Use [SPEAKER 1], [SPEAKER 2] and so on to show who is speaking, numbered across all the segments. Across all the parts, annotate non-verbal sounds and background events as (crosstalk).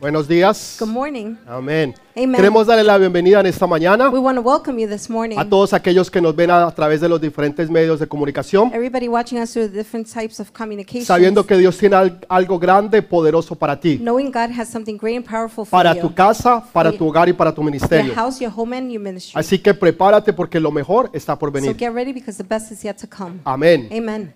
[SPEAKER 1] Buenos días.
[SPEAKER 2] Good morning.
[SPEAKER 1] Amén.
[SPEAKER 2] Amen.
[SPEAKER 1] Queremos darle la bienvenida en esta mañana
[SPEAKER 2] We want to welcome you this morning.
[SPEAKER 1] a todos aquellos que nos ven a, a través de los diferentes medios de comunicación,
[SPEAKER 2] Everybody watching us through the different types of communication.
[SPEAKER 1] sabiendo que Dios tiene al- algo grande, poderoso para ti,
[SPEAKER 2] Knowing God has something great and powerful for
[SPEAKER 1] para
[SPEAKER 2] you.
[SPEAKER 1] tu casa, para
[SPEAKER 2] Sí.
[SPEAKER 1] tu hogar y para tu
[SPEAKER 2] your
[SPEAKER 1] ministerio.
[SPEAKER 2] house, your home, and your ministry.
[SPEAKER 1] Así que prepárate porque lo mejor está por
[SPEAKER 2] So
[SPEAKER 1] venir.
[SPEAKER 2] get ready because the best is yet to come.
[SPEAKER 1] Amén.
[SPEAKER 2] Amen.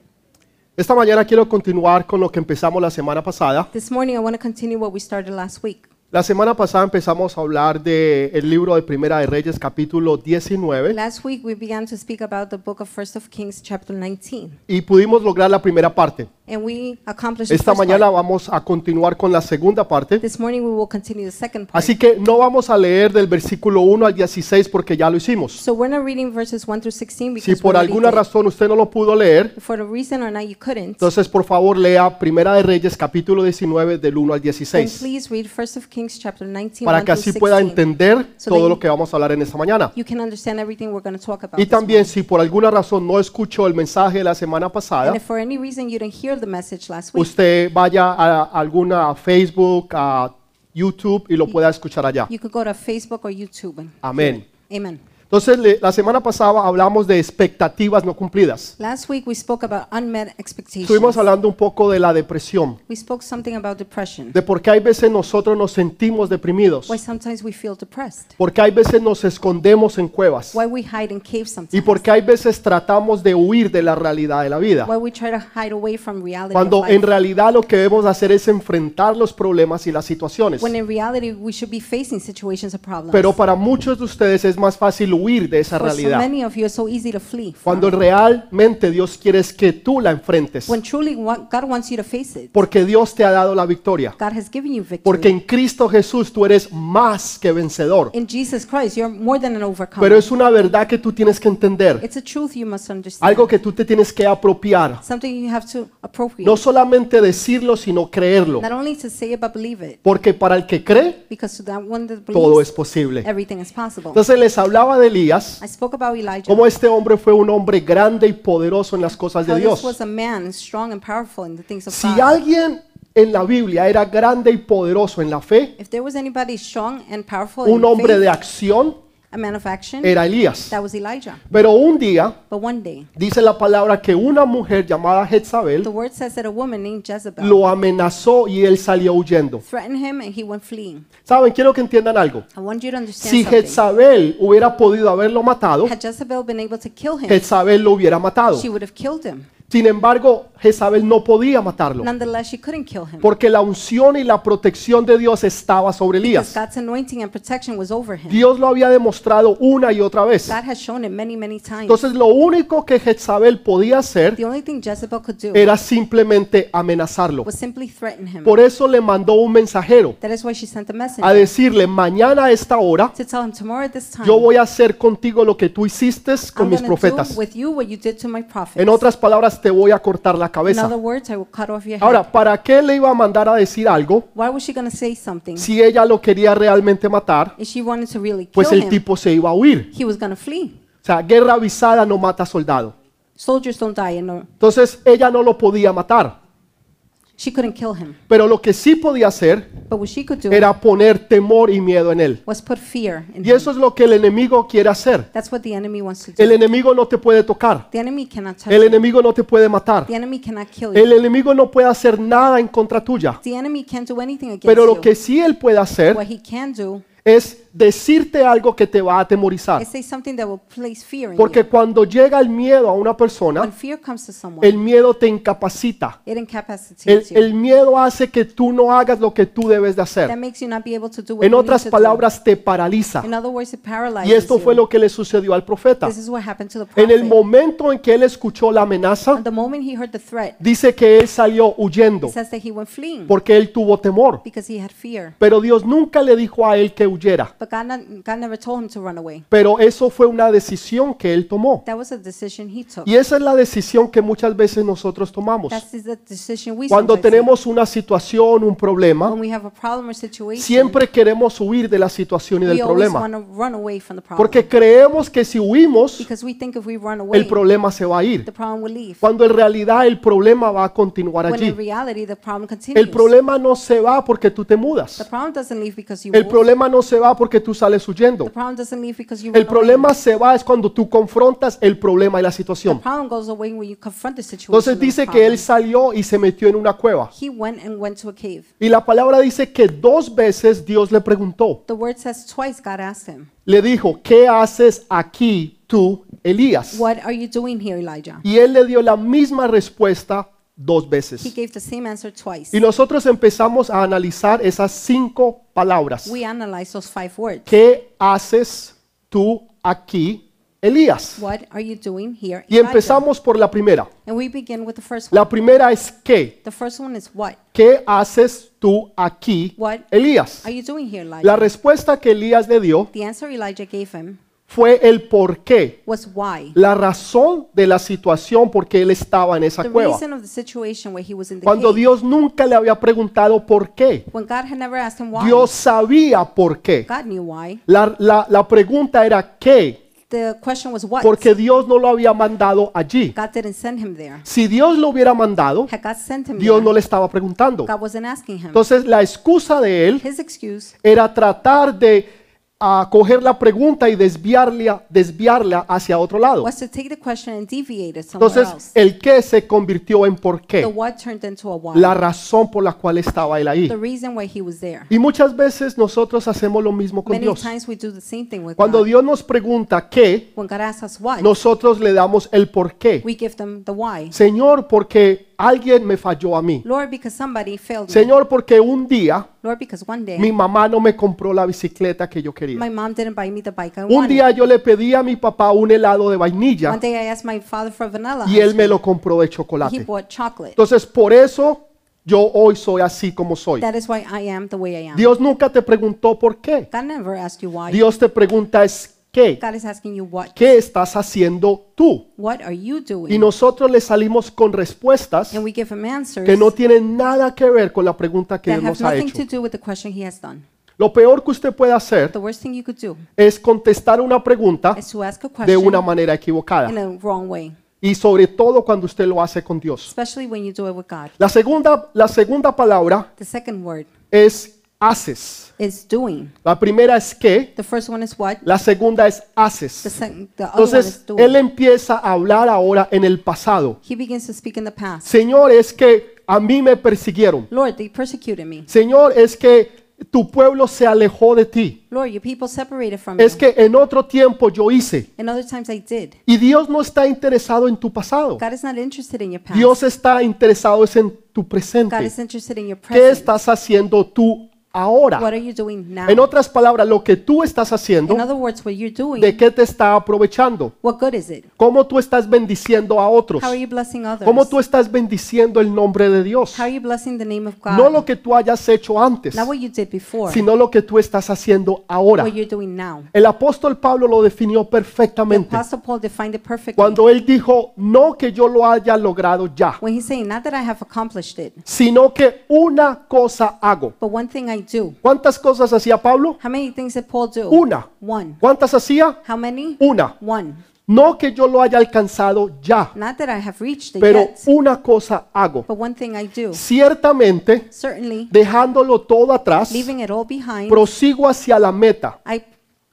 [SPEAKER 1] Esta mañana quiero continuar con lo que empezamos la semana pasada.
[SPEAKER 2] This morning I want to continue what we started last week.
[SPEAKER 1] La semana pasada empezamos a hablar del libro de Primera de Reyes, capítulo 19,
[SPEAKER 2] Last week we began to speak about the book of First of Kings, chapter 19,
[SPEAKER 1] y pudimos lograr la primera parte.
[SPEAKER 2] and we accomplished. the
[SPEAKER 1] Esta
[SPEAKER 2] first
[SPEAKER 1] mañana
[SPEAKER 2] part.
[SPEAKER 1] vamos a continuar con la segunda parte.
[SPEAKER 2] This morning we will continue the second part.
[SPEAKER 1] Así que no vamos a leer del versículo 1 al 16 porque ya lo hicimos.
[SPEAKER 2] so we're not reading verses 1 through 16
[SPEAKER 1] Si
[SPEAKER 2] because
[SPEAKER 1] por
[SPEAKER 2] we already
[SPEAKER 1] alguna
[SPEAKER 2] did.
[SPEAKER 1] razón usted no lo pudo leer,
[SPEAKER 2] for a reason or not you couldn't.
[SPEAKER 1] entonces por favor lea Primera de Reyes capítulo 19 del 1 al
[SPEAKER 2] Then
[SPEAKER 1] 16
[SPEAKER 2] please read 1 of Kings chapter 19
[SPEAKER 1] para
[SPEAKER 2] 1
[SPEAKER 1] que
[SPEAKER 2] through
[SPEAKER 1] así pueda
[SPEAKER 2] 16.
[SPEAKER 1] entender
[SPEAKER 2] So
[SPEAKER 1] todo
[SPEAKER 2] then-
[SPEAKER 1] lo que vamos a hablar en esta mañana.
[SPEAKER 2] You can understand everything we're going to talk about.
[SPEAKER 1] Y
[SPEAKER 2] this
[SPEAKER 1] también
[SPEAKER 2] morning.
[SPEAKER 1] si por alguna razón no escuchó el mensaje de la semana pasada,
[SPEAKER 2] and if for any reason you didn't hear the message last week,
[SPEAKER 1] usted vaya a alguna a Facebook, a YouTube y lo pueda escuchar allá.
[SPEAKER 2] you could go to Facebook or YouTube. and-
[SPEAKER 1] Amén.
[SPEAKER 2] Amen.
[SPEAKER 1] Entonces le- la semana pasada hablamos de expectativas no cumplidas.
[SPEAKER 2] Last week we spoke about unmet expectations.
[SPEAKER 1] Estuvimos hablando un poco de la depresión.
[SPEAKER 2] we spoke something about depression.
[SPEAKER 1] de por qué hay veces nosotros nos sentimos deprimidos,
[SPEAKER 2] why sometimes we feel depressed.
[SPEAKER 1] por qué hay veces nos escondemos en cuevas
[SPEAKER 2] Why we hide in caves sometimes.
[SPEAKER 1] y por qué hay veces tratamos de huir de la realidad de la vida,
[SPEAKER 2] why we try to hide away from reality. of
[SPEAKER 1] cuando
[SPEAKER 2] life.
[SPEAKER 1] en realidad lo que debemos hacer es enfrentar los problemas y las situaciones.
[SPEAKER 2] when in reality we should be facing situations and problems.
[SPEAKER 1] Pero para muchos de ustedes es más fácil huir de esa
[SPEAKER 2] for so
[SPEAKER 1] realidad,
[SPEAKER 2] many of you it's so easy to flee. from.
[SPEAKER 1] cuando realmente Dios quiere es que tú la enfrentes,
[SPEAKER 2] When truly wa- God wants you to face it,
[SPEAKER 1] porque Dios te ha dado la victoria,
[SPEAKER 2] God has given you victory.
[SPEAKER 1] porque en Cristo Jesús tú eres más que vencedor.
[SPEAKER 2] in Jesus Christ, you're more than an overcomer.
[SPEAKER 1] Pero es una verdad que tú tienes que entender.
[SPEAKER 2] it's a truth you must understand.
[SPEAKER 1] Algo que tú te tienes que apropiar.
[SPEAKER 2] Something you have to appropriate.
[SPEAKER 1] No solamente decirlo, sino creerlo.
[SPEAKER 2] Not only to say it, but believe it.
[SPEAKER 1] Porque para el que cree,
[SPEAKER 2] Because to that one that
[SPEAKER 1] todo es
[SPEAKER 2] believes,
[SPEAKER 1] posible.
[SPEAKER 2] everything is possible.
[SPEAKER 1] Entonces les hablaba de Elías,
[SPEAKER 2] I spoke about Elijah.
[SPEAKER 1] cómo este hombre fue un hombre grande y poderoso en las cosas
[SPEAKER 2] how
[SPEAKER 1] de
[SPEAKER 2] this
[SPEAKER 1] Dios.
[SPEAKER 2] was a man strong and powerful in the things of
[SPEAKER 1] Si
[SPEAKER 2] God.
[SPEAKER 1] alguien en la Biblia era grande y poderoso en la fe,
[SPEAKER 2] If there was anybody strong and powerful in
[SPEAKER 1] un hombre
[SPEAKER 2] faith,
[SPEAKER 1] de acción,
[SPEAKER 2] a man of action,
[SPEAKER 1] era Elías.
[SPEAKER 2] that was Elijah.
[SPEAKER 1] Pero un día,
[SPEAKER 2] But one day,
[SPEAKER 1] dice la palabra que una mujer llamada
[SPEAKER 2] the
[SPEAKER 1] Jezabel
[SPEAKER 2] word says that a woman named Jezebel
[SPEAKER 1] lo amenazó y él salió huyendo.
[SPEAKER 2] threatened him and he went fleeing.
[SPEAKER 1] Saben, quiero que entiendan algo.
[SPEAKER 2] I want you to understand
[SPEAKER 1] Si
[SPEAKER 2] something.
[SPEAKER 1] Jezabel hubiera podido haberlo matado,
[SPEAKER 2] Had Jezebel been able to kill him,
[SPEAKER 1] Jezabel lo hubiera matado.
[SPEAKER 2] she would have killed him.
[SPEAKER 1] Sin embargo, Jezabel no podía matarlo
[SPEAKER 2] Nonetheless, she couldn't kill him
[SPEAKER 1] porque la unción y la protección de Dios estaba sobre
[SPEAKER 2] because
[SPEAKER 1] Elías.
[SPEAKER 2] God's anointing and protection was over him.
[SPEAKER 1] Dios lo había demostrado una y otra vez.
[SPEAKER 2] God has shown it many, many times.
[SPEAKER 1] Entonces, lo único que Jezabel podía hacer
[SPEAKER 2] The only thing Jezebel could do
[SPEAKER 1] era simplemente amenazarlo.
[SPEAKER 2] was simply threaten him.
[SPEAKER 1] Por eso le mandó un mensajero
[SPEAKER 2] That is why she sent a
[SPEAKER 1] a
[SPEAKER 2] messenger
[SPEAKER 1] decirle, mañana a esta hora,
[SPEAKER 2] to tell him tomorrow at this time
[SPEAKER 1] yo voy a hacer contigo lo que tú hiciste con
[SPEAKER 2] I'm
[SPEAKER 1] mis
[SPEAKER 2] gonna do
[SPEAKER 1] profetas.
[SPEAKER 2] with you what you did to my prophets.
[SPEAKER 1] En otras palabras, te voy a cortar la
[SPEAKER 2] In
[SPEAKER 1] cabeza.
[SPEAKER 2] other words, I will cut off your head.
[SPEAKER 1] Ahora, ¿para qué le iba a mandar a decir algo
[SPEAKER 2] Why was she going to say something?
[SPEAKER 1] si ella lo quería realmente matar?
[SPEAKER 2] If she wanted to really
[SPEAKER 1] Pues
[SPEAKER 2] kill
[SPEAKER 1] el
[SPEAKER 2] him,
[SPEAKER 1] tipo se iba a huir.
[SPEAKER 2] he was going to flee.
[SPEAKER 1] O sea, guerra avisada no mata soldado.
[SPEAKER 2] Soldiers don't die, you know.
[SPEAKER 1] Entonces ella no lo podía matar.
[SPEAKER 2] She couldn't kill him.
[SPEAKER 1] Pero lo que sí podía hacer
[SPEAKER 2] But what she could do
[SPEAKER 1] era poner temor y miedo en él.
[SPEAKER 2] was put fear in
[SPEAKER 1] Y
[SPEAKER 2] him.
[SPEAKER 1] eso es lo que el enemigo quiere hacer.
[SPEAKER 2] That's what the enemy wants to do.
[SPEAKER 1] El enemigo no te puede tocar.
[SPEAKER 2] The enemy cannot touch
[SPEAKER 1] El
[SPEAKER 2] you.
[SPEAKER 1] enemigo no te puede matar.
[SPEAKER 2] The enemy cannot kill you.
[SPEAKER 1] El enemigo no puede hacer nada en contra tuya.
[SPEAKER 2] The enemy can't do anything against
[SPEAKER 1] Pero lo que
[SPEAKER 2] you.
[SPEAKER 1] sí él puede hacer
[SPEAKER 2] What he can do
[SPEAKER 1] es decirte algo que te va a atemorizar.
[SPEAKER 2] is say something that will place fear in you.
[SPEAKER 1] Ah. Porque cuando llega el miedo a una
[SPEAKER 2] When
[SPEAKER 1] persona,
[SPEAKER 2] fear comes to someone,
[SPEAKER 1] el miedo te incapacita.
[SPEAKER 2] it
[SPEAKER 1] El,
[SPEAKER 2] incapacitates you.
[SPEAKER 1] el miedo hace que tú no hagas lo que tú debes de
[SPEAKER 2] That
[SPEAKER 1] hacer.
[SPEAKER 2] makes you not be able to do what
[SPEAKER 1] En
[SPEAKER 2] you need
[SPEAKER 1] otras
[SPEAKER 2] to do.
[SPEAKER 1] palabras, te paraliza.
[SPEAKER 2] In other words, it paralyzes
[SPEAKER 1] Y esto fue
[SPEAKER 2] you.
[SPEAKER 1] lo que le sucedió al profeta.
[SPEAKER 2] This is what happened to the prophet.
[SPEAKER 1] En el momento en que él escuchó la amenaza,
[SPEAKER 2] the moment he heard the threat,
[SPEAKER 1] dice que él salió huyendo
[SPEAKER 2] it says that he went fleeing
[SPEAKER 1] porque él tuvo temor.
[SPEAKER 2] because he had fear.
[SPEAKER 1] Pero Dios nunca le dijo a él que huyera.
[SPEAKER 2] But But God, not, God never told him to run away.
[SPEAKER 1] Pero eso fue una decisión que él tomó.
[SPEAKER 2] That was a decision he took.
[SPEAKER 1] Y esa es la decisión que muchas veces nosotros tomamos.
[SPEAKER 2] That's the decision we
[SPEAKER 1] Cuando
[SPEAKER 2] sometimes make.
[SPEAKER 1] tenemos una situación, un problema,
[SPEAKER 2] When we have a problem or situation,
[SPEAKER 1] siempre queremos huir de la situación y
[SPEAKER 2] we
[SPEAKER 1] del
[SPEAKER 2] always
[SPEAKER 1] problema.
[SPEAKER 2] want to run away from the problem.
[SPEAKER 1] Porque creemos que si huimos,
[SPEAKER 2] because we think if we run away,
[SPEAKER 1] el problema se va a ir.
[SPEAKER 2] the problem will leave.
[SPEAKER 1] Cuando en realidad el problema va a continuar
[SPEAKER 2] When in
[SPEAKER 1] allí.
[SPEAKER 2] reality, the problem continues.
[SPEAKER 1] El problema no se va porque tú te
[SPEAKER 2] the
[SPEAKER 1] mudas.
[SPEAKER 2] problem doesn't leave because you
[SPEAKER 1] El
[SPEAKER 2] move.
[SPEAKER 1] problema no se va porque tú sales huyendo.
[SPEAKER 2] The problem doesn't leave because you
[SPEAKER 1] El
[SPEAKER 2] run away.
[SPEAKER 1] problema se va es cuando tú confrontas el problema y la
[SPEAKER 2] The
[SPEAKER 1] situación.
[SPEAKER 2] problem goes away when you confront the situation.
[SPEAKER 1] Entonces
[SPEAKER 2] and the
[SPEAKER 1] dice que
[SPEAKER 2] problem.
[SPEAKER 1] él salió y se metió en una cueva.
[SPEAKER 2] He went and went to a cave.
[SPEAKER 1] Y la palabra dice que dos veces Dios le preguntó.
[SPEAKER 2] The word says twice God asked him,
[SPEAKER 1] Le dijo, ¿qué haces aquí tú, Elías?
[SPEAKER 2] What are you doing here, Elijah?
[SPEAKER 1] Y él le dio la misma respuesta dos
[SPEAKER 2] He
[SPEAKER 1] veces.
[SPEAKER 2] gave the same answer twice.
[SPEAKER 1] Y nosotros empezamos a analizar esas cinco palabras.
[SPEAKER 2] We analyze those five words.
[SPEAKER 1] ¿Qué haces tú aquí, Elías?
[SPEAKER 2] What are you doing here,
[SPEAKER 1] Y
[SPEAKER 2] Elijah?
[SPEAKER 1] empezamos por la primera.
[SPEAKER 2] And we begin with the first one.
[SPEAKER 1] La primera es ¿qué?
[SPEAKER 2] The first one is what?
[SPEAKER 1] ¿Qué haces tú aquí,
[SPEAKER 2] What
[SPEAKER 1] Elías?
[SPEAKER 2] are you doing here, Elijah?
[SPEAKER 1] La respuesta que Elías le dio
[SPEAKER 2] The answer Elijah gave him
[SPEAKER 1] fue el por qué,
[SPEAKER 2] was why.
[SPEAKER 1] la razón de la situación por qué él estaba en esa
[SPEAKER 2] The
[SPEAKER 1] cueva.
[SPEAKER 2] reason of the situation where he was in the
[SPEAKER 1] Cuando
[SPEAKER 2] cave.
[SPEAKER 1] Dios nunca le había preguntado por qué,
[SPEAKER 2] when God had never asked him why.
[SPEAKER 1] Dios sabía por qué.
[SPEAKER 2] God knew why.
[SPEAKER 1] La, la- la pregunta era ¿qué?
[SPEAKER 2] The question was what?
[SPEAKER 1] Porque Dios no lo había mandado allí.
[SPEAKER 2] God didn't send him there.
[SPEAKER 1] Si Dios lo hubiera mandado,
[SPEAKER 2] Had God sent him
[SPEAKER 1] Dios
[SPEAKER 2] there,
[SPEAKER 1] no le estaba preguntando.
[SPEAKER 2] God wasn't asking him.
[SPEAKER 1] Entonces la excusa de él
[SPEAKER 2] His excuse
[SPEAKER 1] era tratar de ah, coger la pregunta y desviarla, desviarla hacia otro lado.
[SPEAKER 2] was to take the question and deviate it somewhere
[SPEAKER 1] Entonces
[SPEAKER 2] else.
[SPEAKER 1] el qué se convirtió en por
[SPEAKER 2] The
[SPEAKER 1] qué,
[SPEAKER 2] what turned into a why.
[SPEAKER 1] la razón por la cual estaba él ahí.
[SPEAKER 2] the reason why he was there.
[SPEAKER 1] Y muchas veces nosotros hacemos lo mismo con
[SPEAKER 2] Many
[SPEAKER 1] Dios.
[SPEAKER 2] times we do the same thing with
[SPEAKER 1] Cuando
[SPEAKER 2] God.
[SPEAKER 1] Dios nos pregunta qué,
[SPEAKER 2] when God asks us why,
[SPEAKER 1] nosotros le damos el por qué.
[SPEAKER 2] we give them the why.
[SPEAKER 1] Señor, porque alguien me falló a mí.
[SPEAKER 2] Lord, because somebody failed me.
[SPEAKER 1] Señor, porque un día
[SPEAKER 2] Lord, because one day
[SPEAKER 1] mi mamá no me compró la bicicleta que yo quería.
[SPEAKER 2] my mom didn't buy me the bike I
[SPEAKER 1] Un
[SPEAKER 2] wanted.
[SPEAKER 1] día yo le pedí a mi papá un helado de
[SPEAKER 2] One
[SPEAKER 1] vainilla
[SPEAKER 2] day I asked my father for vanilla.
[SPEAKER 1] y él me lo compró de
[SPEAKER 2] he
[SPEAKER 1] chocolate.
[SPEAKER 2] bought chocolate.
[SPEAKER 1] Entonces, por eso yo hoy soy así como soy.
[SPEAKER 2] That is why I am the way I am.
[SPEAKER 1] Dios nunca te preguntó por qué.
[SPEAKER 2] God never asked you why.
[SPEAKER 1] Dios te pregunta es qué.
[SPEAKER 2] God is asking you what.
[SPEAKER 1] ¿Qué estás haciendo tú?
[SPEAKER 2] What are you
[SPEAKER 1] Y
[SPEAKER 2] doing?
[SPEAKER 1] nosotros le salimos con respuestas
[SPEAKER 2] and we give him answers
[SPEAKER 1] que no tienen nada que ver con la pregunta que
[SPEAKER 2] that
[SPEAKER 1] Dios
[SPEAKER 2] have
[SPEAKER 1] nos ha
[SPEAKER 2] nothing
[SPEAKER 1] hecho.
[SPEAKER 2] to do with the question he has done.
[SPEAKER 1] Lo peor que usted puede hacer
[SPEAKER 2] The worst thing you could do
[SPEAKER 1] es contestar una pregunta
[SPEAKER 2] is to ask a
[SPEAKER 1] de
[SPEAKER 2] question
[SPEAKER 1] una manera
[SPEAKER 2] in
[SPEAKER 1] equivocada
[SPEAKER 2] a wrong way,
[SPEAKER 1] y sobre todo cuando usted lo hace con Dios.
[SPEAKER 2] especially when you do it with God.
[SPEAKER 1] La segunda, la segunda palabra
[SPEAKER 2] The second word
[SPEAKER 1] es haces.
[SPEAKER 2] is doing.
[SPEAKER 1] La primera es que,
[SPEAKER 2] The first one is what.
[SPEAKER 1] la segunda es
[SPEAKER 2] The,
[SPEAKER 1] haces.
[SPEAKER 2] second, the other one is
[SPEAKER 1] Entonces,
[SPEAKER 2] doing.
[SPEAKER 1] él empieza a hablar ahora en el pasado.
[SPEAKER 2] he begins to speak in the past.
[SPEAKER 1] Señor, es que a mí me persiguieron.
[SPEAKER 2] Lord, they persecuted me.
[SPEAKER 1] Señor, es que tu pueblo se alejó de ti.
[SPEAKER 2] Lord, your people separated from
[SPEAKER 1] Es
[SPEAKER 2] me.
[SPEAKER 1] que en otro tiempo yo hice.
[SPEAKER 2] and other times I did.
[SPEAKER 1] Y Dios no está interesado en tu pasado.
[SPEAKER 2] God is not interested in your past.
[SPEAKER 1] Oh. Dios está interesado es en tu
[SPEAKER 2] God
[SPEAKER 1] presente.
[SPEAKER 2] is interested in your
[SPEAKER 1] ¿Qué
[SPEAKER 2] present.
[SPEAKER 1] estás haciendo tú ahora?
[SPEAKER 2] What are you doing now?
[SPEAKER 1] En otras palabras, lo que tú estás haciendo,
[SPEAKER 2] In other words, what you're doing,
[SPEAKER 1] ¿de qué te está aprovechando?
[SPEAKER 2] what good is it?
[SPEAKER 1] ¿Cómo tú estás bendiciendo a otros?
[SPEAKER 2] How are you blessing others?
[SPEAKER 1] ¿Cómo tú estás bendiciendo el nombre de Dios?
[SPEAKER 2] How are you blessing the name of God?
[SPEAKER 1] No lo que tú hayas hecho antes,
[SPEAKER 2] Not what you did before,
[SPEAKER 1] sino lo que tú estás haciendo ahora.
[SPEAKER 2] what you're doing now.
[SPEAKER 1] El apóstol Pablo lo definió
[SPEAKER 2] The
[SPEAKER 1] perfectamente
[SPEAKER 2] Apostle Paul defined it perfectly
[SPEAKER 1] cuando él dijo, no que yo lo haya logrado ya,
[SPEAKER 2] when he's saying, Not that I have accomplished it,
[SPEAKER 1] sino que una cosa hago.
[SPEAKER 2] but one thing I do.
[SPEAKER 1] ¿Cuántas cosas hacía Pablo?
[SPEAKER 2] How many things did Paul do?
[SPEAKER 1] Una.
[SPEAKER 2] One.
[SPEAKER 1] ¿Cuántas hacía?
[SPEAKER 2] How many?
[SPEAKER 1] Una.
[SPEAKER 2] One.
[SPEAKER 1] No que yo lo haya alcanzado ya,
[SPEAKER 2] Not that I have reached it
[SPEAKER 1] pero
[SPEAKER 2] yet,
[SPEAKER 1] una cosa hago.
[SPEAKER 2] but one thing I do.
[SPEAKER 1] Ciertamente,
[SPEAKER 2] Certainly,
[SPEAKER 1] dejándolo todo atrás,
[SPEAKER 2] leaving it all behind,
[SPEAKER 1] prosigo hacia la meta,
[SPEAKER 2] I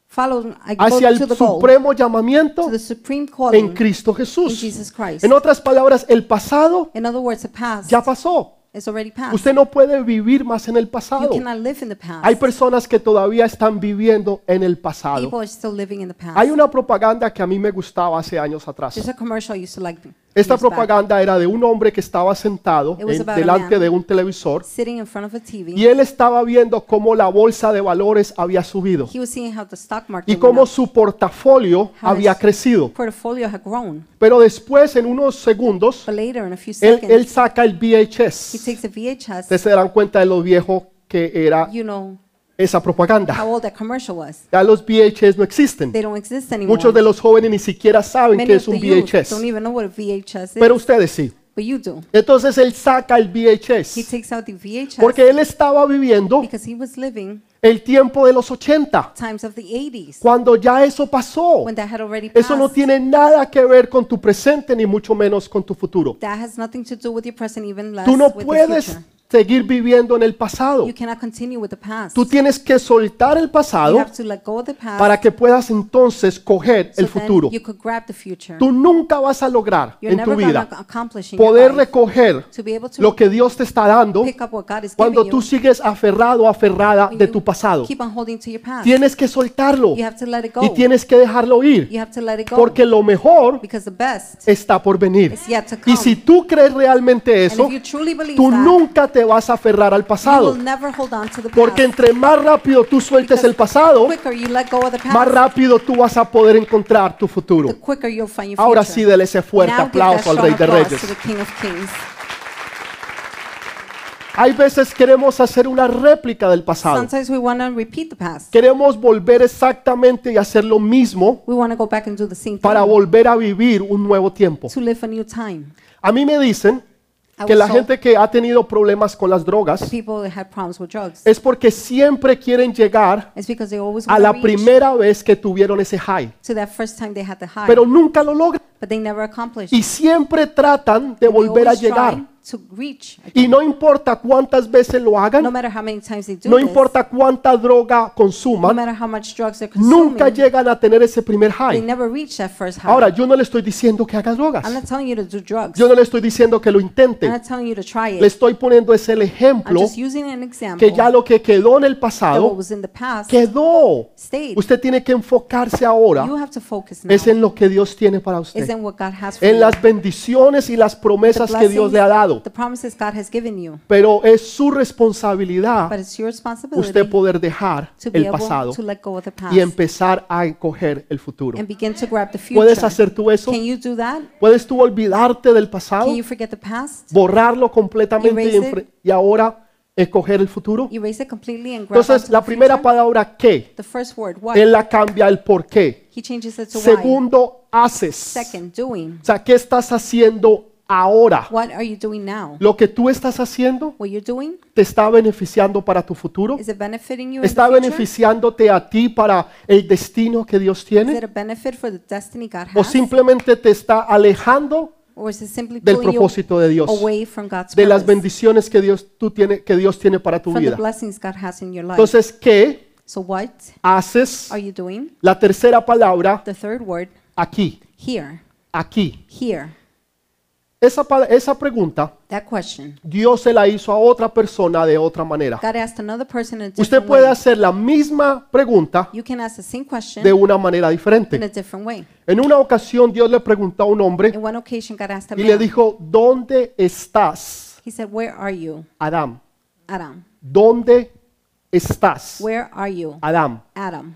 [SPEAKER 2] follow, I go
[SPEAKER 1] hacia
[SPEAKER 2] to
[SPEAKER 1] el
[SPEAKER 2] the goal,
[SPEAKER 1] supremo llamamiento
[SPEAKER 2] to the
[SPEAKER 1] en
[SPEAKER 2] supreme calling
[SPEAKER 1] Cristo
[SPEAKER 2] in
[SPEAKER 1] Jesús.
[SPEAKER 2] Jesus Christ.
[SPEAKER 1] En otras palabras, el pasado
[SPEAKER 2] In other words, the past
[SPEAKER 1] ya pasó.
[SPEAKER 2] is already past.
[SPEAKER 1] Usted no puede vivir más en el
[SPEAKER 2] Ah. You
[SPEAKER 1] pasado.
[SPEAKER 2] cannot live in the
[SPEAKER 1] Hay
[SPEAKER 2] past.
[SPEAKER 1] personas que todavía están viviendo en el pasado.
[SPEAKER 2] People are still living in the past.
[SPEAKER 1] Hay una propaganda que a mí me gustaba hace años atrás.
[SPEAKER 2] There's a commercial I used to like.
[SPEAKER 1] Esta
[SPEAKER 2] years back,
[SPEAKER 1] propaganda era de un hombre que estaba sentado
[SPEAKER 2] It was
[SPEAKER 1] en-
[SPEAKER 2] about a
[SPEAKER 1] delante
[SPEAKER 2] man.
[SPEAKER 1] de un televisor
[SPEAKER 2] Sitting in front of a TV,
[SPEAKER 1] y él estaba viendo cómo la bolsa de valores había subido
[SPEAKER 2] he was seeing how the stock market
[SPEAKER 1] y cómo
[SPEAKER 2] went up.
[SPEAKER 1] su portafolio
[SPEAKER 2] How
[SPEAKER 1] había
[SPEAKER 2] his-
[SPEAKER 1] crecido.
[SPEAKER 2] portfolio had grown.
[SPEAKER 1] Pero después, en unos segundos,
[SPEAKER 2] But later, in a few
[SPEAKER 1] él,
[SPEAKER 2] seconds,
[SPEAKER 1] él saca el
[SPEAKER 2] he
[SPEAKER 1] VHS.
[SPEAKER 2] takes a VHS.
[SPEAKER 1] Ustedes se darán cuenta de lo viejo que era
[SPEAKER 2] You know
[SPEAKER 1] esa propaganda.
[SPEAKER 2] how old that commercial was.
[SPEAKER 1] Ya los VHS no existen.
[SPEAKER 2] They don't exist anymore.
[SPEAKER 1] Muchos de los jóvenes ni siquiera saben
[SPEAKER 2] Many
[SPEAKER 1] qué
[SPEAKER 2] of
[SPEAKER 1] es
[SPEAKER 2] the
[SPEAKER 1] un
[SPEAKER 2] youth don't
[SPEAKER 1] VHS,
[SPEAKER 2] even know what a VHS is,
[SPEAKER 1] pero ustedes sí.
[SPEAKER 2] but you do.
[SPEAKER 1] Entonces él saca el
[SPEAKER 2] He
[SPEAKER 1] VHS
[SPEAKER 2] takes out the VHS
[SPEAKER 1] porque él estaba viviendo
[SPEAKER 2] because he was living
[SPEAKER 1] el tiempo de los 80,
[SPEAKER 2] times of the 80s
[SPEAKER 1] cuando ya eso pasó.
[SPEAKER 2] when that had already passed.
[SPEAKER 1] Eso no tiene nada que ver con tu presente ni mucho menos con tu futuro.
[SPEAKER 2] That has nothing to do with your present, even less
[SPEAKER 1] Tú no
[SPEAKER 2] with the
[SPEAKER 1] puedes
[SPEAKER 2] future.
[SPEAKER 1] seguir viviendo en el pasado.
[SPEAKER 2] You cannot continue with the past.
[SPEAKER 1] Tú tienes que soltar el
[SPEAKER 2] you
[SPEAKER 1] pasado
[SPEAKER 2] have to let go of the past
[SPEAKER 1] para que puedas entonces coger
[SPEAKER 2] so
[SPEAKER 1] el futuro.
[SPEAKER 2] then you could grab the future.
[SPEAKER 1] Tú nunca vas a lograr
[SPEAKER 2] You're
[SPEAKER 1] en
[SPEAKER 2] never
[SPEAKER 1] tu
[SPEAKER 2] gonna
[SPEAKER 1] vida
[SPEAKER 2] accomplish in your
[SPEAKER 1] poder
[SPEAKER 2] life
[SPEAKER 1] recoger
[SPEAKER 2] to be able to
[SPEAKER 1] lo que Dios te está dando
[SPEAKER 2] pick up what God is
[SPEAKER 1] cuando
[SPEAKER 2] giving
[SPEAKER 1] tú
[SPEAKER 2] you.
[SPEAKER 1] sigues aferrado, aferrada
[SPEAKER 2] when
[SPEAKER 1] de
[SPEAKER 2] you
[SPEAKER 1] tu pasado.
[SPEAKER 2] Keep on holding to your past.
[SPEAKER 1] Tienes que soltarlo
[SPEAKER 2] You have to let it go.
[SPEAKER 1] y tienes que dejarlo ir
[SPEAKER 2] you have to let it go.
[SPEAKER 1] porque lo mejor
[SPEAKER 2] because the best
[SPEAKER 1] está por venir.
[SPEAKER 2] is yet to come.
[SPEAKER 1] Y si tú crees realmente
[SPEAKER 2] and
[SPEAKER 1] eso,
[SPEAKER 2] if you truly believe
[SPEAKER 1] tú
[SPEAKER 2] that,
[SPEAKER 1] nunca te vas a aferrar al
[SPEAKER 2] you
[SPEAKER 1] pasado.
[SPEAKER 2] will never hold on to the
[SPEAKER 1] Porque
[SPEAKER 2] past.
[SPEAKER 1] entre más rápido tú sueltes el pasado,
[SPEAKER 2] quicker you let go of the past,
[SPEAKER 1] más rápido tú vas a poder encontrar tu futuro.
[SPEAKER 2] the quicker you'll find your
[SPEAKER 1] Ahora sí,
[SPEAKER 2] future.
[SPEAKER 1] dele ese fuerte
[SPEAKER 2] Now give that
[SPEAKER 1] aplauso al
[SPEAKER 2] strong
[SPEAKER 1] Rey de
[SPEAKER 2] applause
[SPEAKER 1] Reyes.
[SPEAKER 2] to the King of Kings.
[SPEAKER 1] Hay veces queremos hacer una réplica del pasado.
[SPEAKER 2] Sometimes we want to repeat the past.
[SPEAKER 1] Queremos volver exactamente y hacer lo mismo
[SPEAKER 2] We want to go back and do the same
[SPEAKER 1] para
[SPEAKER 2] thing
[SPEAKER 1] volver a vivir un nuevo tiempo.
[SPEAKER 2] to live a new time.
[SPEAKER 1] A mí me dicen
[SPEAKER 2] I
[SPEAKER 1] que
[SPEAKER 2] was
[SPEAKER 1] la
[SPEAKER 2] told
[SPEAKER 1] gente que ha tenido problemas con las drogas
[SPEAKER 2] people that had problems with drugs.
[SPEAKER 1] es porque siempre quieren llegar
[SPEAKER 2] It's because they always
[SPEAKER 1] Eh, a
[SPEAKER 2] want
[SPEAKER 1] la
[SPEAKER 2] to reach
[SPEAKER 1] primera vez que tuvieron ese high,
[SPEAKER 2] to that first time they had the high,
[SPEAKER 1] pero nunca lo logran
[SPEAKER 2] but they never accomplished.
[SPEAKER 1] y siempre tratan de
[SPEAKER 2] They
[SPEAKER 1] volver a
[SPEAKER 2] always
[SPEAKER 1] llegar.
[SPEAKER 2] try to reach.
[SPEAKER 1] Y no importa cuántas veces lo
[SPEAKER 2] No
[SPEAKER 1] hagan,
[SPEAKER 2] matter how many times they do
[SPEAKER 1] no
[SPEAKER 2] this,
[SPEAKER 1] importa cuánta droga
[SPEAKER 2] no
[SPEAKER 1] consuman,
[SPEAKER 2] matter how much drugs they're consuming,
[SPEAKER 1] nunca llegan a tener ese primer
[SPEAKER 2] they
[SPEAKER 1] high.
[SPEAKER 2] never reach that first high.
[SPEAKER 1] Ahora, yo no le estoy diciendo que haga
[SPEAKER 2] I'm
[SPEAKER 1] drogas.
[SPEAKER 2] not telling you to do drugs.
[SPEAKER 1] Yo no le estoy diciendo que lo
[SPEAKER 2] I'm
[SPEAKER 1] intente.
[SPEAKER 2] not telling you to try it.
[SPEAKER 1] Le estoy poniendo es el
[SPEAKER 2] I'm
[SPEAKER 1] ejemplo
[SPEAKER 2] just using an example
[SPEAKER 1] que ya lo que quedó en el
[SPEAKER 2] that what
[SPEAKER 1] pasado
[SPEAKER 2] was in the past
[SPEAKER 1] quedó.
[SPEAKER 2] stayed.
[SPEAKER 1] Usted tiene que enfocarse ahora
[SPEAKER 2] you have to focus now.
[SPEAKER 1] es en lo que Dios tiene para
[SPEAKER 2] is
[SPEAKER 1] usted,
[SPEAKER 2] in what God has for
[SPEAKER 1] en
[SPEAKER 2] you.
[SPEAKER 1] las bendiciones y las
[SPEAKER 2] The
[SPEAKER 1] promesas que Dios
[SPEAKER 2] blessings,
[SPEAKER 1] le ha dado.
[SPEAKER 2] The promises God has given you.
[SPEAKER 1] Pero es su responsabilidad
[SPEAKER 2] But it's your responsibility
[SPEAKER 1] Ah. usted poder dejar
[SPEAKER 2] to be
[SPEAKER 1] el
[SPEAKER 2] able
[SPEAKER 1] pasado
[SPEAKER 2] to let go of the past
[SPEAKER 1] y empezar a encoger el futuro.
[SPEAKER 2] and begin to grab the future.
[SPEAKER 1] ¿Puedes hacer tú eso?
[SPEAKER 2] Can you do that?
[SPEAKER 1] ¿Puedes tú olvidarte del pasado,
[SPEAKER 2] Can you forget the past?
[SPEAKER 1] borrarlo completamente y,
[SPEAKER 2] Erase it.
[SPEAKER 1] enfre- y ahora encoger el futuro?
[SPEAKER 2] Erase it completely and grab
[SPEAKER 1] Entonces,
[SPEAKER 2] onto
[SPEAKER 1] la
[SPEAKER 2] the
[SPEAKER 1] primera
[SPEAKER 2] future?
[SPEAKER 1] palabra que,
[SPEAKER 2] The first word, what?
[SPEAKER 1] él la cambia el por qué.
[SPEAKER 2] He changes it to why.
[SPEAKER 1] Segundo, haces.
[SPEAKER 2] Second, doing.
[SPEAKER 1] O sea, ¿qué estás haciendo ahora?
[SPEAKER 2] What are you doing now?
[SPEAKER 1] Lo que tú estás haciendo
[SPEAKER 2] What you're doing?
[SPEAKER 1] te está beneficiando para tu futuro.
[SPEAKER 2] Is it benefiting you
[SPEAKER 1] Está
[SPEAKER 2] in the future?
[SPEAKER 1] beneficiándote a ti para el destino que Dios
[SPEAKER 2] Is
[SPEAKER 1] tiene.
[SPEAKER 2] it a benefit for the destiny God
[SPEAKER 1] O
[SPEAKER 2] has?
[SPEAKER 1] simplemente te está alejando
[SPEAKER 2] Or is it simply
[SPEAKER 1] del
[SPEAKER 2] pulling you
[SPEAKER 1] propósito de Dios,
[SPEAKER 2] away from God's
[SPEAKER 1] de las
[SPEAKER 2] purpose?
[SPEAKER 1] bendiciones que Dios, tú tiene, que Dios tiene para tu
[SPEAKER 2] From the
[SPEAKER 1] vida.
[SPEAKER 2] blessings God has in your life.
[SPEAKER 1] Entonces, ¿qué
[SPEAKER 2] So what
[SPEAKER 1] haces?
[SPEAKER 2] are you doing?
[SPEAKER 1] La tercera palabra,
[SPEAKER 2] The third word,
[SPEAKER 1] aquí,
[SPEAKER 2] here,
[SPEAKER 1] aquí.
[SPEAKER 2] here.
[SPEAKER 1] Esa, pala- esa pregunta
[SPEAKER 2] That question.
[SPEAKER 1] Dios se la hizo a otra persona de otra manera.
[SPEAKER 2] God asked another person in a
[SPEAKER 1] Usted
[SPEAKER 2] different
[SPEAKER 1] puede
[SPEAKER 2] way.
[SPEAKER 1] hacer la misma pregunta
[SPEAKER 2] You can ask the same question
[SPEAKER 1] de una manera
[SPEAKER 2] in a
[SPEAKER 1] diferente.
[SPEAKER 2] different way.
[SPEAKER 1] En una ocasión Dios le preguntó a un hombre
[SPEAKER 2] In one occasion, God asked a
[SPEAKER 1] y le
[SPEAKER 2] man,
[SPEAKER 1] dijo, ¿dónde estás,
[SPEAKER 2] He said, Where are you,
[SPEAKER 1] Adán?
[SPEAKER 2] Adam?
[SPEAKER 1] ¿Dónde estás,
[SPEAKER 2] Where are you,
[SPEAKER 1] Adán?
[SPEAKER 2] Adam?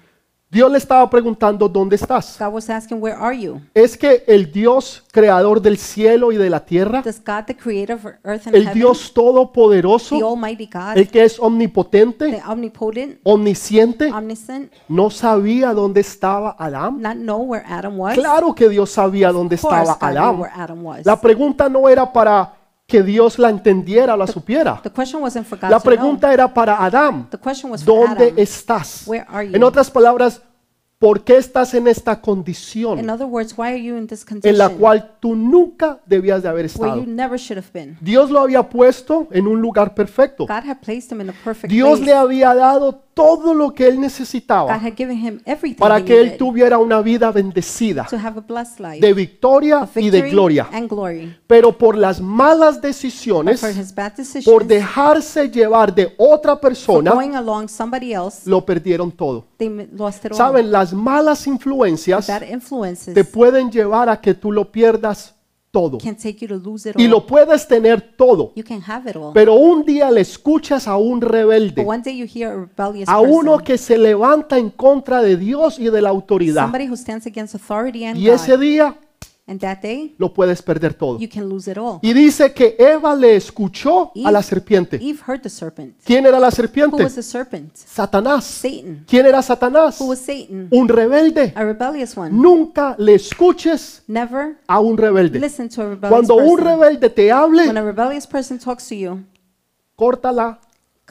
[SPEAKER 1] Dios le estaba preguntando, ¿dónde estás?
[SPEAKER 2] God was asking, Where are you?
[SPEAKER 1] Es que el Dios creador del cielo y de la tierra,
[SPEAKER 2] Does God, the creator of earth and
[SPEAKER 1] el
[SPEAKER 2] heaven,
[SPEAKER 1] Dios
[SPEAKER 2] the
[SPEAKER 1] todopoderoso,
[SPEAKER 2] Almighty God,
[SPEAKER 1] el que es omnipotente,
[SPEAKER 2] the omnipotent,
[SPEAKER 1] omnisciente,
[SPEAKER 2] omniscient,
[SPEAKER 1] no sabía dónde estaba Adán?
[SPEAKER 2] not know where Adam was?
[SPEAKER 1] Claro que Dios sabía dónde
[SPEAKER 2] Of course,
[SPEAKER 1] estaba
[SPEAKER 2] God knew
[SPEAKER 1] Adán.
[SPEAKER 2] where Adam was.
[SPEAKER 1] La pregunta no era para que Dios la entendiera o la supiera.
[SPEAKER 2] The question wasn't for God
[SPEAKER 1] La
[SPEAKER 2] to know.
[SPEAKER 1] pregunta era para Adán.
[SPEAKER 2] The question was for
[SPEAKER 1] ¿Dónde
[SPEAKER 2] Adam.
[SPEAKER 1] estás?
[SPEAKER 2] Where are you?
[SPEAKER 1] En otras palabras, ¿por qué estás en esta condición
[SPEAKER 2] In other words, why are you in this
[SPEAKER 1] en
[SPEAKER 2] condition
[SPEAKER 1] la cual tú nunca debías de haber
[SPEAKER 2] where you
[SPEAKER 1] estado?
[SPEAKER 2] never should have been?
[SPEAKER 1] Dios lo había puesto en un lugar perfecto.
[SPEAKER 2] God had placed him in a perfect
[SPEAKER 1] Dios
[SPEAKER 2] place.
[SPEAKER 1] le había dado todo lo que él
[SPEAKER 2] God
[SPEAKER 1] necesitaba
[SPEAKER 2] had given him everything
[SPEAKER 1] para
[SPEAKER 2] he
[SPEAKER 1] que él
[SPEAKER 2] needed
[SPEAKER 1] tuviera una vida bendecida,
[SPEAKER 2] to have a blessed life,
[SPEAKER 1] de victoria
[SPEAKER 2] of
[SPEAKER 1] y
[SPEAKER 2] victory
[SPEAKER 1] de gloria.
[SPEAKER 2] and glory.
[SPEAKER 1] Pero por las malas
[SPEAKER 2] But
[SPEAKER 1] decisiones,
[SPEAKER 2] for his bad decisions,
[SPEAKER 1] por dejarse llevar de otra
[SPEAKER 2] for
[SPEAKER 1] persona,
[SPEAKER 2] going along somebody else,
[SPEAKER 1] lo perdieron todo.
[SPEAKER 2] they m- lost it all.
[SPEAKER 1] Saben, las malas influencias
[SPEAKER 2] Bad influences
[SPEAKER 1] te pueden llevar a que tú lo pierdas todo.
[SPEAKER 2] can take you to lose it
[SPEAKER 1] Y
[SPEAKER 2] all.
[SPEAKER 1] lo puedes tener todo,
[SPEAKER 2] You can have it all.
[SPEAKER 1] pero un día le escuchas a un
[SPEAKER 2] But
[SPEAKER 1] rebelde,
[SPEAKER 2] one day you hear a rebellious
[SPEAKER 1] a uno
[SPEAKER 2] person,
[SPEAKER 1] que se levanta en contra de Dios y de la autoridad.
[SPEAKER 2] somebody who stands against authority and
[SPEAKER 1] Y ese
[SPEAKER 2] God,
[SPEAKER 1] día
[SPEAKER 2] And that day,
[SPEAKER 1] lo puedes perder todo.
[SPEAKER 2] you can lose it all.
[SPEAKER 1] Y dice que Eva le escuchó a la serpiente.
[SPEAKER 2] Eve heard the serpent.
[SPEAKER 1] ¿Quién era la
[SPEAKER 2] Who
[SPEAKER 1] serpiente?
[SPEAKER 2] was the serpent?
[SPEAKER 1] Satanás.
[SPEAKER 2] Satan.
[SPEAKER 1] ¿Quién era Satanás?
[SPEAKER 2] Who was Satan?
[SPEAKER 1] Un rebelde.
[SPEAKER 2] A rebellious one.
[SPEAKER 1] Mm. Nunca le escuches
[SPEAKER 2] Never
[SPEAKER 1] a un rebelde.
[SPEAKER 2] listen to a rebellious
[SPEAKER 1] Mm. Cuando un
[SPEAKER 2] person.
[SPEAKER 1] rebelde te
[SPEAKER 2] When
[SPEAKER 1] hable,
[SPEAKER 2] a rebellious person talks to you,
[SPEAKER 1] córtala,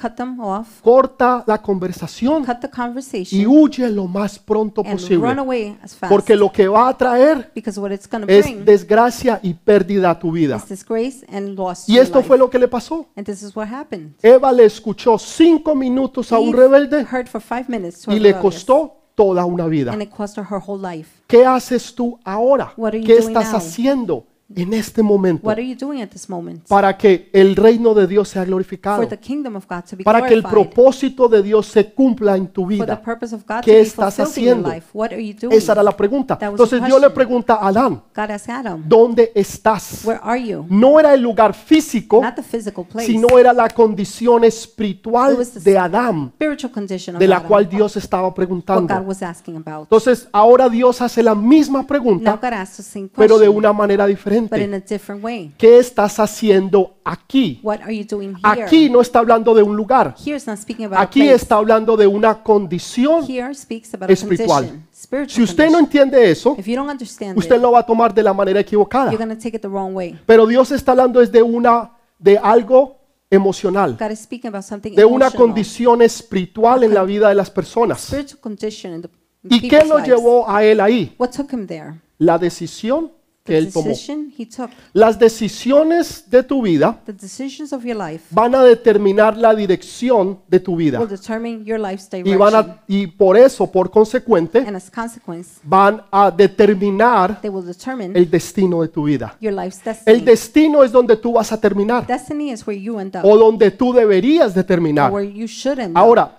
[SPEAKER 2] cut them off,
[SPEAKER 1] corta la conversación
[SPEAKER 2] cut the
[SPEAKER 1] Mm. y
[SPEAKER 2] conversation,
[SPEAKER 1] huye lo más pronto
[SPEAKER 2] and run
[SPEAKER 1] posible.
[SPEAKER 2] away as fast.
[SPEAKER 1] Porque lo que va a traer
[SPEAKER 2] because what it's going to
[SPEAKER 1] es
[SPEAKER 2] bring
[SPEAKER 1] desgracia y pérdida a tu vida.
[SPEAKER 2] is disgrace and loss. to
[SPEAKER 1] Y
[SPEAKER 2] your
[SPEAKER 1] esto
[SPEAKER 2] life.
[SPEAKER 1] fue lo que le pasó.
[SPEAKER 2] and this is what happened.
[SPEAKER 1] Eva le escuchó cinco minutos a un
[SPEAKER 2] Eve
[SPEAKER 1] rebelde
[SPEAKER 2] heard for five minutes to a
[SPEAKER 1] y le
[SPEAKER 2] rebellious,
[SPEAKER 1] costó toda una vida.
[SPEAKER 2] and it cost her her whole life.
[SPEAKER 1] ¿Qué haces tú ahora?
[SPEAKER 2] What are you
[SPEAKER 1] ¿Qué
[SPEAKER 2] doing
[SPEAKER 1] estás
[SPEAKER 2] now?
[SPEAKER 1] haciendo en este momento
[SPEAKER 2] What are you doing at this moment?
[SPEAKER 1] para que el reino de Dios sea
[SPEAKER 2] for
[SPEAKER 1] glorificado?
[SPEAKER 2] the kingdom of God to be
[SPEAKER 1] Para que el
[SPEAKER 2] glorified.
[SPEAKER 1] propósito de Dios se cumpla en tu
[SPEAKER 2] For the
[SPEAKER 1] vida.
[SPEAKER 2] purpose of God to
[SPEAKER 1] ¿Qué
[SPEAKER 2] be
[SPEAKER 1] estás
[SPEAKER 2] fulfilled in your
[SPEAKER 1] haciendo?
[SPEAKER 2] life. What are you doing?
[SPEAKER 1] Esa era la pregunta.
[SPEAKER 2] That was the
[SPEAKER 1] Entonces Dios le
[SPEAKER 2] question.
[SPEAKER 1] pregunta a Adán,
[SPEAKER 2] God asked Adam,
[SPEAKER 1] ¿dónde estás?
[SPEAKER 2] where are you?
[SPEAKER 1] No era el lugar físico,
[SPEAKER 2] Not the physical place.
[SPEAKER 1] sino era la condición
[SPEAKER 2] It
[SPEAKER 1] espiritual
[SPEAKER 2] was the
[SPEAKER 1] de Adán,
[SPEAKER 2] spiritual condition of
[SPEAKER 1] de la
[SPEAKER 2] Adam,
[SPEAKER 1] cual Dios estaba
[SPEAKER 2] what God
[SPEAKER 1] preguntando.
[SPEAKER 2] was asking about.
[SPEAKER 1] Entonces ahora Dios hace la misma
[SPEAKER 2] Now
[SPEAKER 1] pregunta,
[SPEAKER 2] God asks the same question,
[SPEAKER 1] pero de una manera
[SPEAKER 2] but
[SPEAKER 1] diferente.
[SPEAKER 2] in a different way.
[SPEAKER 1] ¿Qué estás haciendo aquí?
[SPEAKER 2] What are you doing here?
[SPEAKER 1] Aquí no está hablando de un lugar.
[SPEAKER 2] Here is not speaking about
[SPEAKER 1] Aquí
[SPEAKER 2] a place.
[SPEAKER 1] está hablando de una condición.
[SPEAKER 2] Here speaks about
[SPEAKER 1] espiritual.
[SPEAKER 2] a condition. Spiritual
[SPEAKER 1] Si usted no
[SPEAKER 2] condition.
[SPEAKER 1] entiende eso,
[SPEAKER 2] If you don't understand
[SPEAKER 1] usted
[SPEAKER 2] it,
[SPEAKER 1] lo va a tomar de la manera equivocada.
[SPEAKER 2] you're going to take it the wrong way.
[SPEAKER 1] Pero Dios está hablando es de una de algo emocional,
[SPEAKER 2] God is speaking about something
[SPEAKER 1] de una
[SPEAKER 2] emotional,
[SPEAKER 1] condición espiritual en la vida de las personas.
[SPEAKER 2] spiritual condition in the in
[SPEAKER 1] ¿Y qué
[SPEAKER 2] people's
[SPEAKER 1] lo
[SPEAKER 2] lives.
[SPEAKER 1] llevó a él ahí?
[SPEAKER 2] What took him there?
[SPEAKER 1] La decisión que
[SPEAKER 2] The
[SPEAKER 1] él tomó.
[SPEAKER 2] decision he took.
[SPEAKER 1] Las decisiones de tu vida
[SPEAKER 2] The decisions of your life
[SPEAKER 1] van a determinar la dirección de tu vida
[SPEAKER 2] will determine your life's
[SPEAKER 1] y
[SPEAKER 2] direction.
[SPEAKER 1] van a y por eso, por consecuente,
[SPEAKER 2] and as consequence,
[SPEAKER 1] van a determinar
[SPEAKER 2] they will determine
[SPEAKER 1] el destino de tu vida.
[SPEAKER 2] your life's destiny.
[SPEAKER 1] El destino es donde tú vas a terminar
[SPEAKER 2] destiny is where you end up,
[SPEAKER 1] o donde tú deberías de
[SPEAKER 2] or
[SPEAKER 1] terminar.
[SPEAKER 2] where you should end up.
[SPEAKER 1] Ahora,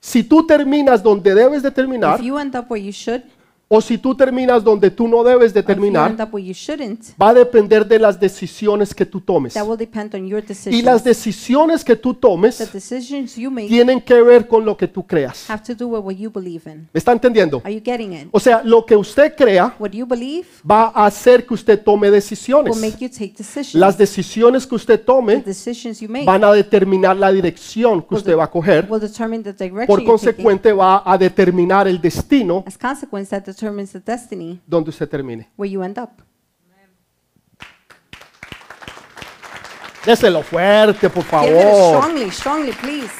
[SPEAKER 1] si tú terminas donde debes de terminar
[SPEAKER 2] If you end up where you should,
[SPEAKER 1] o si tú terminas donde tú no debes de
[SPEAKER 2] or if you
[SPEAKER 1] terminar,
[SPEAKER 2] end up where you shouldn't,
[SPEAKER 1] va a depender de las decisiones que tú tomes.
[SPEAKER 2] that will depend on your decisions.
[SPEAKER 1] Y las decisiones que tú
[SPEAKER 2] the
[SPEAKER 1] tomes
[SPEAKER 2] decisions you make
[SPEAKER 1] tienen que ver con lo que tú creas.
[SPEAKER 2] have to do with what you believe in.
[SPEAKER 1] ¿Me está entendiendo?
[SPEAKER 2] Are you getting it?
[SPEAKER 1] O sea, lo que usted crea
[SPEAKER 2] What you believe
[SPEAKER 1] va a hacer que usted tome
[SPEAKER 2] will
[SPEAKER 1] decisiones.
[SPEAKER 2] make you take decisions.
[SPEAKER 1] Las decisiones que usted
[SPEAKER 2] the
[SPEAKER 1] tome
[SPEAKER 2] decisions you make
[SPEAKER 1] van a determinar la dirección que usted va a coger.
[SPEAKER 2] will determine the direction
[SPEAKER 1] Por
[SPEAKER 2] you're taking.
[SPEAKER 1] consecuente, va a determinar el destino
[SPEAKER 2] As consequence, that determines the destiny
[SPEAKER 1] donde usted termine.
[SPEAKER 2] where you end up.
[SPEAKER 1] Déselo fuerte, por
[SPEAKER 2] Give it a
[SPEAKER 1] favor.
[SPEAKER 2] strongly, strongly, please.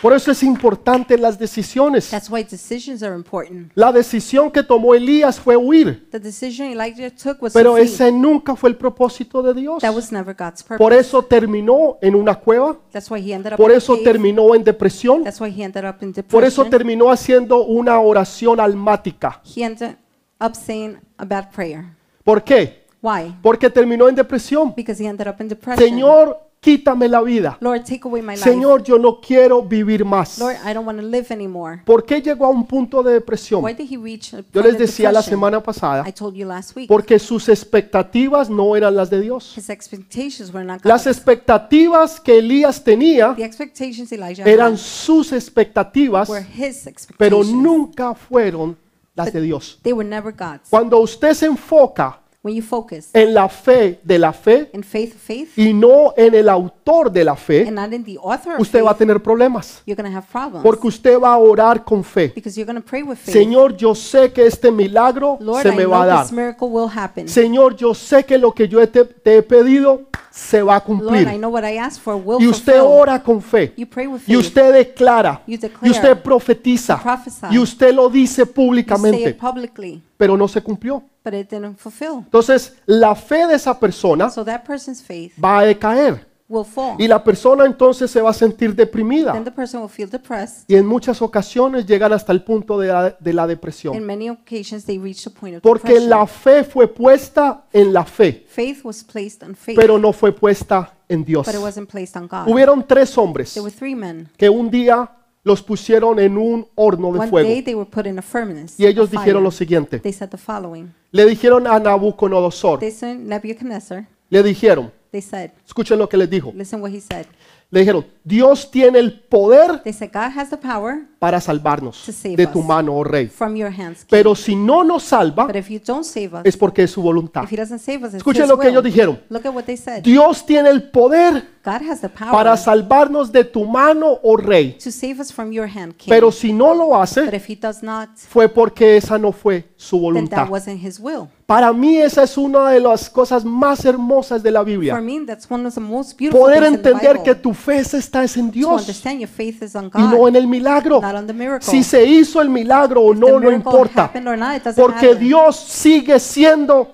[SPEAKER 1] Por eso es importante las decisiones.
[SPEAKER 2] That's why decisions are important.
[SPEAKER 1] La decisión que tomó Elías fue huir,
[SPEAKER 2] The decision Elijah took was
[SPEAKER 1] pero
[SPEAKER 2] to flee.
[SPEAKER 1] ese nunca fue el propósito de Dios.
[SPEAKER 2] That was never God's purpose.
[SPEAKER 1] Por eso terminó en una cueva,
[SPEAKER 2] That's why he ended up
[SPEAKER 1] por
[SPEAKER 2] in a
[SPEAKER 1] eso
[SPEAKER 2] cave.
[SPEAKER 1] terminó en depresión,
[SPEAKER 2] That's why he ended up in depression.
[SPEAKER 1] por eso terminó haciendo una oración almática.
[SPEAKER 2] he ended up saying a bad prayer.
[SPEAKER 1] ¿Por qué?
[SPEAKER 2] Why?
[SPEAKER 1] Porque terminó en depresión.
[SPEAKER 2] Because he ended up in depression.
[SPEAKER 1] Señor, quítame la vida.
[SPEAKER 2] Lord, take away my life.
[SPEAKER 1] Señor, yo no quiero vivir más.
[SPEAKER 2] Lord, I don't want to live anymore.
[SPEAKER 1] ¿Por qué llegó a un punto de
[SPEAKER 2] Why
[SPEAKER 1] depresión?
[SPEAKER 2] did he reach a
[SPEAKER 1] Yo
[SPEAKER 2] point
[SPEAKER 1] les
[SPEAKER 2] of
[SPEAKER 1] decía la
[SPEAKER 2] depression?
[SPEAKER 1] semana pasada,
[SPEAKER 2] I told you last week.
[SPEAKER 1] porque sus expectativas no eran las de Dios.
[SPEAKER 2] His expectations were not
[SPEAKER 1] Las
[SPEAKER 2] God's.
[SPEAKER 1] expectativas que Elías tenía
[SPEAKER 2] The expectations Elijah
[SPEAKER 1] eran
[SPEAKER 2] had
[SPEAKER 1] sus expectativas,
[SPEAKER 2] were his expectations.
[SPEAKER 1] pero nunca fueron las de Dios.
[SPEAKER 2] They were never God's.
[SPEAKER 1] Cuando usted se enfoca
[SPEAKER 2] When you focus
[SPEAKER 1] en la fe de la fe
[SPEAKER 2] in faith, faith,
[SPEAKER 1] y no en el autor de la fe,
[SPEAKER 2] and not in the author of
[SPEAKER 1] usted va a
[SPEAKER 2] faith,
[SPEAKER 1] tener problemas,
[SPEAKER 2] you're going to have problems.
[SPEAKER 1] porque usted va a orar con fe.
[SPEAKER 2] Because you're going to pray with faith.
[SPEAKER 1] Señor, yo sé que este milagro
[SPEAKER 2] Lord,
[SPEAKER 1] se
[SPEAKER 2] I
[SPEAKER 1] me
[SPEAKER 2] know
[SPEAKER 1] va a dar.
[SPEAKER 2] this miracle will happen.
[SPEAKER 1] Señor, yo sé que lo que yo te, te he pedido se va a
[SPEAKER 2] Lord, I
[SPEAKER 1] cumplir.
[SPEAKER 2] know what I asked for will
[SPEAKER 1] Y usted
[SPEAKER 2] fulfill.
[SPEAKER 1] ora con fe.
[SPEAKER 2] you pray with faith.
[SPEAKER 1] Y usted declara.
[SPEAKER 2] You declare.
[SPEAKER 1] Y usted profetiza.
[SPEAKER 2] You prophesy.
[SPEAKER 1] Y usted lo dice
[SPEAKER 2] you say it
[SPEAKER 1] públicamente.
[SPEAKER 2] publicly,
[SPEAKER 1] Pero no se cumplió.
[SPEAKER 2] but it didn't fulfill.
[SPEAKER 1] Entonces, la fe de esa persona
[SPEAKER 2] So that person's faith
[SPEAKER 1] va a decaer.
[SPEAKER 2] will fall.
[SPEAKER 1] ¿Ah? Y la persona entonces se va a sentir
[SPEAKER 2] Then
[SPEAKER 1] deprimida.
[SPEAKER 2] the person will feel depressed.
[SPEAKER 1] Y en muchas ocasiones llegan hasta el punto de la, de la
[SPEAKER 2] In
[SPEAKER 1] depresión.
[SPEAKER 2] many occasions, they reach the point of
[SPEAKER 1] Porque
[SPEAKER 2] depression.
[SPEAKER 1] la fe fue puesta en la fe,
[SPEAKER 2] faith was placed on faith,
[SPEAKER 1] pero no fue puesta en Dios.
[SPEAKER 2] but it wasn't placed on God.
[SPEAKER 1] Hubieron tres hombres
[SPEAKER 2] There were three men.
[SPEAKER 1] que un día los pusieron en un horno de
[SPEAKER 2] One
[SPEAKER 1] fuego.
[SPEAKER 2] day they were put in a furnace.
[SPEAKER 1] Y ellos
[SPEAKER 2] a fire.
[SPEAKER 1] dijeron lo siguiente.
[SPEAKER 2] They said the following.
[SPEAKER 1] Le dijeron a Nabucodonosor,
[SPEAKER 2] They said Nebuchadnezzar.
[SPEAKER 1] le dijeron,
[SPEAKER 2] They said,
[SPEAKER 1] escuchen lo que les dijo.
[SPEAKER 2] listen what he said.
[SPEAKER 1] Le dijeron, Dios tiene el poder
[SPEAKER 2] They said, God has the power
[SPEAKER 1] para salvarnos
[SPEAKER 2] To save
[SPEAKER 1] de tu
[SPEAKER 2] us.
[SPEAKER 1] mano, oh rey.
[SPEAKER 2] from your hands. King.
[SPEAKER 1] Pero si no nos salva,
[SPEAKER 2] But if you don't save us,
[SPEAKER 1] es porque es su voluntad.
[SPEAKER 2] if He doesn't save us, it's
[SPEAKER 1] Escuchen
[SPEAKER 2] His
[SPEAKER 1] lo que
[SPEAKER 2] will.
[SPEAKER 1] ellos dijeron.
[SPEAKER 2] Look at what they said.
[SPEAKER 1] Dios tiene el poder
[SPEAKER 2] God has the power
[SPEAKER 1] para salvarnos de tu mano, oh rey.
[SPEAKER 2] to save us from your hand, King.
[SPEAKER 1] Pero si no lo hace,
[SPEAKER 2] but if He does not,
[SPEAKER 1] fue porque esa no fue su
[SPEAKER 2] then
[SPEAKER 1] voluntad.
[SPEAKER 2] that wasn't His will.
[SPEAKER 1] Para mí esa es una de las cosas más hermosas de la
[SPEAKER 2] For
[SPEAKER 1] Biblia.
[SPEAKER 2] me, that's one of the most beautiful
[SPEAKER 1] Poder
[SPEAKER 2] things in the
[SPEAKER 1] entender
[SPEAKER 2] Bible.
[SPEAKER 1] que tu fe se está en
[SPEAKER 2] to
[SPEAKER 1] Dios
[SPEAKER 2] understand your faith is on
[SPEAKER 1] y
[SPEAKER 2] God,
[SPEAKER 1] no en el milagro.
[SPEAKER 2] not on the miracle.
[SPEAKER 1] Si se hizo el milagro o
[SPEAKER 2] If
[SPEAKER 1] no,
[SPEAKER 2] the
[SPEAKER 1] no
[SPEAKER 2] miracle
[SPEAKER 1] importa.
[SPEAKER 2] happened or not, it doesn't
[SPEAKER 1] Porque
[SPEAKER 2] matter.
[SPEAKER 1] Dios sigue siendo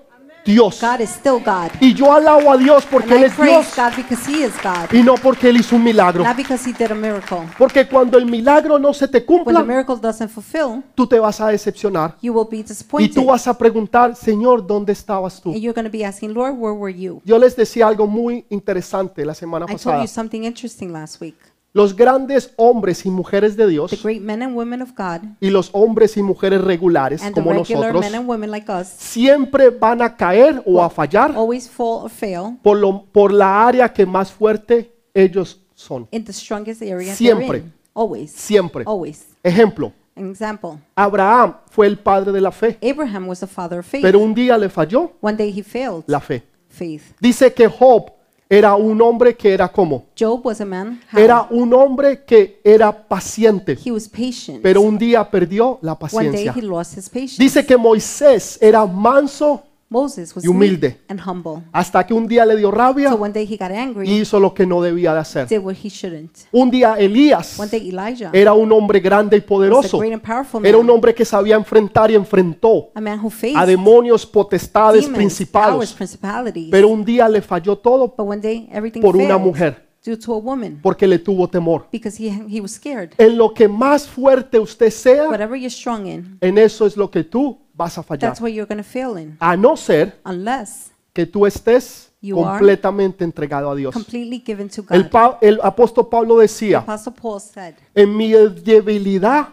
[SPEAKER 1] Dios.
[SPEAKER 2] God is still God.
[SPEAKER 1] Y yo alabo a Dios
[SPEAKER 2] And
[SPEAKER 1] porque Él
[SPEAKER 2] I
[SPEAKER 1] es
[SPEAKER 2] praise
[SPEAKER 1] Dios
[SPEAKER 2] God because He is God,
[SPEAKER 1] y no porque Él hizo un milagro.
[SPEAKER 2] not because He did a miracle.
[SPEAKER 1] Porque cuando el milagro no se te
[SPEAKER 2] When the
[SPEAKER 1] cumpla,
[SPEAKER 2] miracle doesn't fulfill,
[SPEAKER 1] tú te vas a decepcionar
[SPEAKER 2] you will be
[SPEAKER 1] y
[SPEAKER 2] disappointed.
[SPEAKER 1] tú vas a preguntar, Señor, ¿dónde estabas tú?
[SPEAKER 2] And you're going to be asking, Lord, where were you?
[SPEAKER 1] Yo les decía algo muy interesante la semana
[SPEAKER 2] I told
[SPEAKER 1] pasada.
[SPEAKER 2] you something interesting last week.
[SPEAKER 1] Los grandes hombres y mujeres de
[SPEAKER 2] The
[SPEAKER 1] Dios
[SPEAKER 2] great men and women of God
[SPEAKER 1] y los hombres y mujeres regulares
[SPEAKER 2] and the
[SPEAKER 1] como
[SPEAKER 2] regular
[SPEAKER 1] nosotros
[SPEAKER 2] men and women like us
[SPEAKER 1] siempre van a caer o a fallar
[SPEAKER 2] always fall or fail
[SPEAKER 1] por, lo- por la área que más fuerte ellos son.
[SPEAKER 2] in the strongest area
[SPEAKER 1] Siempre.
[SPEAKER 2] they're in. Always.
[SPEAKER 1] Siempre.
[SPEAKER 2] Always.
[SPEAKER 1] Ejemplo,
[SPEAKER 2] An example.
[SPEAKER 1] Abraham fue el padre de la fe,
[SPEAKER 2] Abraham was the father of faith.
[SPEAKER 1] pero un día le falló
[SPEAKER 2] One day he failed.
[SPEAKER 1] la fe.
[SPEAKER 2] faith.
[SPEAKER 1] Dice que Job era un hombre que era como,
[SPEAKER 2] Job was a man. how?
[SPEAKER 1] era un hombre que era paciente,
[SPEAKER 2] He was patient.
[SPEAKER 1] pero un día perdió la
[SPEAKER 2] One day
[SPEAKER 1] paciencia.
[SPEAKER 2] he lost his patience.
[SPEAKER 1] Dice que Moisés era manso
[SPEAKER 2] Moses was
[SPEAKER 1] y humilde.
[SPEAKER 2] meek and humble.
[SPEAKER 1] hasta que un día le dio rabia
[SPEAKER 2] So one day he got angry,
[SPEAKER 1] y hizo lo que no debía de hacer.
[SPEAKER 2] did what he shouldn't.
[SPEAKER 1] Un día Elías
[SPEAKER 2] One day Elijah
[SPEAKER 1] era un hombre grande y
[SPEAKER 2] was a
[SPEAKER 1] poderoso.
[SPEAKER 2] great and powerful man,
[SPEAKER 1] Era un hombre que sabía enfrentar y enfrentó
[SPEAKER 2] a man who faced
[SPEAKER 1] a demonios, potestades,
[SPEAKER 2] demons, powers,
[SPEAKER 1] principados.
[SPEAKER 2] principalities.
[SPEAKER 1] Pero un día le falló todo
[SPEAKER 2] But one day everything
[SPEAKER 1] por una
[SPEAKER 2] failed
[SPEAKER 1] mujer
[SPEAKER 2] due to a woman
[SPEAKER 1] porque le tuvo temor.
[SPEAKER 2] because he, he was scared.
[SPEAKER 1] En lo que más fuerte usted sea,
[SPEAKER 2] Whatever you're strong in,
[SPEAKER 1] en eso es lo que tú vas a fallar.
[SPEAKER 2] that's what you're going to fail in.
[SPEAKER 1] A no ser
[SPEAKER 2] Unless
[SPEAKER 1] que tú estés
[SPEAKER 2] You are
[SPEAKER 1] completamente entregado a Dios.
[SPEAKER 2] completely given to God.
[SPEAKER 1] El, pa- el apóstol Pablo decía,
[SPEAKER 2] Apostle Paul said,
[SPEAKER 1] En mi debilidad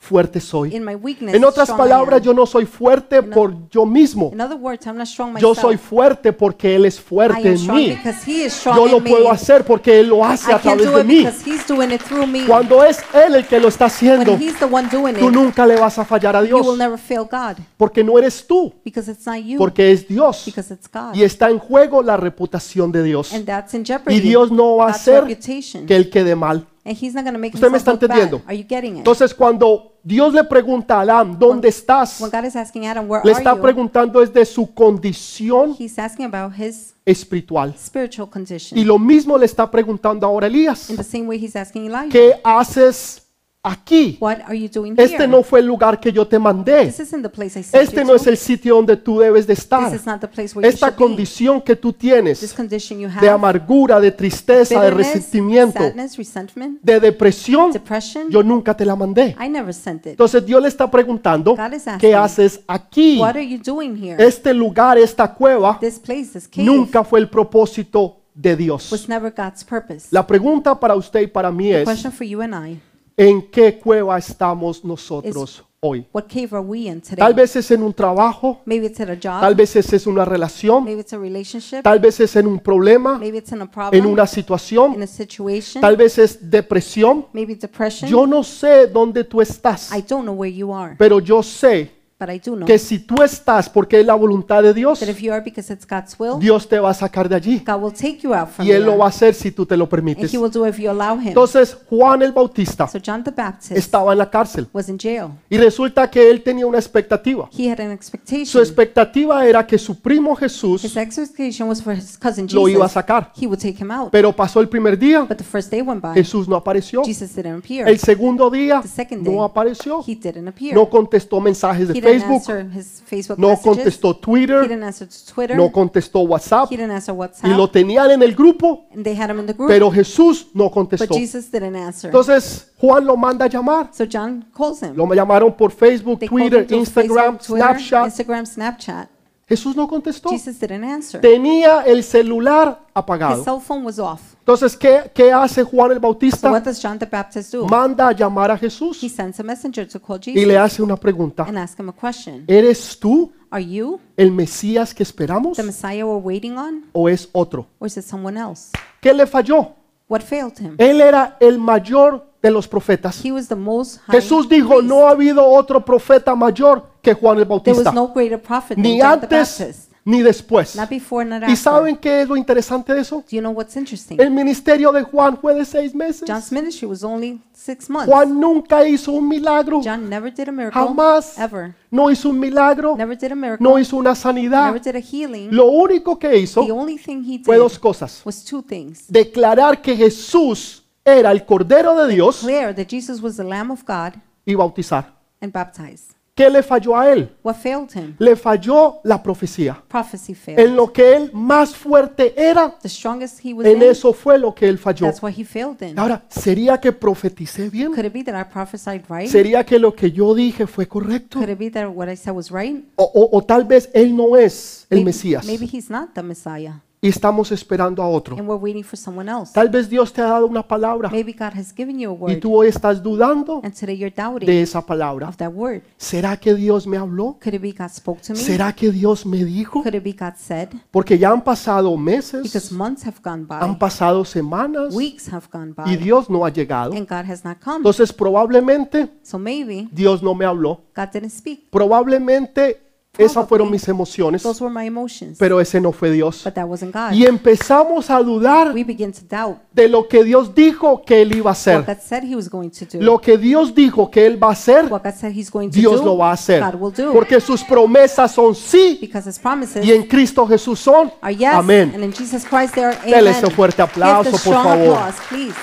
[SPEAKER 1] fuerte soy.
[SPEAKER 2] In my weakness,
[SPEAKER 1] En otras
[SPEAKER 2] strong I am."
[SPEAKER 1] palabras, yo no soy fuerte por yo mismo.
[SPEAKER 2] In other words, I'm not strong
[SPEAKER 1] Yo
[SPEAKER 2] myself.
[SPEAKER 1] soy fuerte porque Él es
[SPEAKER 2] I
[SPEAKER 1] fuerte
[SPEAKER 2] am
[SPEAKER 1] en
[SPEAKER 2] strong
[SPEAKER 1] mí.
[SPEAKER 2] because he is strong
[SPEAKER 1] Yo lo
[SPEAKER 2] in me.
[SPEAKER 1] puedo hacer porque Él lo hace
[SPEAKER 2] I
[SPEAKER 1] a
[SPEAKER 2] can
[SPEAKER 1] través
[SPEAKER 2] do
[SPEAKER 1] de
[SPEAKER 2] it
[SPEAKER 1] mí.
[SPEAKER 2] because he's doing it through me.
[SPEAKER 1] Cuando es Él el que lo está haciendo,
[SPEAKER 2] When he's the one doing
[SPEAKER 1] tú
[SPEAKER 2] it,
[SPEAKER 1] nunca le vas a fallar a
[SPEAKER 2] you will
[SPEAKER 1] Dios.
[SPEAKER 2] never fail God
[SPEAKER 1] Porque no eres tú,
[SPEAKER 2] because it's not you,
[SPEAKER 1] porque es Dios.
[SPEAKER 2] because it's God.
[SPEAKER 1] Y está en juego la reputación de Dios.
[SPEAKER 2] And that's in jeopardy.
[SPEAKER 1] Y Dios no va a
[SPEAKER 2] God's
[SPEAKER 1] hacer
[SPEAKER 2] reputation.
[SPEAKER 1] que el quede mal.
[SPEAKER 2] And he's not going to make
[SPEAKER 1] Usted me
[SPEAKER 2] himself
[SPEAKER 1] está
[SPEAKER 2] look bad.
[SPEAKER 1] entendiendo.
[SPEAKER 2] Are you getting it?
[SPEAKER 1] Entonces cuando Dios le pregunta a Adán, ¿dónde estás?
[SPEAKER 2] when God is asking Adam, where
[SPEAKER 1] le
[SPEAKER 2] are
[SPEAKER 1] está
[SPEAKER 2] you?
[SPEAKER 1] preguntando es de su condición
[SPEAKER 2] He's asking about his
[SPEAKER 1] espiritual.
[SPEAKER 2] spiritual condition.
[SPEAKER 1] Y lo mismo le está preguntando ahora a Elías.
[SPEAKER 2] in the same way he's asking Elijah,
[SPEAKER 1] ¿Qué haces aquí?
[SPEAKER 2] what are you doing
[SPEAKER 1] Este
[SPEAKER 2] here?
[SPEAKER 1] no fue el lugar que yo te mandé.
[SPEAKER 2] this isn't the place I sent
[SPEAKER 1] Este
[SPEAKER 2] you
[SPEAKER 1] no
[SPEAKER 2] to.
[SPEAKER 1] es el sitio donde tú debes de
[SPEAKER 2] This
[SPEAKER 1] estar.
[SPEAKER 2] is not the place where you
[SPEAKER 1] Esta
[SPEAKER 2] should be.
[SPEAKER 1] condición que tú
[SPEAKER 2] This
[SPEAKER 1] tienes
[SPEAKER 2] condition you have,
[SPEAKER 1] de amargura, de tristeza, de
[SPEAKER 2] bitterness,
[SPEAKER 1] resentimiento,
[SPEAKER 2] sadness, resentment,
[SPEAKER 1] de depresión,
[SPEAKER 2] depression,
[SPEAKER 1] yo nunca te la mandé.
[SPEAKER 2] I never sent it.
[SPEAKER 1] Entonces Dios le está preguntando,
[SPEAKER 2] God is asking,
[SPEAKER 1] ¿qué haces aquí?
[SPEAKER 2] What are you doing here?
[SPEAKER 1] Este lugar, esta cueva,
[SPEAKER 2] this place, this cave,
[SPEAKER 1] nunca fue el propósito de Dios.
[SPEAKER 2] was never God's purpose.
[SPEAKER 1] La pregunta para usted y para mí
[SPEAKER 2] The
[SPEAKER 1] es,
[SPEAKER 2] question for you and I:
[SPEAKER 1] ¿en qué cueva estamos nosotros hoy?
[SPEAKER 2] What cave are we in today?
[SPEAKER 1] Tal vez es en un trabajo,
[SPEAKER 2] maybe it's at a job.
[SPEAKER 1] tal vez es en una relación,
[SPEAKER 2] maybe it's a relationship.
[SPEAKER 1] tal vez es en un problema,
[SPEAKER 2] maybe it's in a problem.
[SPEAKER 1] en una
[SPEAKER 2] in
[SPEAKER 1] situación,
[SPEAKER 2] a situation.
[SPEAKER 1] tal vez es depresión.
[SPEAKER 2] maybe depression.
[SPEAKER 1] Yo no sé dónde tú estás,
[SPEAKER 2] I don't know where you are,
[SPEAKER 1] pero yo sé
[SPEAKER 2] but I do know
[SPEAKER 1] que si tú estás porque es la voluntad de Dios,
[SPEAKER 2] that if you are because it's God's will,
[SPEAKER 1] Dios te va a sacar de allí
[SPEAKER 2] God will take you out from
[SPEAKER 1] y Él lo
[SPEAKER 2] there,
[SPEAKER 1] va a hacer si tú te lo
[SPEAKER 2] and
[SPEAKER 1] permites.
[SPEAKER 2] He will do it if you allow Him.
[SPEAKER 1] Entonces Juan el Bautista
[SPEAKER 2] so John the Baptist
[SPEAKER 1] estaba en la cárcel
[SPEAKER 2] was in jail.
[SPEAKER 1] y resulta que él tenía una expectativa.
[SPEAKER 2] He had an expectation.
[SPEAKER 1] Su expectativa era que su primo
[SPEAKER 2] His
[SPEAKER 1] Jesús,
[SPEAKER 2] expectation was for his cousin Jesus.
[SPEAKER 1] Lo iba a sacar.
[SPEAKER 2] He would take him out.
[SPEAKER 1] pero pasó el primer día,
[SPEAKER 2] But the first day went by.
[SPEAKER 1] Jesús no apareció.
[SPEAKER 2] Jesus didn't appear.
[SPEAKER 1] El segundo día
[SPEAKER 2] The second day,
[SPEAKER 1] no apareció.
[SPEAKER 2] He didn't appear.
[SPEAKER 1] No contestó mensajes
[SPEAKER 2] he
[SPEAKER 1] de
[SPEAKER 2] didn't
[SPEAKER 1] Facebook,
[SPEAKER 2] answer his Facebook
[SPEAKER 1] no
[SPEAKER 2] messages.
[SPEAKER 1] contestó
[SPEAKER 2] He
[SPEAKER 1] Twitter,
[SPEAKER 2] didn't answer to Twitter.
[SPEAKER 1] no contestó WhatsApp
[SPEAKER 2] he didn't answer
[SPEAKER 1] Oh. y
[SPEAKER 2] WhatsApp.
[SPEAKER 1] lo tenían en el grupo,
[SPEAKER 2] and they had him in the group.
[SPEAKER 1] pero Jesús no
[SPEAKER 2] but
[SPEAKER 1] contestó.
[SPEAKER 2] Jesus didn't answer.
[SPEAKER 1] Entonces Juan lo manda a llamar.
[SPEAKER 2] so John calls him.
[SPEAKER 1] Lo llamaron por Facebook,
[SPEAKER 2] they
[SPEAKER 1] Twitter,
[SPEAKER 2] called him through
[SPEAKER 1] Instagram,
[SPEAKER 2] Facebook, Twitter,
[SPEAKER 1] Snapchat.
[SPEAKER 2] Instagram, Snapchat.
[SPEAKER 1] Jesús no contestó.
[SPEAKER 2] Jesus didn't answer.
[SPEAKER 1] Tenía el celular apagado.
[SPEAKER 2] His cell phone was off.
[SPEAKER 1] Entonces, ¿qué, qué hace Juan el
[SPEAKER 2] So what
[SPEAKER 1] Bautista?
[SPEAKER 2] does John the Baptist do?
[SPEAKER 1] Manda a llamar a
[SPEAKER 2] he
[SPEAKER 1] Jesús
[SPEAKER 2] sends a messenger to call
[SPEAKER 1] y
[SPEAKER 2] Jesus
[SPEAKER 1] le hace una pregunta.
[SPEAKER 2] and ask him a question.
[SPEAKER 1] ¿Eres tú
[SPEAKER 2] Are you
[SPEAKER 1] el Mesías que esperamos
[SPEAKER 2] the Messiah we're waiting on?
[SPEAKER 1] o es otro?
[SPEAKER 2] Or is it someone else?
[SPEAKER 1] ¿Qué le falló?
[SPEAKER 2] What failed him?
[SPEAKER 1] Él era el mayor de los profetas.
[SPEAKER 2] He was the most high
[SPEAKER 1] Jesús dijo,
[SPEAKER 2] priest.
[SPEAKER 1] no ha habido otro profeta mayor que Juan el
[SPEAKER 2] There was
[SPEAKER 1] Bautista,
[SPEAKER 2] no greater prophet than
[SPEAKER 1] ni
[SPEAKER 2] John the
[SPEAKER 1] antes
[SPEAKER 2] Baptist.
[SPEAKER 1] ni después.
[SPEAKER 2] Not before, not after.
[SPEAKER 1] ¿Y saben qué es lo interesante de eso?
[SPEAKER 2] Do you know what's interesting?
[SPEAKER 1] El ministerio de Juan fue de seis meses.
[SPEAKER 2] John's ministry was only six months.
[SPEAKER 1] Juan nunca hizo un milagro,
[SPEAKER 2] John never did a miracle.
[SPEAKER 1] jamás.
[SPEAKER 2] Ever.
[SPEAKER 1] No hizo un milagro,
[SPEAKER 2] Never did a miracle.
[SPEAKER 1] no hizo una sanidad.
[SPEAKER 2] Never did a healing.
[SPEAKER 1] Lo único que
[SPEAKER 2] The
[SPEAKER 1] hizo
[SPEAKER 2] only thing he did
[SPEAKER 1] fue dos cosas.
[SPEAKER 2] was two things.
[SPEAKER 1] Declarar que Jesús era el Cordero de Dios
[SPEAKER 2] Declare that Jesus was the Lamb of God
[SPEAKER 1] y bautizar.
[SPEAKER 2] and baptize.
[SPEAKER 1] ¿Qué le falló a él?
[SPEAKER 2] What failed him?
[SPEAKER 1] Le falló la profecía.
[SPEAKER 2] Prophecy failed.
[SPEAKER 1] En lo que él más fuerte era,
[SPEAKER 2] the strongest he was
[SPEAKER 1] en
[SPEAKER 2] in,
[SPEAKER 1] eso fue lo que él falló.
[SPEAKER 2] that's what he failed in.
[SPEAKER 1] Ahora, ¿sería que profeticé bien?
[SPEAKER 2] Could it be that I prophesied right?
[SPEAKER 1] ¿Sería que lo que yo dije fue correcto?
[SPEAKER 2] Could it be that what I said was right?
[SPEAKER 1] O, o- o tal vez él no es el
[SPEAKER 2] Maybe-
[SPEAKER 1] Mesías
[SPEAKER 2] Maybe he's not the Messiah,
[SPEAKER 1] y estamos esperando a otro.
[SPEAKER 2] and we're waiting for someone else.
[SPEAKER 1] Tal vez Dios te ha dado una palabra
[SPEAKER 2] Maybe God has given you a
[SPEAKER 1] y
[SPEAKER 2] word,
[SPEAKER 1] tú hoy estás dudando
[SPEAKER 2] and today you're
[SPEAKER 1] de
[SPEAKER 2] doubting
[SPEAKER 1] esa palabra.
[SPEAKER 2] of that word.
[SPEAKER 1] ¿Será que Dios me habló?
[SPEAKER 2] Could it be God spoke to me?
[SPEAKER 1] ¿Será que Dios me dijo?
[SPEAKER 2] Could it be God said?
[SPEAKER 1] Porque ya han pasado
[SPEAKER 2] Because
[SPEAKER 1] meses,
[SPEAKER 2] months have gone by,
[SPEAKER 1] han pasado semanas
[SPEAKER 2] weeks have gone by,
[SPEAKER 1] y Dios no ha llegado.
[SPEAKER 2] and God has not come.
[SPEAKER 1] Entonces probablemente
[SPEAKER 2] So maybe
[SPEAKER 1] Dios no me habló.
[SPEAKER 2] God didn't speak.
[SPEAKER 1] Probablemente esas fueron mis emociones,
[SPEAKER 2] Those were my emotions,
[SPEAKER 1] pero ese no fue Dios.
[SPEAKER 2] but that wasn't God.
[SPEAKER 1] Y empezamos a dudar
[SPEAKER 2] We begin to doubt
[SPEAKER 1] de lo que Dios dijo que él iba a
[SPEAKER 2] what
[SPEAKER 1] hacer.
[SPEAKER 2] God said He was going to do.
[SPEAKER 1] Lo que Dios dijo que él va a hacer,
[SPEAKER 2] what God said He's going to
[SPEAKER 1] Dios
[SPEAKER 2] do,
[SPEAKER 1] lo va a hacer.
[SPEAKER 2] God will do.
[SPEAKER 1] Porque sus promesas son sí
[SPEAKER 2] because His promises
[SPEAKER 1] y en Cristo Jesús son.
[SPEAKER 2] are yes,
[SPEAKER 1] Amén.
[SPEAKER 2] and in Jesus Christ they are amen.
[SPEAKER 1] Dele ese fuerte aplauso,
[SPEAKER 2] Give the
[SPEAKER 1] por
[SPEAKER 2] strong
[SPEAKER 1] favor.
[SPEAKER 2] applause, please.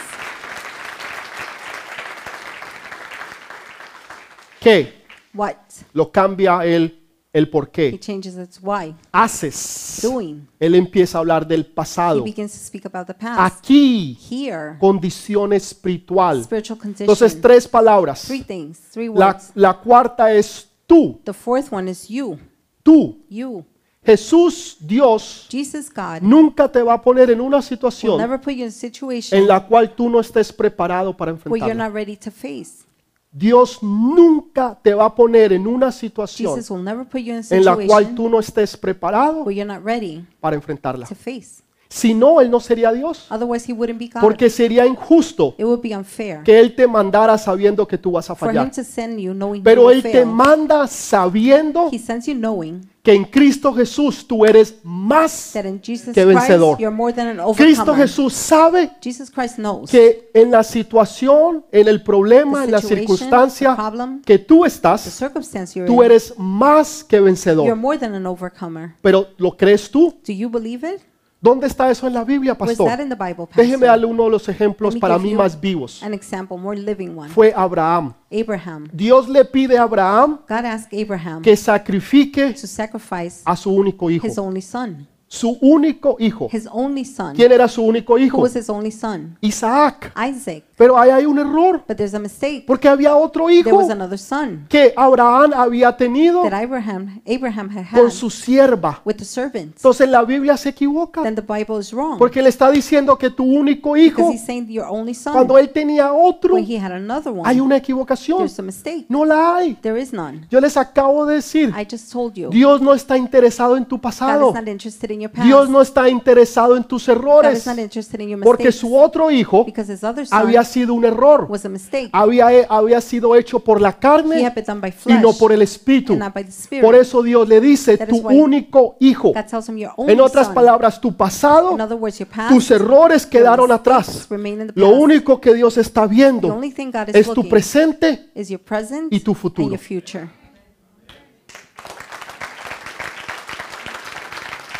[SPEAKER 1] ¿Qué?
[SPEAKER 2] What?
[SPEAKER 1] Lo cambia él el por
[SPEAKER 2] He
[SPEAKER 1] qué.
[SPEAKER 2] changes its why.
[SPEAKER 1] Haces.
[SPEAKER 2] Doing.
[SPEAKER 1] Él empieza a hablar del
[SPEAKER 2] He
[SPEAKER 1] pasado.
[SPEAKER 2] begins to speak about the past.
[SPEAKER 1] Aquí,
[SPEAKER 2] Here,
[SPEAKER 1] condición espiritual.
[SPEAKER 2] spiritual condition.
[SPEAKER 1] Entonces, tres palabras.
[SPEAKER 2] three things, three
[SPEAKER 1] La,
[SPEAKER 2] words.
[SPEAKER 1] la cuarta es tú,
[SPEAKER 2] the fourth one is you.
[SPEAKER 1] tú.
[SPEAKER 2] You.
[SPEAKER 1] Jesús, Dios,
[SPEAKER 2] Jesus, God,
[SPEAKER 1] nunca te va a poner en una
[SPEAKER 2] will
[SPEAKER 1] situación
[SPEAKER 2] never put you in a situation
[SPEAKER 1] en la cual tú no estés preparado para
[SPEAKER 2] where you're
[SPEAKER 1] enfrentarla.
[SPEAKER 2] not ready to face.
[SPEAKER 1] Dios nunca te va a poner en una situación
[SPEAKER 2] Jesus will never put you in a
[SPEAKER 1] en la cual
[SPEAKER 2] situation
[SPEAKER 1] tú no estés preparado
[SPEAKER 2] where you're not ready
[SPEAKER 1] para enfrentarla.
[SPEAKER 2] to face.
[SPEAKER 1] Si no, Él no sería Dios,
[SPEAKER 2] Otherwise, he wouldn't be Ah, God.
[SPEAKER 1] porque sería injusto
[SPEAKER 2] it would be unfair
[SPEAKER 1] que Él te mandara sabiendo que tú vas a
[SPEAKER 2] for him
[SPEAKER 1] fallar.
[SPEAKER 2] to send you knowing you
[SPEAKER 1] Pero
[SPEAKER 2] will
[SPEAKER 1] Él te
[SPEAKER 2] fail.
[SPEAKER 1] manda sabiendo
[SPEAKER 2] He sends you knowing
[SPEAKER 1] que en Cristo Jesús tú eres más.
[SPEAKER 2] that in Jesus
[SPEAKER 1] que vencedor.
[SPEAKER 2] Christ you're more than an
[SPEAKER 1] Cristo
[SPEAKER 2] overcomer.
[SPEAKER 1] Jesús sabe
[SPEAKER 2] Jesus Christ knows
[SPEAKER 1] que en la situación, en el problema, en la
[SPEAKER 2] situation,
[SPEAKER 1] circunstancia
[SPEAKER 2] the problem,
[SPEAKER 1] que tú
[SPEAKER 2] the
[SPEAKER 1] estás,
[SPEAKER 2] circumstance you're
[SPEAKER 1] tú
[SPEAKER 2] in.
[SPEAKER 1] eres más que
[SPEAKER 2] You're
[SPEAKER 1] vencedor.
[SPEAKER 2] more than an overcomer.
[SPEAKER 1] Pero ¿lo crees tú?
[SPEAKER 2] Do you believe it?
[SPEAKER 1] ¿Dónde está eso en la Biblia,
[SPEAKER 2] Was
[SPEAKER 1] pastor?
[SPEAKER 2] Pues that in the Bible?
[SPEAKER 1] Déjeme
[SPEAKER 2] Pastor?
[SPEAKER 1] darle uno de los ejemplos
[SPEAKER 2] Let me
[SPEAKER 1] para
[SPEAKER 2] give
[SPEAKER 1] mí
[SPEAKER 2] you
[SPEAKER 1] más vivos.
[SPEAKER 2] An example, more living one.
[SPEAKER 1] Fue Abraham.
[SPEAKER 2] Abraham.
[SPEAKER 1] Dios le pide a Abraham
[SPEAKER 2] God asked Abraham
[SPEAKER 1] que sacrifique
[SPEAKER 2] to sacrifice
[SPEAKER 1] a su único hijo.
[SPEAKER 2] his only son.
[SPEAKER 1] Su único hijo.
[SPEAKER 2] His only son.
[SPEAKER 1] ¿Quién era su único
[SPEAKER 2] Who
[SPEAKER 1] hijo?
[SPEAKER 2] was his only son?
[SPEAKER 1] Isaac.
[SPEAKER 2] Isaac.
[SPEAKER 1] Pero ahí hay un error,
[SPEAKER 2] But there's a mistake.
[SPEAKER 1] porque había otro
[SPEAKER 2] There
[SPEAKER 1] hijo
[SPEAKER 2] was another son
[SPEAKER 1] que Abraham había tenido
[SPEAKER 2] that Abraham Abraham had had
[SPEAKER 1] con su sierva.
[SPEAKER 2] with the servant.
[SPEAKER 1] Entonces la Biblia se equivoca
[SPEAKER 2] Then the Bible is wrong.
[SPEAKER 1] porque le está diciendo que tu único
[SPEAKER 2] Because
[SPEAKER 1] hijo,
[SPEAKER 2] he's saying your only son
[SPEAKER 1] cuando él tenía otro,
[SPEAKER 2] when he had another
[SPEAKER 1] hay
[SPEAKER 2] one.
[SPEAKER 1] una equivocación.
[SPEAKER 2] There's a mistake.
[SPEAKER 1] No la hay.
[SPEAKER 2] There is none.
[SPEAKER 1] Yo les acabo de decir,
[SPEAKER 2] I just told you.
[SPEAKER 1] Dios no está interesado en tu
[SPEAKER 2] God
[SPEAKER 1] pasado.
[SPEAKER 2] is not interested in your past.
[SPEAKER 1] Dios no está interesado en tus
[SPEAKER 2] God
[SPEAKER 1] errores
[SPEAKER 2] is not interested in your
[SPEAKER 1] porque
[SPEAKER 2] mistakes.
[SPEAKER 1] su otro hijo
[SPEAKER 2] Because his other son
[SPEAKER 1] había sido un error.
[SPEAKER 2] was a mistake.
[SPEAKER 1] Había, eh, había sido hecho por la
[SPEAKER 2] He
[SPEAKER 1] carne
[SPEAKER 2] had been done by
[SPEAKER 1] y
[SPEAKER 2] flesh
[SPEAKER 1] no por el espíritu.
[SPEAKER 2] and not by the spirit.
[SPEAKER 1] Por eso Dios le dice,
[SPEAKER 2] That
[SPEAKER 1] tu
[SPEAKER 2] is why
[SPEAKER 1] único hijo.
[SPEAKER 2] God tells him your only
[SPEAKER 1] En otras
[SPEAKER 2] son.
[SPEAKER 1] palabras, tu pasado
[SPEAKER 2] In other words, your past
[SPEAKER 1] Tus errores quedaron atrás.
[SPEAKER 2] remain in the past.
[SPEAKER 1] Lo único que Dios está
[SPEAKER 2] the
[SPEAKER 1] viendo
[SPEAKER 2] only thing God is
[SPEAKER 1] es tu
[SPEAKER 2] looking
[SPEAKER 1] presente.
[SPEAKER 2] is your present
[SPEAKER 1] y tu
[SPEAKER 2] and
[SPEAKER 1] futuro.
[SPEAKER 2] your future.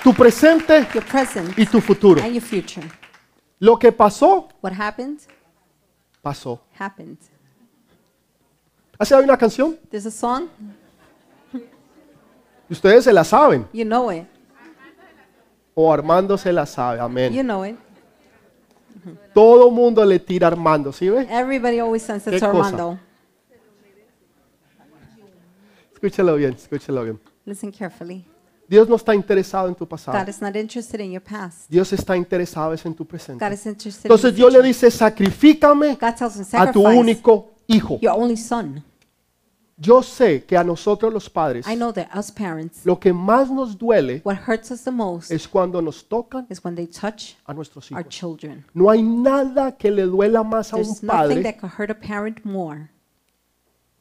[SPEAKER 1] Tu presente
[SPEAKER 2] Your present
[SPEAKER 1] y tu futuro.
[SPEAKER 2] and your future.
[SPEAKER 1] Lo que pasó,
[SPEAKER 2] What happened?
[SPEAKER 1] pasó.
[SPEAKER 2] Happened.
[SPEAKER 1] ¿Así hay una canción?
[SPEAKER 2] There's a song,
[SPEAKER 1] y Ustedes se la saben.
[SPEAKER 2] you know it.
[SPEAKER 1] O Armando se la sabe. Amén.
[SPEAKER 2] You know it.
[SPEAKER 1] Todo mundo le tira a Armando. ¿Sí ve?
[SPEAKER 2] Everybody always sends
[SPEAKER 1] ¿Qué
[SPEAKER 2] it to
[SPEAKER 1] cosa?
[SPEAKER 2] Armando.
[SPEAKER 1] Escúchalo bien, escúchalo bien.
[SPEAKER 2] Listen carefully.
[SPEAKER 1] Dios no está interesado en tu
[SPEAKER 2] God
[SPEAKER 1] pasado.
[SPEAKER 2] is not interested in your past.
[SPEAKER 1] Dios está interesado es en tu presente.
[SPEAKER 2] God is interested
[SPEAKER 1] Entonces
[SPEAKER 2] in
[SPEAKER 1] Dios
[SPEAKER 2] your
[SPEAKER 1] le
[SPEAKER 2] future.
[SPEAKER 1] dice, sacrifícame
[SPEAKER 2] God tells him
[SPEAKER 1] a tu
[SPEAKER 2] sacrifice
[SPEAKER 1] único hijo.
[SPEAKER 2] your only son.
[SPEAKER 1] Yo sé que a nosotros los padres,
[SPEAKER 2] I know that us parents,
[SPEAKER 1] lo que más nos duele
[SPEAKER 2] what hurts us the most
[SPEAKER 1] es cuando nos tocan
[SPEAKER 2] is when they touch
[SPEAKER 1] a nuestros
[SPEAKER 2] our
[SPEAKER 1] hijos.
[SPEAKER 2] children.
[SPEAKER 1] No hay nada que le duela más a un
[SPEAKER 2] There's nothing
[SPEAKER 1] padre
[SPEAKER 2] that could hurt a parent more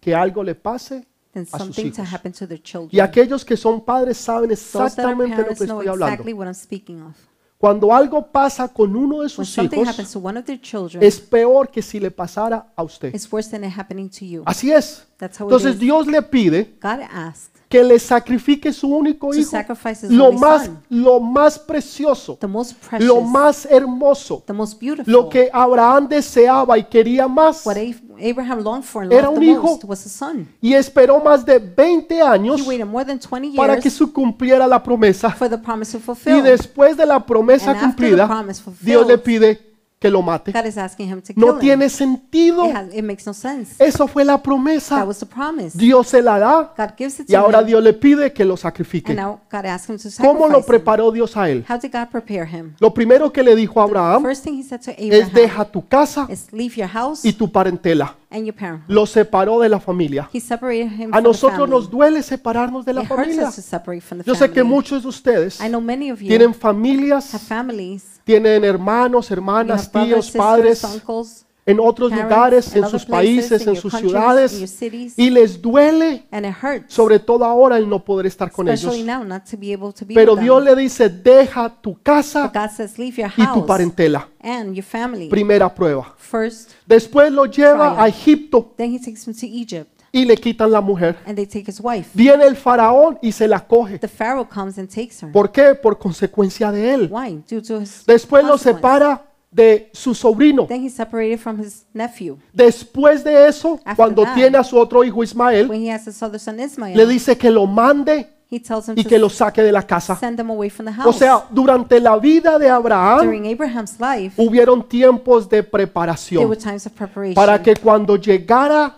[SPEAKER 1] que algo le pase.
[SPEAKER 2] than
[SPEAKER 1] sus
[SPEAKER 2] something to
[SPEAKER 1] hijos.
[SPEAKER 2] happen to their
[SPEAKER 1] Y
[SPEAKER 2] children.
[SPEAKER 1] aquellos que son padres saben
[SPEAKER 2] Those that are
[SPEAKER 1] exactamente lo
[SPEAKER 2] parents
[SPEAKER 1] que
[SPEAKER 2] know
[SPEAKER 1] estoy hablando.
[SPEAKER 2] exactly what I'm speaking of.
[SPEAKER 1] Cuando algo pasa con uno de
[SPEAKER 2] When
[SPEAKER 1] sus
[SPEAKER 2] something
[SPEAKER 1] hijos,
[SPEAKER 2] happens to one of their children,
[SPEAKER 1] es peor que si le pasara a usted.
[SPEAKER 2] it's worse than it happening to you.
[SPEAKER 1] Así es.
[SPEAKER 2] That's how it
[SPEAKER 1] Entonces
[SPEAKER 2] is.
[SPEAKER 1] Dios le pide
[SPEAKER 2] God asked
[SPEAKER 1] que le sacrifique su único
[SPEAKER 2] to
[SPEAKER 1] Oh, hijo,
[SPEAKER 2] sacrifice his
[SPEAKER 1] lo
[SPEAKER 2] only
[SPEAKER 1] más,
[SPEAKER 2] son,
[SPEAKER 1] lo más precioso,
[SPEAKER 2] the most precious,
[SPEAKER 1] lo más hermoso,
[SPEAKER 2] the most
[SPEAKER 1] lo
[SPEAKER 2] beautiful.
[SPEAKER 1] que Abraham deseaba y quería más.
[SPEAKER 2] What Ab- Abraham longed for and
[SPEAKER 1] Era
[SPEAKER 2] loved
[SPEAKER 1] un
[SPEAKER 2] the
[SPEAKER 1] hijo.
[SPEAKER 2] most was a son.
[SPEAKER 1] Y esperó más de 20 años
[SPEAKER 2] He waited more than 20
[SPEAKER 1] para que
[SPEAKER 2] years
[SPEAKER 1] se cumpliera la promesa.
[SPEAKER 2] for the promise to
[SPEAKER 1] Y
[SPEAKER 2] fulfill.
[SPEAKER 1] después de la promesa
[SPEAKER 2] And after the
[SPEAKER 1] cumplida,
[SPEAKER 2] promise fulfilled,
[SPEAKER 1] Dios le pide que lo mate.
[SPEAKER 2] God is asking him to
[SPEAKER 1] No
[SPEAKER 2] kill him.
[SPEAKER 1] tiene sentido.
[SPEAKER 2] It, has, it makes no sense.
[SPEAKER 1] Eso fue la
[SPEAKER 2] That
[SPEAKER 1] promesa.
[SPEAKER 2] was the promise.
[SPEAKER 1] Dios se la da
[SPEAKER 2] God gives it
[SPEAKER 1] y
[SPEAKER 2] to
[SPEAKER 1] ahora
[SPEAKER 2] him,
[SPEAKER 1] Dios le pide que lo
[SPEAKER 2] and
[SPEAKER 1] sacrifique.
[SPEAKER 2] now God asks him to
[SPEAKER 1] ¿Cómo lo
[SPEAKER 2] sacrifice him.
[SPEAKER 1] preparó Dios a él?
[SPEAKER 2] How did God prepare him?
[SPEAKER 1] Lo primero que le dijo a Abraham
[SPEAKER 2] First thing he said to
[SPEAKER 1] es
[SPEAKER 2] Abraham
[SPEAKER 1] deja tu casa
[SPEAKER 2] is leave your house
[SPEAKER 1] y tu parentela.
[SPEAKER 2] and your parenthood.
[SPEAKER 1] Lo separó de la familia.
[SPEAKER 2] He separated him
[SPEAKER 1] A
[SPEAKER 2] from the
[SPEAKER 1] nosotros
[SPEAKER 2] family.
[SPEAKER 1] nos duele separarnos de la
[SPEAKER 2] It hurts
[SPEAKER 1] familia.
[SPEAKER 2] us to separate from the
[SPEAKER 1] Yo sé que
[SPEAKER 2] family.
[SPEAKER 1] muchos de ustedes
[SPEAKER 2] I know many of you
[SPEAKER 1] tienen familias,
[SPEAKER 2] have families.
[SPEAKER 1] tienen hermanos,
[SPEAKER 2] You
[SPEAKER 1] hermanas,
[SPEAKER 2] have brothers,
[SPEAKER 1] tíos,
[SPEAKER 2] sisters,
[SPEAKER 1] padres,
[SPEAKER 2] uncles,
[SPEAKER 1] en otros
[SPEAKER 2] parents,
[SPEAKER 1] lugares,
[SPEAKER 2] in
[SPEAKER 1] en
[SPEAKER 2] other
[SPEAKER 1] sus
[SPEAKER 2] places,
[SPEAKER 1] países,
[SPEAKER 2] in
[SPEAKER 1] en
[SPEAKER 2] your
[SPEAKER 1] sus
[SPEAKER 2] countries, in your
[SPEAKER 1] ciudades,
[SPEAKER 2] cities,
[SPEAKER 1] y les duele,
[SPEAKER 2] and it hurts,
[SPEAKER 1] sobre todo ahora, el no poder estar con ellos.
[SPEAKER 2] especially now, not to be able to be
[SPEAKER 1] Pero
[SPEAKER 2] with
[SPEAKER 1] Dios
[SPEAKER 2] them.
[SPEAKER 1] le dice, deja tu casa
[SPEAKER 2] But God says, leave your
[SPEAKER 1] y tu
[SPEAKER 2] house
[SPEAKER 1] parentela.
[SPEAKER 2] and your family
[SPEAKER 1] Primera prueba.
[SPEAKER 2] first.
[SPEAKER 1] Después lo lleva a Egipto
[SPEAKER 2] Then he takes him to Egypt,
[SPEAKER 1] y le quitan la mujer.
[SPEAKER 2] and they take his wife.
[SPEAKER 1] Viene el faraón y se la coge.
[SPEAKER 2] The Pharaoh comes and takes her.
[SPEAKER 1] ¿Por qué? Por consecuencia de él.
[SPEAKER 2] Why? Due to his
[SPEAKER 1] Después lo
[SPEAKER 2] consequence.
[SPEAKER 1] separa de su sobrino.
[SPEAKER 2] Then he's separated from his nephew.
[SPEAKER 1] Después de eso, cuando tiene a su otro hijo Ismael,
[SPEAKER 2] When he has his other son Ismael,
[SPEAKER 1] le dice que lo mande
[SPEAKER 2] he tells him
[SPEAKER 1] y
[SPEAKER 2] to
[SPEAKER 1] que lo saque de la casa.
[SPEAKER 2] send them away from the house.
[SPEAKER 1] O sea, durante la vida de Abraham
[SPEAKER 2] During Abraham's life,
[SPEAKER 1] hubieron tiempos de
[SPEAKER 2] there
[SPEAKER 1] preparación.
[SPEAKER 2] were times of preparation.
[SPEAKER 1] para que cuando llegara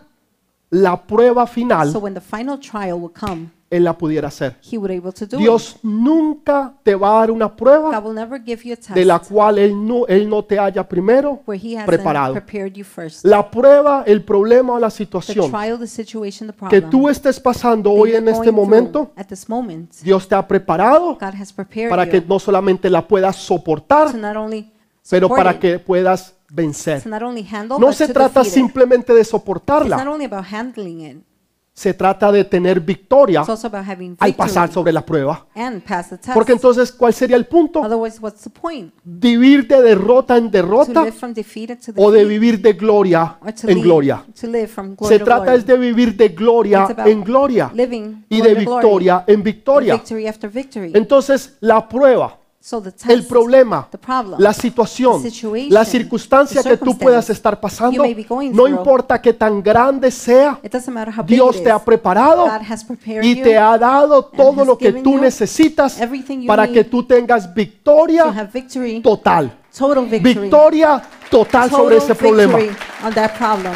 [SPEAKER 1] la prueba
[SPEAKER 2] so
[SPEAKER 1] final,
[SPEAKER 2] when the final trial would come,
[SPEAKER 1] Él la pudiera hacer.
[SPEAKER 2] he would able to do it.
[SPEAKER 1] Dios nunca te va a dar una
[SPEAKER 2] God
[SPEAKER 1] prueba
[SPEAKER 2] will never give you a test
[SPEAKER 1] de la cual Él no, él no te haya primero
[SPEAKER 2] where he hasn't
[SPEAKER 1] preparado.
[SPEAKER 2] prepared you first.
[SPEAKER 1] La prueba, el problema o la
[SPEAKER 2] the
[SPEAKER 1] situación
[SPEAKER 2] trial, the situation, the
[SPEAKER 1] que
[SPEAKER 2] problem
[SPEAKER 1] tú estés pasando
[SPEAKER 2] that
[SPEAKER 1] hoy
[SPEAKER 2] you're
[SPEAKER 1] en este
[SPEAKER 2] going through
[SPEAKER 1] momento,
[SPEAKER 2] at this moment,
[SPEAKER 1] Dios te ha preparado
[SPEAKER 2] God has prepared
[SPEAKER 1] para
[SPEAKER 2] you
[SPEAKER 1] que no solamente la puedas
[SPEAKER 2] (laughs) to
[SPEAKER 1] soportar,
[SPEAKER 2] not only
[SPEAKER 1] pero
[SPEAKER 2] support
[SPEAKER 1] para
[SPEAKER 2] it,
[SPEAKER 1] que puedas vencer.
[SPEAKER 2] to not only handle,
[SPEAKER 1] No
[SPEAKER 2] but
[SPEAKER 1] se
[SPEAKER 2] to
[SPEAKER 1] trata
[SPEAKER 2] defeat it.
[SPEAKER 1] simplemente de
[SPEAKER 2] It's not
[SPEAKER 1] soportarla,
[SPEAKER 2] only about handling it,
[SPEAKER 1] se trata de tener victoria
[SPEAKER 2] it's also about having
[SPEAKER 1] al
[SPEAKER 2] victory
[SPEAKER 1] pasar sobre la prueba.
[SPEAKER 2] and pass the test.
[SPEAKER 1] Porque entonces, ¿cuál sería el punto?
[SPEAKER 2] Otherwise, what's the point?
[SPEAKER 1] ¿Vivir de derrota en
[SPEAKER 2] To
[SPEAKER 1] derrota
[SPEAKER 2] live from defeated to
[SPEAKER 1] o de
[SPEAKER 2] defeat,
[SPEAKER 1] vivir de gloria
[SPEAKER 2] or to,
[SPEAKER 1] en
[SPEAKER 2] lead-
[SPEAKER 1] gloria?
[SPEAKER 2] to live from glory
[SPEAKER 1] Se
[SPEAKER 2] to
[SPEAKER 1] trata
[SPEAKER 2] glory.
[SPEAKER 1] es de vivir de gloria
[SPEAKER 2] It's about
[SPEAKER 1] en gloria
[SPEAKER 2] living
[SPEAKER 1] y de
[SPEAKER 2] glory to glory,
[SPEAKER 1] victoria en victoria.
[SPEAKER 2] victory after victory.
[SPEAKER 1] Entonces, la prueba,
[SPEAKER 2] so the test,
[SPEAKER 1] el problema,
[SPEAKER 2] the problem,
[SPEAKER 1] la situación,
[SPEAKER 2] the situation,
[SPEAKER 1] la circunstancia
[SPEAKER 2] the
[SPEAKER 1] que tú
[SPEAKER 2] circumstance
[SPEAKER 1] puedas estar pasando,
[SPEAKER 2] you may be going
[SPEAKER 1] no
[SPEAKER 2] through,
[SPEAKER 1] importa que tan grande sea,
[SPEAKER 2] it doesn't matter how big
[SPEAKER 1] Dios
[SPEAKER 2] it
[SPEAKER 1] te ha
[SPEAKER 2] is,
[SPEAKER 1] preparado
[SPEAKER 2] God has prepared
[SPEAKER 1] y
[SPEAKER 2] you
[SPEAKER 1] te ha dado todo
[SPEAKER 2] has
[SPEAKER 1] lo que
[SPEAKER 2] given
[SPEAKER 1] tú
[SPEAKER 2] you
[SPEAKER 1] necesitas
[SPEAKER 2] everything you
[SPEAKER 1] para
[SPEAKER 2] need
[SPEAKER 1] que tú tengas
[SPEAKER 2] to
[SPEAKER 1] victoria
[SPEAKER 2] have victory,
[SPEAKER 1] total.
[SPEAKER 2] total victory,
[SPEAKER 1] victoria total
[SPEAKER 2] total
[SPEAKER 1] sobre ese problema.
[SPEAKER 2] victory on that problem.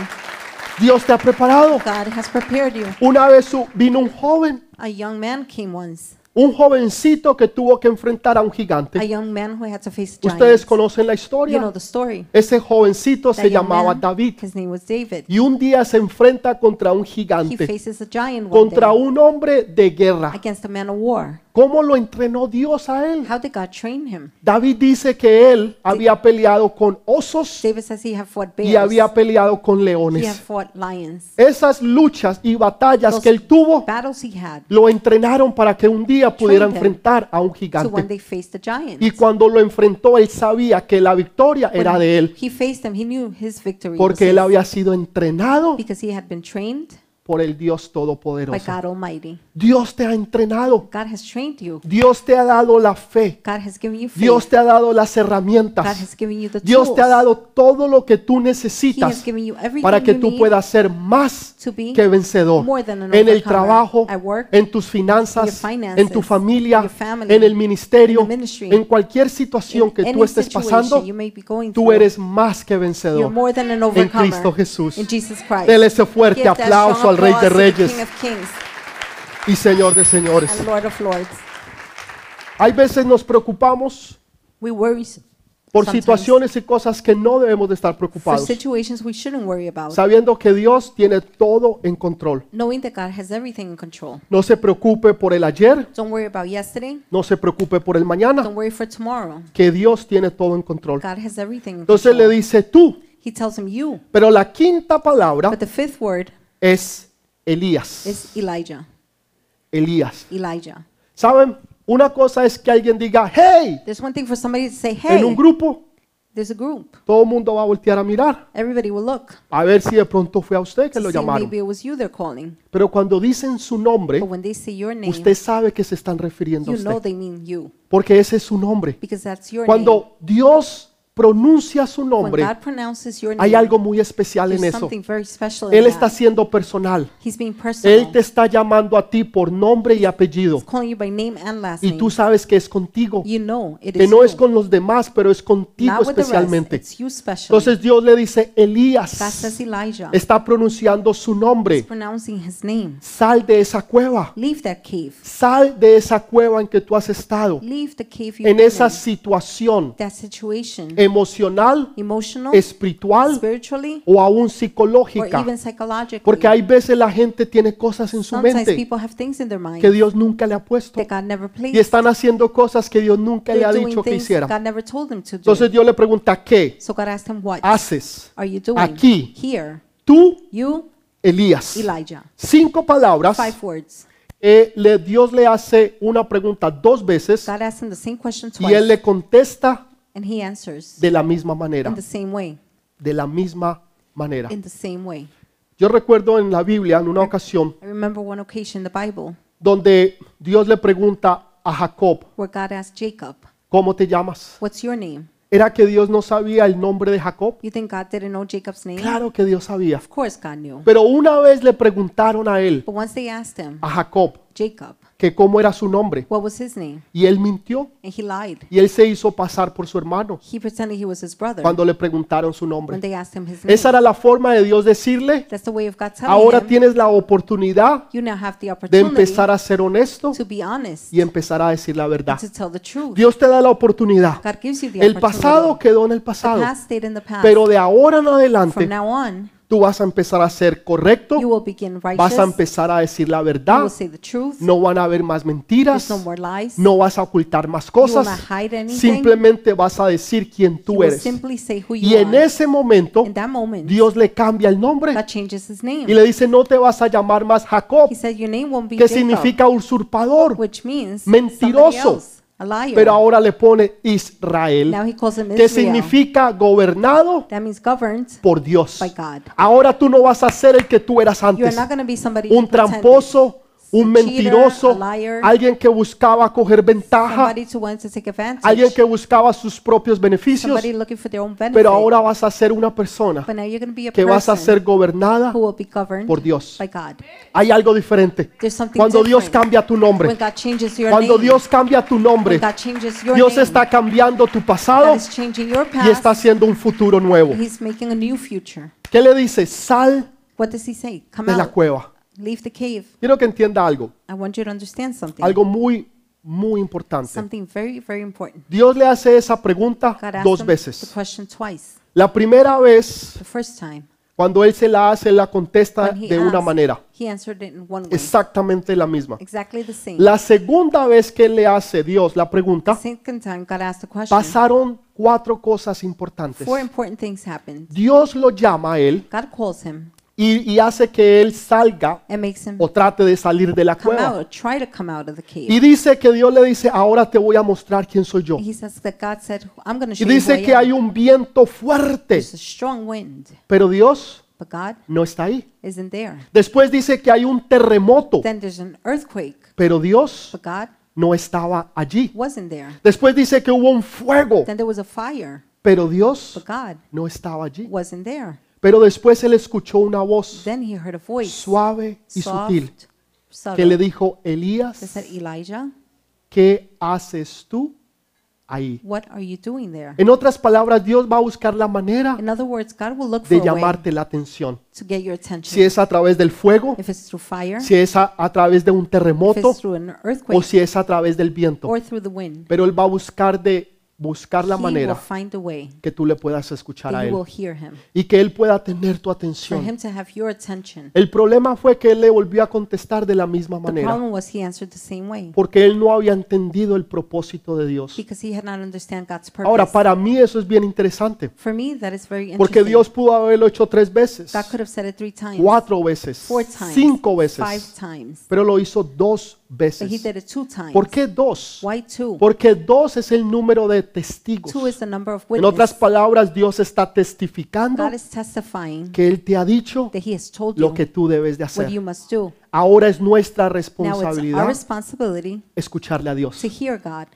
[SPEAKER 1] Dios te ha preparado.
[SPEAKER 2] God has prepared you.
[SPEAKER 1] Una vez su- vino un joven,
[SPEAKER 2] A young man came once,
[SPEAKER 1] un jovencito que tuvo que enfrentar a un
[SPEAKER 2] a
[SPEAKER 1] gigante.
[SPEAKER 2] young man who had to face giants.
[SPEAKER 1] Ustedes conocen la
[SPEAKER 2] You know
[SPEAKER 1] historia.
[SPEAKER 2] the story.
[SPEAKER 1] Ese jovencito
[SPEAKER 2] That
[SPEAKER 1] se
[SPEAKER 2] young
[SPEAKER 1] llamaba
[SPEAKER 2] man,
[SPEAKER 1] David
[SPEAKER 2] His name was David.
[SPEAKER 1] y un día se enfrenta contra un
[SPEAKER 2] He
[SPEAKER 1] gigante,
[SPEAKER 2] faces a giant one
[SPEAKER 1] contra
[SPEAKER 2] day
[SPEAKER 1] un hombre de guerra.
[SPEAKER 2] against a man of war.
[SPEAKER 1] ¿Cómo lo entrenó Dios a él?
[SPEAKER 2] How did God train him?
[SPEAKER 1] David dice que él había peleado con osos
[SPEAKER 2] David says he had fought bears.
[SPEAKER 1] y había peleado con
[SPEAKER 2] he had
[SPEAKER 1] leones.
[SPEAKER 2] fought lions.
[SPEAKER 1] Esas luchas y batallas que él tuvo
[SPEAKER 2] Battles he had.
[SPEAKER 1] lo entrenaron para que un día pudiera enfrentar a un
[SPEAKER 2] So when
[SPEAKER 1] gigante.
[SPEAKER 2] they faced the giant,
[SPEAKER 1] Y cuando lo enfrentó, él sabía que la victoria era de él,
[SPEAKER 2] he faced them. He knew his victory was
[SPEAKER 1] porque él
[SPEAKER 2] his,
[SPEAKER 1] había sido entrenado
[SPEAKER 2] because he had been trained
[SPEAKER 1] por el Dios
[SPEAKER 2] by
[SPEAKER 1] Todopoderoso.
[SPEAKER 2] God Almighty.
[SPEAKER 1] Dios te ha entrenado,
[SPEAKER 2] God has trained you.
[SPEAKER 1] Dios te ha dado la fe,
[SPEAKER 2] God has given you faith.
[SPEAKER 1] Dios te ha dado las
[SPEAKER 2] God
[SPEAKER 1] herramientas,
[SPEAKER 2] has given you the
[SPEAKER 1] Dios te ha
[SPEAKER 2] tools.
[SPEAKER 1] dado todo lo que tú
[SPEAKER 2] He has
[SPEAKER 1] necesitas
[SPEAKER 2] given you everything
[SPEAKER 1] para que
[SPEAKER 2] you
[SPEAKER 1] tú
[SPEAKER 2] need
[SPEAKER 1] puedas ser más
[SPEAKER 2] to be
[SPEAKER 1] que vencedor
[SPEAKER 2] more than an
[SPEAKER 1] en el
[SPEAKER 2] overcomer.
[SPEAKER 1] trabajo,
[SPEAKER 2] At work,
[SPEAKER 1] en tus finanzas,
[SPEAKER 2] in your
[SPEAKER 1] en tu
[SPEAKER 2] finances, in
[SPEAKER 1] familia,
[SPEAKER 2] your family,
[SPEAKER 1] en el ministerio,
[SPEAKER 2] in the ministry,
[SPEAKER 1] en cualquier
[SPEAKER 2] in
[SPEAKER 1] situación que
[SPEAKER 2] any
[SPEAKER 1] tú estés
[SPEAKER 2] situation
[SPEAKER 1] pasando,
[SPEAKER 2] you may be going
[SPEAKER 1] tú
[SPEAKER 2] through,
[SPEAKER 1] eres más que
[SPEAKER 2] You're
[SPEAKER 1] vencedor.
[SPEAKER 2] more than an overcomer
[SPEAKER 1] Cristo Jesús.
[SPEAKER 2] In Jesus Christ.
[SPEAKER 1] Dele ese fuerte
[SPEAKER 2] Give that strong
[SPEAKER 1] aplauso al Rey de
[SPEAKER 2] applause to the
[SPEAKER 1] Reyes
[SPEAKER 2] King of Kings
[SPEAKER 1] y Señor de Señores.
[SPEAKER 2] and Lord of Lords.
[SPEAKER 1] Hay veces nos preocupamos
[SPEAKER 2] We worry, s-
[SPEAKER 1] por
[SPEAKER 2] sometimes
[SPEAKER 1] situaciones y cosas que no debemos de estar
[SPEAKER 2] for
[SPEAKER 1] preocupados,
[SPEAKER 2] situations we shouldn't worry about,
[SPEAKER 1] sabiendo que Dios tiene todo en control.
[SPEAKER 2] knowing that God has everything in control.
[SPEAKER 1] No se preocupe por el ayer,
[SPEAKER 2] Don't worry about yesterday.
[SPEAKER 1] no se preocupe por el mañana,
[SPEAKER 2] Don't worry for tomorrow.
[SPEAKER 1] que Dios tiene todo en control.
[SPEAKER 2] God has everything in
[SPEAKER 1] Entonces le
[SPEAKER 2] control.
[SPEAKER 1] dice tú,
[SPEAKER 2] He tells him you.
[SPEAKER 1] pero la quinta palabra
[SPEAKER 2] But the fifth word
[SPEAKER 1] es Elías.
[SPEAKER 2] is Elijah.
[SPEAKER 1] Elías.
[SPEAKER 2] Elijah.
[SPEAKER 1] ¿Saben? Una cosa es que alguien diga, hey,
[SPEAKER 2] There's one thing for somebody to say,
[SPEAKER 1] en un
[SPEAKER 2] hey,
[SPEAKER 1] grupo,
[SPEAKER 2] there's a group.
[SPEAKER 1] todo el mundo va a voltear a mirar,
[SPEAKER 2] Everybody will look.
[SPEAKER 1] a ver si de pronto fue a usted que
[SPEAKER 2] to
[SPEAKER 1] lo
[SPEAKER 2] see
[SPEAKER 1] llamaron.
[SPEAKER 2] maybe it was you they're calling.
[SPEAKER 1] Pero cuando dicen su nombre,
[SPEAKER 2] But when they say your name,
[SPEAKER 1] usted sabe que se están refiriendo a
[SPEAKER 2] you know
[SPEAKER 1] usted,
[SPEAKER 2] they mean you.
[SPEAKER 1] porque ese es su nombre.
[SPEAKER 2] Because that's your name.
[SPEAKER 1] Cuando Dios pronuncia su
[SPEAKER 2] When
[SPEAKER 1] nombre,
[SPEAKER 2] God pronounces your name,
[SPEAKER 1] hay algo muy especial en
[SPEAKER 2] there's
[SPEAKER 1] eso.
[SPEAKER 2] something very special in
[SPEAKER 1] Él está
[SPEAKER 2] that.
[SPEAKER 1] siendo personal.
[SPEAKER 2] He's being personal.
[SPEAKER 1] Él te está llamando a ti por nombre y apellido.
[SPEAKER 2] He's calling you by name and last
[SPEAKER 1] Y
[SPEAKER 2] name.
[SPEAKER 1] tú sabes que es contigo,
[SPEAKER 2] you know it
[SPEAKER 1] que
[SPEAKER 2] is
[SPEAKER 1] no
[SPEAKER 2] you.
[SPEAKER 1] es con los demás, pero es contigo
[SPEAKER 2] Not with the rest,
[SPEAKER 1] especialmente.
[SPEAKER 2] it's you specially.
[SPEAKER 1] Entonces Dios le dice,
[SPEAKER 2] God says
[SPEAKER 1] Elías
[SPEAKER 2] Elijah.
[SPEAKER 1] está pronunciando su nombre.
[SPEAKER 2] He's pronouncing his name.
[SPEAKER 1] Sal de esa cueva.
[SPEAKER 2] Leave that cave.
[SPEAKER 1] Sal de esa cueva en que tú has estado.
[SPEAKER 2] Leave the cave you've
[SPEAKER 1] En
[SPEAKER 2] been
[SPEAKER 1] esa
[SPEAKER 2] in.
[SPEAKER 1] situación
[SPEAKER 2] That situation,
[SPEAKER 1] emocional,
[SPEAKER 2] emotional,
[SPEAKER 1] espiritual
[SPEAKER 2] spiritually,
[SPEAKER 1] o aún
[SPEAKER 2] or
[SPEAKER 1] psicológica.
[SPEAKER 2] even psychologically.
[SPEAKER 1] Porque hay veces la gente tiene cosas en su
[SPEAKER 2] Sometimes
[SPEAKER 1] mente
[SPEAKER 2] people have things in their mind
[SPEAKER 1] que Dios nunca le ha puesto
[SPEAKER 2] that God never placed.
[SPEAKER 1] y están haciendo cosas que Dios nunca le
[SPEAKER 2] They're
[SPEAKER 1] ha
[SPEAKER 2] doing
[SPEAKER 1] dicho que
[SPEAKER 2] things
[SPEAKER 1] hiciera.
[SPEAKER 2] God never told them to do.
[SPEAKER 1] Entonces Dios le pregunta, ¿qué
[SPEAKER 2] so God asked him, What
[SPEAKER 1] haces
[SPEAKER 2] are you doing
[SPEAKER 1] aquí.
[SPEAKER 2] here?
[SPEAKER 1] tú,
[SPEAKER 2] You,
[SPEAKER 1] Elías?
[SPEAKER 2] Elijah.
[SPEAKER 1] Cinco palabras
[SPEAKER 2] Five words.
[SPEAKER 1] que le- Dios le hace una pregunta dos veces
[SPEAKER 2] God asked him the same question
[SPEAKER 1] y él
[SPEAKER 2] twice,
[SPEAKER 1] le contesta
[SPEAKER 2] and he answers
[SPEAKER 1] de la misma manera,
[SPEAKER 2] in the same way.
[SPEAKER 1] de la misma manera.
[SPEAKER 2] In the same way.
[SPEAKER 1] Yo recuerdo en la Biblia, en una ocasión,
[SPEAKER 2] I remember one occasion in the Bible
[SPEAKER 1] donde Dios le pregunta a Jacob,
[SPEAKER 2] where God asked Jacob,
[SPEAKER 1] ¿cómo te llamas?
[SPEAKER 2] What's your name?
[SPEAKER 1] ¿Era que Dios no sabía el nombre de Jacob?
[SPEAKER 2] You think God didn't know Jacob's name?
[SPEAKER 1] Claro que Dios sabía.
[SPEAKER 2] Of course, God knew.
[SPEAKER 1] Pero Ah. una vez le preguntaron a él,
[SPEAKER 2] But once they asked him,
[SPEAKER 1] a Jacob,
[SPEAKER 2] Jacob,
[SPEAKER 1] que cómo era su nombre.
[SPEAKER 2] what was his name?
[SPEAKER 1] Y él mintió.
[SPEAKER 2] And he lied.
[SPEAKER 1] Y él se hizo pasar por su hermano
[SPEAKER 2] He pretended he was his brother
[SPEAKER 1] cuando le preguntaron su
[SPEAKER 2] when
[SPEAKER 1] nombre.
[SPEAKER 2] they asked him his name.
[SPEAKER 1] Esa era la forma de Dios decirle,
[SPEAKER 2] That's the way of God telling
[SPEAKER 1] ahora
[SPEAKER 2] him,
[SPEAKER 1] tienes la oportunidad
[SPEAKER 2] you now have the
[SPEAKER 1] de
[SPEAKER 2] opportunity
[SPEAKER 1] empezar a ser honesto
[SPEAKER 2] to be honest
[SPEAKER 1] y empezar a decir la verdad.
[SPEAKER 2] to tell the truth.
[SPEAKER 1] Dios te da la oportunidad.
[SPEAKER 2] God gives you the
[SPEAKER 1] El pasado
[SPEAKER 2] opportunity.
[SPEAKER 1] quedó en el
[SPEAKER 2] The
[SPEAKER 1] pasado.
[SPEAKER 2] past stayed in the past.
[SPEAKER 1] Pero de ahora en adelante
[SPEAKER 2] From now on,
[SPEAKER 1] tú vas a empezar a ser correcto,
[SPEAKER 2] you will begin righteous.
[SPEAKER 1] vas a empezar a decir la
[SPEAKER 2] You will
[SPEAKER 1] verdad,
[SPEAKER 2] say the truth.
[SPEAKER 1] no van a haber más
[SPEAKER 2] There's
[SPEAKER 1] mentiras,
[SPEAKER 2] no more lies.
[SPEAKER 1] no vas a ocultar más
[SPEAKER 2] You will
[SPEAKER 1] cosas,
[SPEAKER 2] not hide anything.
[SPEAKER 1] simplemente vas a decir quién
[SPEAKER 2] you
[SPEAKER 1] tú
[SPEAKER 2] will
[SPEAKER 1] eres.
[SPEAKER 2] simply say who you
[SPEAKER 1] Y en
[SPEAKER 2] are.
[SPEAKER 1] ese momento
[SPEAKER 2] In that moment,
[SPEAKER 1] Dios le cambia el nombre
[SPEAKER 2] God changes his name.
[SPEAKER 1] y le dice, no te vas a llamar más Jacob,
[SPEAKER 2] He said, your name won't be
[SPEAKER 1] que
[SPEAKER 2] Jacob,
[SPEAKER 1] significa usurpador,
[SPEAKER 2] which means somebody
[SPEAKER 1] mentiroso.
[SPEAKER 2] else, a liar.
[SPEAKER 1] pero ahora le pone Israel,
[SPEAKER 2] now he calls him
[SPEAKER 1] que
[SPEAKER 2] Israel.
[SPEAKER 1] significa gobernado
[SPEAKER 2] that means governed.
[SPEAKER 1] por Dios.
[SPEAKER 2] by God.
[SPEAKER 1] Ahora tú no vas a ser el que tú eras
[SPEAKER 2] You are
[SPEAKER 1] antes.
[SPEAKER 2] not going to be somebody you
[SPEAKER 1] un
[SPEAKER 2] pretended,
[SPEAKER 1] tramposo, un
[SPEAKER 2] A cheater,
[SPEAKER 1] mentiroso,
[SPEAKER 2] a liar.
[SPEAKER 1] alguien que buscaba coger ventaja,
[SPEAKER 2] somebody to want to take advantage,
[SPEAKER 1] alguien que buscaba sus propios beneficios,
[SPEAKER 2] somebody looking for their own benefit.
[SPEAKER 1] pero ahora vas a ser una persona
[SPEAKER 2] but now you're going to be a
[SPEAKER 1] que vas
[SPEAKER 2] person
[SPEAKER 1] a ser gobernada.
[SPEAKER 2] who will be governed
[SPEAKER 1] por Dios.
[SPEAKER 2] by God.
[SPEAKER 1] Hay algo diferente.
[SPEAKER 2] There's something
[SPEAKER 1] Cuando Dios
[SPEAKER 2] different.
[SPEAKER 1] cambia tu
[SPEAKER 2] When
[SPEAKER 1] nombre,
[SPEAKER 2] God changes your
[SPEAKER 1] cuando
[SPEAKER 2] name,
[SPEAKER 1] Dios cambia tu
[SPEAKER 2] when
[SPEAKER 1] nombre,
[SPEAKER 2] God changes your
[SPEAKER 1] Dios
[SPEAKER 2] name,
[SPEAKER 1] está cambiando tu pasado
[SPEAKER 2] God is changing your past,
[SPEAKER 1] y está haciendo un futuro nuevo.
[SPEAKER 2] He's making a new future.
[SPEAKER 1] ¿Qué le dice? Sal
[SPEAKER 2] What does he say? Come
[SPEAKER 1] de la
[SPEAKER 2] out.
[SPEAKER 1] cueva.
[SPEAKER 2] Leave the cave.
[SPEAKER 1] Quiero que entienda algo,
[SPEAKER 2] I want you to understand something.
[SPEAKER 1] algo muy, muy importante.
[SPEAKER 2] Something very, very important.
[SPEAKER 1] Dios le hace esa pregunta
[SPEAKER 2] God asked
[SPEAKER 1] dos
[SPEAKER 2] him the
[SPEAKER 1] veces.
[SPEAKER 2] question twice.
[SPEAKER 1] La primera vez,
[SPEAKER 2] The first time,
[SPEAKER 1] cuando él se la hace, él la contesta
[SPEAKER 2] when he
[SPEAKER 1] de una
[SPEAKER 2] asked,
[SPEAKER 1] manera,
[SPEAKER 2] he answered it in one way.
[SPEAKER 1] exactamente la misma.
[SPEAKER 2] Exactly the same.
[SPEAKER 1] La segunda vez que le hace Dios la
[SPEAKER 2] The
[SPEAKER 1] pregunta,
[SPEAKER 2] second time, God asked the question.
[SPEAKER 1] pasaron cuatro cosas importantes.
[SPEAKER 2] Four important things happened.
[SPEAKER 1] Dios lo llama a él
[SPEAKER 2] God calls him
[SPEAKER 1] y, y hace que él salga
[SPEAKER 2] and makes him
[SPEAKER 1] o trate de salir de la
[SPEAKER 2] come
[SPEAKER 1] cueva.
[SPEAKER 2] out, try to come out of the cave.
[SPEAKER 1] Y dice que Dios le dice, ahora te voy a mostrar quién soy yo.
[SPEAKER 2] He says that God said, I'm going to
[SPEAKER 1] Y
[SPEAKER 2] show you who
[SPEAKER 1] dice que
[SPEAKER 2] I am.
[SPEAKER 1] hay un viento fuerte,
[SPEAKER 2] There's a strong wind,
[SPEAKER 1] pero Dios
[SPEAKER 2] but God
[SPEAKER 1] no está ahí.
[SPEAKER 2] isn't there.
[SPEAKER 1] Después dice que hay un terremoto,
[SPEAKER 2] Then there's an earthquake,
[SPEAKER 1] pero Dios
[SPEAKER 2] but God
[SPEAKER 1] no estaba allí.
[SPEAKER 2] wasn't there.
[SPEAKER 1] Después dice que hubo un fuego,
[SPEAKER 2] Then there was a fire,
[SPEAKER 1] pero Dios
[SPEAKER 2] but God
[SPEAKER 1] no estaba allí.
[SPEAKER 2] wasn't there.
[SPEAKER 1] Pero después él escuchó una voz
[SPEAKER 2] Then he heard a
[SPEAKER 1] Pues,
[SPEAKER 2] voice,
[SPEAKER 1] suave y sutil
[SPEAKER 2] soft,
[SPEAKER 1] que le
[SPEAKER 2] subtle,
[SPEAKER 1] dijo,
[SPEAKER 2] that
[SPEAKER 1] Elías,
[SPEAKER 2] said, Elijah,
[SPEAKER 1] ¿qué haces tú ahí?
[SPEAKER 2] what are you doing there?
[SPEAKER 1] En otras palabras, Dios va a buscar la manera
[SPEAKER 2] In other words, God will look for
[SPEAKER 1] de
[SPEAKER 2] a way
[SPEAKER 1] llamarte la atención.
[SPEAKER 2] to get your
[SPEAKER 1] Si
[SPEAKER 2] attention.
[SPEAKER 1] es a través del fuego,
[SPEAKER 2] If it's through fire,
[SPEAKER 1] si es a, a través de un
[SPEAKER 2] if
[SPEAKER 1] terremoto
[SPEAKER 2] it's through an
[SPEAKER 1] o
[SPEAKER 2] earthquake,
[SPEAKER 1] si es a través del viento.
[SPEAKER 2] or through the wind.
[SPEAKER 1] Pero él va a buscar de buscar la
[SPEAKER 2] he will
[SPEAKER 1] manera
[SPEAKER 2] find a way
[SPEAKER 1] que tú le puedas escuchar
[SPEAKER 2] that
[SPEAKER 1] a
[SPEAKER 2] you
[SPEAKER 1] Él
[SPEAKER 2] will hear him,
[SPEAKER 1] y que Él pueda tener tu
[SPEAKER 2] for
[SPEAKER 1] atención.
[SPEAKER 2] him to have your attention.
[SPEAKER 1] El problema fue que Él le volvió a contestar de la misma
[SPEAKER 2] The
[SPEAKER 1] manera
[SPEAKER 2] problem was he answered the same way
[SPEAKER 1] porque Él no había entendido el propósito de Dios.
[SPEAKER 2] because he had not understood God's purpose.
[SPEAKER 1] Ahora, para mí eso es bien interesante
[SPEAKER 2] For me, that is very
[SPEAKER 1] porque
[SPEAKER 2] interesting.
[SPEAKER 1] Dios pudo haberlo hecho tres veces,
[SPEAKER 2] God could have said it three times,
[SPEAKER 1] cuatro veces,
[SPEAKER 2] four times,
[SPEAKER 1] cinco
[SPEAKER 2] five
[SPEAKER 1] veces,
[SPEAKER 2] times,
[SPEAKER 1] pero lo hizo dos
[SPEAKER 2] but he
[SPEAKER 1] veces.
[SPEAKER 2] did it two times.
[SPEAKER 1] ¿Por qué dos?
[SPEAKER 2] Why two?
[SPEAKER 1] Porque dos es el número de testigos.
[SPEAKER 2] Two is the number of
[SPEAKER 1] En otras
[SPEAKER 2] witnesses.
[SPEAKER 1] palabras, Dios está testificando
[SPEAKER 2] God is testifying
[SPEAKER 1] que Él te ha dicho
[SPEAKER 2] that he has told
[SPEAKER 1] lo
[SPEAKER 2] you
[SPEAKER 1] que tú debes de
[SPEAKER 2] what you
[SPEAKER 1] hacer.
[SPEAKER 2] must do.
[SPEAKER 1] Ahora es nuestra
[SPEAKER 2] Now it's our
[SPEAKER 1] responsabilidad
[SPEAKER 2] responsibility
[SPEAKER 1] escucharle a Dios.
[SPEAKER 2] to hear God.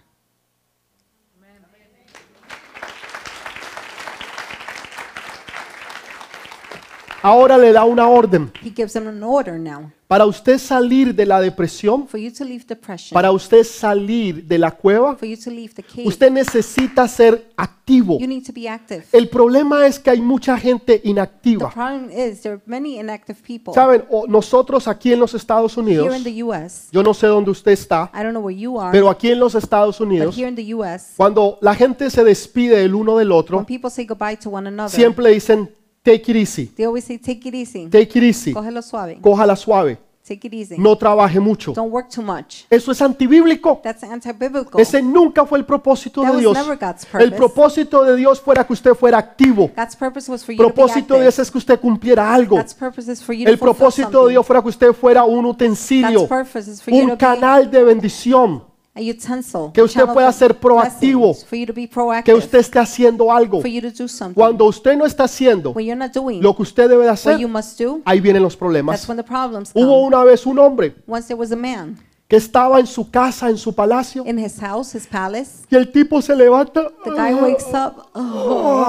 [SPEAKER 1] Ahora le da una orden.
[SPEAKER 2] He gives them an order now
[SPEAKER 1] Para usted salir de la depresión,
[SPEAKER 2] for you to leave depression,
[SPEAKER 1] para usted salir de la cueva,
[SPEAKER 2] for you to leave the cave.
[SPEAKER 1] usted necesita ser activo.
[SPEAKER 2] You need to be active.
[SPEAKER 1] El problema es que hay mucha gente
[SPEAKER 2] The
[SPEAKER 1] inactiva.
[SPEAKER 2] problem is there are many inactive people
[SPEAKER 1] Saben, O nosotros aquí en los Estados
[SPEAKER 2] here
[SPEAKER 1] Unidos,
[SPEAKER 2] in the U.S.
[SPEAKER 1] yo no sé dónde usted está,
[SPEAKER 2] I don't know where you are,
[SPEAKER 1] pero aquí en los Estados
[SPEAKER 2] but
[SPEAKER 1] Unidos,
[SPEAKER 2] here in the U.S.,
[SPEAKER 1] cuando la gente se despide el uno del otro,
[SPEAKER 2] when people say goodbye to one another,
[SPEAKER 1] siempre dicen take it easy,
[SPEAKER 2] they always say, "Take it easy,
[SPEAKER 1] take it easy,
[SPEAKER 2] cógelo suave,
[SPEAKER 1] cójala suave,
[SPEAKER 2] take it easy,
[SPEAKER 1] no trabaje mucho.
[SPEAKER 2] don't work too much."
[SPEAKER 1] Eso es antibíblico.
[SPEAKER 2] That's anti-biblical.
[SPEAKER 1] Ese nunca fue el propósito de
[SPEAKER 2] That was
[SPEAKER 1] Dios.
[SPEAKER 2] never God's purpose.
[SPEAKER 1] El propósito de Dios fuera que usted fuera activo.
[SPEAKER 2] God's purpose was for
[SPEAKER 1] El
[SPEAKER 2] you to be
[SPEAKER 1] propósito de Dios
[SPEAKER 2] active.
[SPEAKER 1] es que usted cumpliera algo.
[SPEAKER 2] God's purpose is for you to
[SPEAKER 1] El
[SPEAKER 2] fulfill
[SPEAKER 1] propósito de Dios
[SPEAKER 2] something.
[SPEAKER 1] fuera que usted fuera un
[SPEAKER 2] God's
[SPEAKER 1] utensilio,
[SPEAKER 2] purpose is for you
[SPEAKER 1] un
[SPEAKER 2] to be
[SPEAKER 1] canal de bendición,
[SPEAKER 2] a utensil,
[SPEAKER 1] que usted
[SPEAKER 2] channel
[SPEAKER 1] pueda
[SPEAKER 2] of
[SPEAKER 1] ser proactivo,
[SPEAKER 2] blessings, for you to be proactive,
[SPEAKER 1] que usted esté haciendo algo.
[SPEAKER 2] for you to do something.
[SPEAKER 1] Cuando usted no está haciendo
[SPEAKER 2] when you're not doing
[SPEAKER 1] lo que usted debe de
[SPEAKER 2] what you
[SPEAKER 1] hacer,
[SPEAKER 2] must do,
[SPEAKER 1] ahí vienen los
[SPEAKER 2] that's
[SPEAKER 1] problemas.
[SPEAKER 2] when the problems come.
[SPEAKER 1] Hubo una vez un hombre
[SPEAKER 2] Once there was a man
[SPEAKER 1] que estaba en su casa, en su palacio,
[SPEAKER 2] in his house, his palace.
[SPEAKER 1] y el tipo se levanta,
[SPEAKER 2] The guy wakes up oh,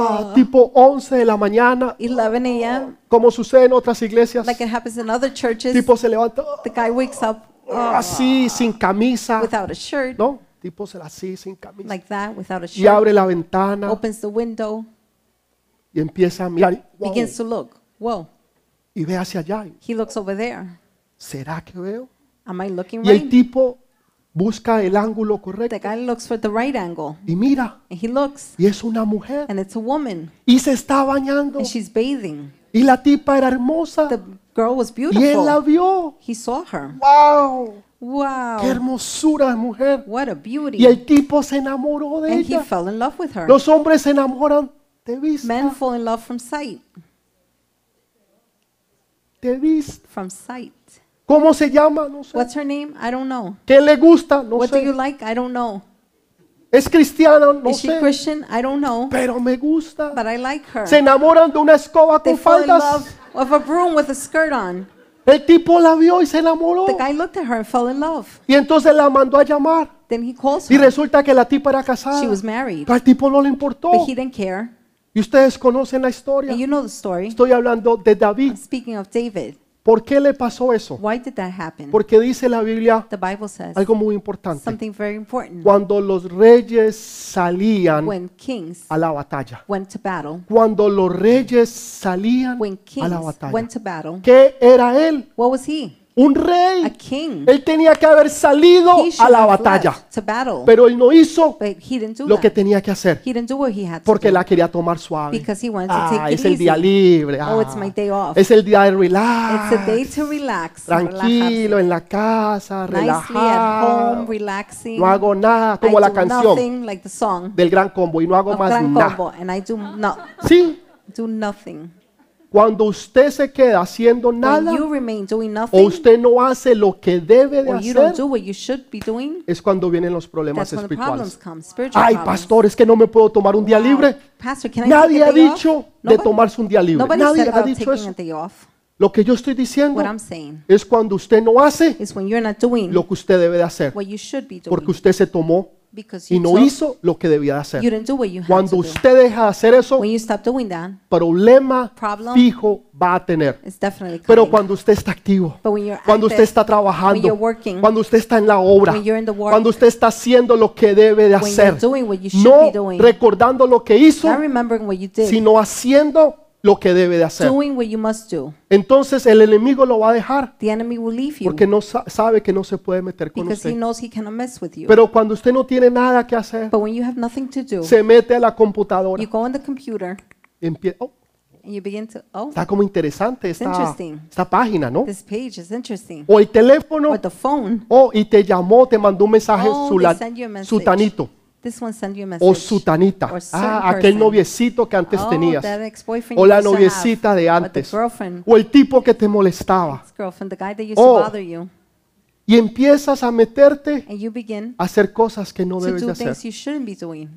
[SPEAKER 1] ah, tipo 11 de la mañana,
[SPEAKER 2] 11 a.m.
[SPEAKER 1] como sucede en otras iglesias.
[SPEAKER 2] like it happens in other churches.
[SPEAKER 1] Tipo se levanta ah,
[SPEAKER 2] the guy wakes up uh,
[SPEAKER 1] así, sin camisa,
[SPEAKER 2] without a shirt,
[SPEAKER 1] ¿no? Tipo se así, sin camisa.
[SPEAKER 2] like that, without a
[SPEAKER 1] Y
[SPEAKER 2] shirt,
[SPEAKER 1] abre la ventana
[SPEAKER 2] opens the window,
[SPEAKER 1] y empieza a mirar y, wow,
[SPEAKER 2] begins to look. Whoa,
[SPEAKER 1] y ve hacia allá. y,
[SPEAKER 2] he looks over there.
[SPEAKER 1] ¿Será que veo?
[SPEAKER 2] Am I looking
[SPEAKER 1] Y el
[SPEAKER 2] right?
[SPEAKER 1] tipo busca el ángulo
[SPEAKER 2] The
[SPEAKER 1] correcto
[SPEAKER 2] guy looks for the right angle.
[SPEAKER 1] y mira,
[SPEAKER 2] And he looks,
[SPEAKER 1] y es una mujer.
[SPEAKER 2] and it's a woman,
[SPEAKER 1] Y se está bañando.
[SPEAKER 2] and she's bathing.
[SPEAKER 1] Y la tipa era hermosa.
[SPEAKER 2] The girl was
[SPEAKER 1] Y él la
[SPEAKER 2] beautiful.
[SPEAKER 1] vio.
[SPEAKER 2] He saw her.
[SPEAKER 1] ¡Wow! ¡Qué
[SPEAKER 2] Wow,
[SPEAKER 1] hermosura de mujer!
[SPEAKER 2] what a beauty.
[SPEAKER 1] Y el tipo se enamoró de
[SPEAKER 2] And he
[SPEAKER 1] ella.
[SPEAKER 2] fell in love with her.
[SPEAKER 1] Los hombres se enamoran de vista.
[SPEAKER 2] Men fall in love from sight.
[SPEAKER 1] De vista.
[SPEAKER 2] From sight.
[SPEAKER 1] ¿Cómo se llama? No sé.
[SPEAKER 2] What's her name? I don't know.
[SPEAKER 1] ¿Qué le gusta? No
[SPEAKER 2] What do you
[SPEAKER 1] sé.
[SPEAKER 2] like? I don't know.
[SPEAKER 1] ¿Es cristiana? No
[SPEAKER 2] Is she
[SPEAKER 1] sé.
[SPEAKER 2] Christian? I don't know.
[SPEAKER 1] Pero me gusta.
[SPEAKER 2] But I like her.
[SPEAKER 1] Se enamoran de una escoba
[SPEAKER 2] They
[SPEAKER 1] con
[SPEAKER 2] fall in love
[SPEAKER 1] faldas.
[SPEAKER 2] of a broom with a skirt on.
[SPEAKER 1] El tipo la vio y se enamoró.
[SPEAKER 2] The guy looked at her and fell in love.
[SPEAKER 1] Y entonces la mandó a llamar.
[SPEAKER 2] Then he calls
[SPEAKER 1] Y
[SPEAKER 2] her.
[SPEAKER 1] resulta que la tipa era casada.
[SPEAKER 2] She was married.
[SPEAKER 1] Al tipo no le importó.
[SPEAKER 2] But he didn't care.
[SPEAKER 1] Y ustedes conocen la historia.
[SPEAKER 2] And you know the story.
[SPEAKER 1] Estoy hablando de David.
[SPEAKER 2] Speaking of David,
[SPEAKER 1] ¿Por qué le pasó eso?
[SPEAKER 2] why did that happen?
[SPEAKER 1] Porque dice la Biblia
[SPEAKER 2] The Bible says
[SPEAKER 1] algo muy importante.
[SPEAKER 2] something very important.
[SPEAKER 1] Cuando los reyes salían
[SPEAKER 2] When kings
[SPEAKER 1] a la batalla.
[SPEAKER 2] went to battle,
[SPEAKER 1] Cuando los reyes salían
[SPEAKER 2] when
[SPEAKER 1] a la
[SPEAKER 2] kings
[SPEAKER 1] batalla.
[SPEAKER 2] went to battle,
[SPEAKER 1] ¿Qué era él?
[SPEAKER 2] what was he?
[SPEAKER 1] Un
[SPEAKER 2] A
[SPEAKER 1] rey.
[SPEAKER 2] king.
[SPEAKER 1] Él tenía que haber salido
[SPEAKER 2] He should
[SPEAKER 1] a la
[SPEAKER 2] have
[SPEAKER 1] batalla.
[SPEAKER 2] left To battle.
[SPEAKER 1] Pero él no hizo
[SPEAKER 2] But he didn't do
[SPEAKER 1] lo que
[SPEAKER 2] that.
[SPEAKER 1] tenía que hacer.
[SPEAKER 2] He didn't do what he had to
[SPEAKER 1] Porque
[SPEAKER 2] do.
[SPEAKER 1] la quería tomar suave.
[SPEAKER 2] Because he wanted to
[SPEAKER 1] Ah,
[SPEAKER 2] take it
[SPEAKER 1] es el día
[SPEAKER 2] easy.
[SPEAKER 1] libre. ah,
[SPEAKER 2] Oh, it's my day off.
[SPEAKER 1] es el día de
[SPEAKER 2] It's a day
[SPEAKER 1] relax.
[SPEAKER 2] to relax.
[SPEAKER 1] Tranquilo, en la casa,
[SPEAKER 2] relajarse. Nicely at home,
[SPEAKER 1] relajado.
[SPEAKER 2] relaxing.
[SPEAKER 1] No hago nada,
[SPEAKER 2] I
[SPEAKER 1] como la
[SPEAKER 2] do
[SPEAKER 1] canción
[SPEAKER 2] nothing like the song
[SPEAKER 1] del gran combo y no hago
[SPEAKER 2] of
[SPEAKER 1] más
[SPEAKER 2] Gran
[SPEAKER 1] nada.
[SPEAKER 2] Combo. And I do, no,
[SPEAKER 1] Sí,
[SPEAKER 2] do nothing.
[SPEAKER 1] cuando usted se queda haciendo
[SPEAKER 2] When
[SPEAKER 1] nada
[SPEAKER 2] you remain doing
[SPEAKER 1] o
[SPEAKER 2] nothing,
[SPEAKER 1] usted no hace lo que debe de
[SPEAKER 2] or you don't
[SPEAKER 1] hacer,
[SPEAKER 2] do what you should be doing,
[SPEAKER 1] es cuando vienen los problemas
[SPEAKER 2] that's when the problems
[SPEAKER 1] espirituales.
[SPEAKER 2] come. Spiritual
[SPEAKER 1] Ay,
[SPEAKER 2] problems. Ah,
[SPEAKER 1] pastor, es que no me puedo tomar un día libre.
[SPEAKER 2] Pastor, can I take
[SPEAKER 1] Nadie
[SPEAKER 2] a
[SPEAKER 1] ha
[SPEAKER 2] day off?
[SPEAKER 1] dicho de
[SPEAKER 2] Nobody-
[SPEAKER 1] tomarse un día libre.
[SPEAKER 2] Nobody
[SPEAKER 1] Nadie
[SPEAKER 2] said
[SPEAKER 1] ha
[SPEAKER 2] about
[SPEAKER 1] dicho
[SPEAKER 2] taking
[SPEAKER 1] eso.
[SPEAKER 2] a day off.
[SPEAKER 1] Lo que yo estoy diciendo
[SPEAKER 2] What I'm saying
[SPEAKER 1] es cuando usted no hace
[SPEAKER 2] is when you're not doing
[SPEAKER 1] lo que usted debe de hacer,
[SPEAKER 2] what you should be doing
[SPEAKER 1] porque usted se tomó
[SPEAKER 2] because
[SPEAKER 1] y
[SPEAKER 2] you,
[SPEAKER 1] no
[SPEAKER 2] took-
[SPEAKER 1] hizo lo que debía de
[SPEAKER 2] you
[SPEAKER 1] hacer.
[SPEAKER 2] didn't do what you had
[SPEAKER 1] Cuando
[SPEAKER 2] to do.
[SPEAKER 1] usted deja de hacer eso,
[SPEAKER 2] When you stop doing that,
[SPEAKER 1] problema
[SPEAKER 2] Problem.
[SPEAKER 1] fijo va a tener.
[SPEAKER 2] it's definitely coming.
[SPEAKER 1] Pero cuando usted está activo,
[SPEAKER 2] But when you're
[SPEAKER 1] cuando usted
[SPEAKER 2] active,
[SPEAKER 1] está trabajando,
[SPEAKER 2] you're working,
[SPEAKER 1] cuando usted está en la obra,
[SPEAKER 2] when you're in the work,
[SPEAKER 1] cuando usted está haciendo lo que debe de
[SPEAKER 2] when you're
[SPEAKER 1] hacer,
[SPEAKER 2] doing what you should be
[SPEAKER 1] no
[SPEAKER 2] doing,
[SPEAKER 1] recordando lo que hizo,
[SPEAKER 2] not remembering what you did,
[SPEAKER 1] sino haciendo lo que debe de hacer.
[SPEAKER 2] doing what you must do.
[SPEAKER 1] Entonces el enemigo lo va a dejar
[SPEAKER 2] The enemy will leave you
[SPEAKER 1] porque no sa- sabe que no se puede meter con
[SPEAKER 2] because he
[SPEAKER 1] usted.
[SPEAKER 2] knows he cannot mess with you.
[SPEAKER 1] Pero cuando usted no tiene nada que hacer,
[SPEAKER 2] But when you have nothing to do,
[SPEAKER 1] se mete a la computadora.
[SPEAKER 2] you go on the computer
[SPEAKER 1] y empie- oh,
[SPEAKER 2] and you begin to, oh,
[SPEAKER 1] está como interesante esta,
[SPEAKER 2] Interesting.
[SPEAKER 1] esta página, ¿no?
[SPEAKER 2] this page is interesting.
[SPEAKER 1] O el teléfono,
[SPEAKER 2] Or the phone,
[SPEAKER 1] o y te llamó, te mandó un mensaje
[SPEAKER 2] Oh,
[SPEAKER 1] su
[SPEAKER 2] they
[SPEAKER 1] la-
[SPEAKER 2] send you a message.
[SPEAKER 1] sutanito
[SPEAKER 2] this one sent you a message.
[SPEAKER 1] o sutanita.
[SPEAKER 2] Or certain
[SPEAKER 1] Ah, aquel
[SPEAKER 2] person.
[SPEAKER 1] noviecito que antes
[SPEAKER 2] Oh,
[SPEAKER 1] tenías.
[SPEAKER 2] that ex-boyfriend
[SPEAKER 1] O
[SPEAKER 2] you
[SPEAKER 1] la
[SPEAKER 2] used to have.
[SPEAKER 1] noviecita de
[SPEAKER 2] Or the
[SPEAKER 1] antes.
[SPEAKER 2] girlfriend,
[SPEAKER 1] O el tipo que te molestaba.
[SPEAKER 2] girlfriend, the guy that used to
[SPEAKER 1] Oh.
[SPEAKER 2] bother you.
[SPEAKER 1] Y empiezas a meterte
[SPEAKER 2] And you begin
[SPEAKER 1] a hacer cosas que Ah, no
[SPEAKER 2] to
[SPEAKER 1] debes de
[SPEAKER 2] do
[SPEAKER 1] hacer.
[SPEAKER 2] things you shouldn't be doing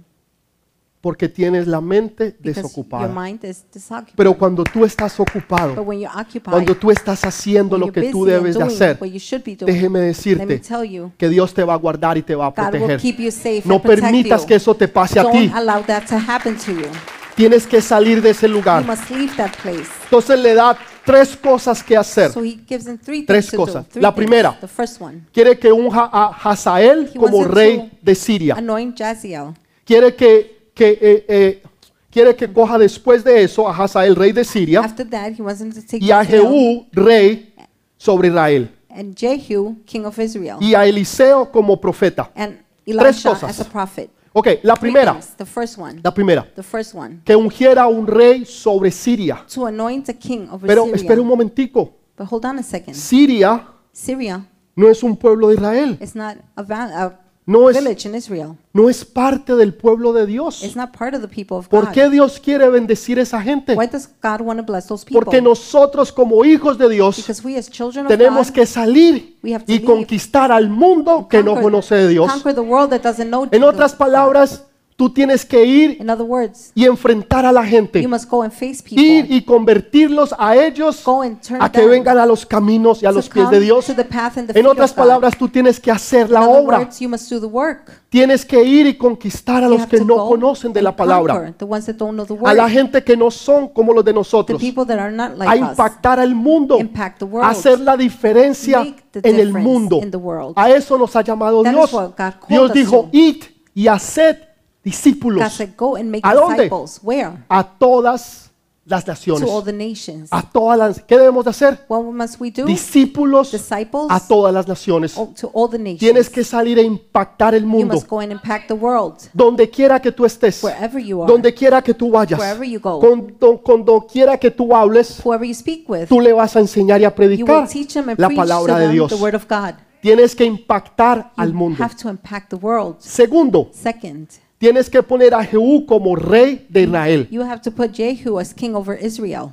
[SPEAKER 1] Porque tienes la mente
[SPEAKER 2] because your
[SPEAKER 1] desocupada.
[SPEAKER 2] mind is disoccupied.
[SPEAKER 1] Pero cuando tú estás
[SPEAKER 2] But
[SPEAKER 1] ocupado,
[SPEAKER 2] when you're occupied,
[SPEAKER 1] cuando tú estás haciendo
[SPEAKER 2] when
[SPEAKER 1] lo
[SPEAKER 2] you're
[SPEAKER 1] que tú
[SPEAKER 2] busy and
[SPEAKER 1] debes de
[SPEAKER 2] doing
[SPEAKER 1] hacer,
[SPEAKER 2] what you should be doing,
[SPEAKER 1] déjeme
[SPEAKER 2] let me
[SPEAKER 1] decirte
[SPEAKER 2] tell you,
[SPEAKER 1] que Dios te va a guardar y te va a
[SPEAKER 2] God will
[SPEAKER 1] proteger.
[SPEAKER 2] keep you safe
[SPEAKER 1] No
[SPEAKER 2] and protect
[SPEAKER 1] permitas
[SPEAKER 2] you.
[SPEAKER 1] que eso te pase a
[SPEAKER 2] Don't
[SPEAKER 1] ti.
[SPEAKER 2] allow that to happen to you.
[SPEAKER 1] Tienes que salir de ese
[SPEAKER 2] You
[SPEAKER 1] lugar.
[SPEAKER 2] must leave that place.
[SPEAKER 1] Entonces le da tres cosas que hacer.
[SPEAKER 2] So he gives them three
[SPEAKER 1] Tres
[SPEAKER 2] things to
[SPEAKER 1] cosas.
[SPEAKER 2] do. Three
[SPEAKER 1] La
[SPEAKER 2] things.
[SPEAKER 1] primera.
[SPEAKER 2] The first one.
[SPEAKER 1] Quiere que unja a Hazael
[SPEAKER 2] He
[SPEAKER 1] como
[SPEAKER 2] wants him
[SPEAKER 1] rey
[SPEAKER 2] to
[SPEAKER 1] de Siria.
[SPEAKER 2] Anoint Jaziel.
[SPEAKER 1] Quiere que, que, eh, eh, quiere que coja después de eso a Hazael, rey de Siria,
[SPEAKER 2] After that, he wants him to take
[SPEAKER 1] y a
[SPEAKER 2] Jaziel
[SPEAKER 1] Jehú, rey sobre Israel,
[SPEAKER 2] and Jehu, king of Israel,
[SPEAKER 1] y a Eliseo como profeta.
[SPEAKER 2] and Elisha
[SPEAKER 1] cosas.
[SPEAKER 2] as a prophet.
[SPEAKER 1] Ok, la
[SPEAKER 2] Three
[SPEAKER 1] primera,
[SPEAKER 2] things. The first one.
[SPEAKER 1] la primera,
[SPEAKER 2] The first one.
[SPEAKER 1] que ungiera a un rey sobre Siria.
[SPEAKER 2] To anoint a king over
[SPEAKER 1] Pero
[SPEAKER 2] Syria.
[SPEAKER 1] espere un momentico,
[SPEAKER 2] But hold on a second.
[SPEAKER 1] Siria
[SPEAKER 2] Syria
[SPEAKER 1] no es un pueblo de Israel,
[SPEAKER 2] is not a, va-
[SPEAKER 1] no
[SPEAKER 2] a
[SPEAKER 1] es,
[SPEAKER 2] village in Israel.
[SPEAKER 1] no es parte del pueblo de Dios.
[SPEAKER 2] It's not part of the people of
[SPEAKER 1] ¿Por
[SPEAKER 2] God.
[SPEAKER 1] qué Dios quiere bendecir a esa gente?
[SPEAKER 2] Why does God want to bless those people?
[SPEAKER 1] Porque nosotros como hijos de Dios
[SPEAKER 2] Because we as children of
[SPEAKER 1] tenemos
[SPEAKER 2] God
[SPEAKER 1] que salir
[SPEAKER 2] we have to
[SPEAKER 1] y
[SPEAKER 2] leave.
[SPEAKER 1] conquistar al mundo que no
[SPEAKER 2] conquer-
[SPEAKER 1] conoce de Dios.
[SPEAKER 2] conquer the world that doesn't know
[SPEAKER 1] En
[SPEAKER 2] the-
[SPEAKER 1] otras palabras, tú tienes que ir
[SPEAKER 2] in other words,
[SPEAKER 1] y enfrentar a la gente,
[SPEAKER 2] you must go and face people.
[SPEAKER 1] ir y convertirlos a ellos
[SPEAKER 2] go and turn
[SPEAKER 1] a que
[SPEAKER 2] them
[SPEAKER 1] vengan a los caminos y a
[SPEAKER 2] to
[SPEAKER 1] los pies
[SPEAKER 2] come
[SPEAKER 1] de Dios.
[SPEAKER 2] to the path and the feet
[SPEAKER 1] En
[SPEAKER 2] of
[SPEAKER 1] otras
[SPEAKER 2] God.
[SPEAKER 1] palabras, tú tienes que hacer
[SPEAKER 2] in
[SPEAKER 1] la
[SPEAKER 2] other
[SPEAKER 1] obra.
[SPEAKER 2] words, you must do the work.
[SPEAKER 1] Tienes que ir y conquistar a
[SPEAKER 2] You
[SPEAKER 1] los
[SPEAKER 2] have
[SPEAKER 1] que
[SPEAKER 2] to
[SPEAKER 1] no
[SPEAKER 2] go
[SPEAKER 1] conocen de
[SPEAKER 2] and
[SPEAKER 1] la palabra,
[SPEAKER 2] conquer The ones that don't know the
[SPEAKER 1] a
[SPEAKER 2] word.
[SPEAKER 1] la gente que no son como los de
[SPEAKER 2] the
[SPEAKER 1] nosotros.
[SPEAKER 2] people that are not
[SPEAKER 1] a
[SPEAKER 2] like us.
[SPEAKER 1] impactar al mundo,
[SPEAKER 2] Impact the world.
[SPEAKER 1] hacer la diferencia
[SPEAKER 2] Make the
[SPEAKER 1] en el
[SPEAKER 2] difference
[SPEAKER 1] mundo.
[SPEAKER 2] in the world.
[SPEAKER 1] A eso nos ha llamado
[SPEAKER 2] That
[SPEAKER 1] Dios.
[SPEAKER 2] is what God called
[SPEAKER 1] Dios
[SPEAKER 2] us
[SPEAKER 1] dijo,
[SPEAKER 2] to.
[SPEAKER 1] id y haced
[SPEAKER 2] God
[SPEAKER 1] discípulos
[SPEAKER 2] said, go and make
[SPEAKER 1] ¿A dónde?
[SPEAKER 2] disciples. Where?
[SPEAKER 1] a todas las
[SPEAKER 2] To
[SPEAKER 1] naciones.
[SPEAKER 2] all the nations.
[SPEAKER 1] A todas las, ¿Qué debemos de hacer?
[SPEAKER 2] What must we do?
[SPEAKER 1] Discípulos
[SPEAKER 2] Disciples
[SPEAKER 1] a todas las naciones.
[SPEAKER 2] all- to all the nations.
[SPEAKER 1] Tienes que salir e impactar el
[SPEAKER 2] you
[SPEAKER 1] mundo.
[SPEAKER 2] must go and impact the world.
[SPEAKER 1] Donde quiera que tú estés,
[SPEAKER 2] Wherever you are.
[SPEAKER 1] donde quiera que tú vayas,
[SPEAKER 2] Wherever you go.
[SPEAKER 1] con, don- con quiera que tú hables,
[SPEAKER 2] Whoever you speak with.
[SPEAKER 1] tú le vas a enseñar y a
[SPEAKER 2] You will
[SPEAKER 1] predicar
[SPEAKER 2] teach them and
[SPEAKER 1] la
[SPEAKER 2] preach to
[SPEAKER 1] palabra de
[SPEAKER 2] them
[SPEAKER 1] Dios.
[SPEAKER 2] the word of God.
[SPEAKER 1] Tienes que impactar al
[SPEAKER 2] You
[SPEAKER 1] mundo.
[SPEAKER 2] have to impact the world.
[SPEAKER 1] Segundo,
[SPEAKER 2] Second,
[SPEAKER 1] tienes que poner a Jehú como rey de Israel.
[SPEAKER 2] you have to put Jehu as king over Israel.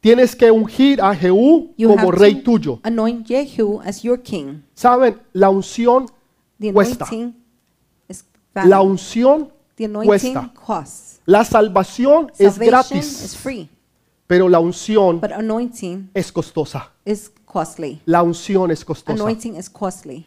[SPEAKER 1] Tienes que ungir a Jehú
[SPEAKER 2] You
[SPEAKER 1] como
[SPEAKER 2] have
[SPEAKER 1] rey
[SPEAKER 2] to
[SPEAKER 1] tuyo.
[SPEAKER 2] Anoint Jehu as your king.
[SPEAKER 1] Saben, la unción
[SPEAKER 2] The
[SPEAKER 1] Cuesta.
[SPEAKER 2] anointing is
[SPEAKER 1] La
[SPEAKER 2] valid.
[SPEAKER 1] unción
[SPEAKER 2] The anointing
[SPEAKER 1] cuesta.
[SPEAKER 2] costs.
[SPEAKER 1] La salvación es
[SPEAKER 2] Salvation is
[SPEAKER 1] gratis,
[SPEAKER 2] free,
[SPEAKER 1] pero la unción
[SPEAKER 2] but anointing
[SPEAKER 1] es costosa.
[SPEAKER 2] is costly.
[SPEAKER 1] La unción es costosa.
[SPEAKER 2] Anointing is costly.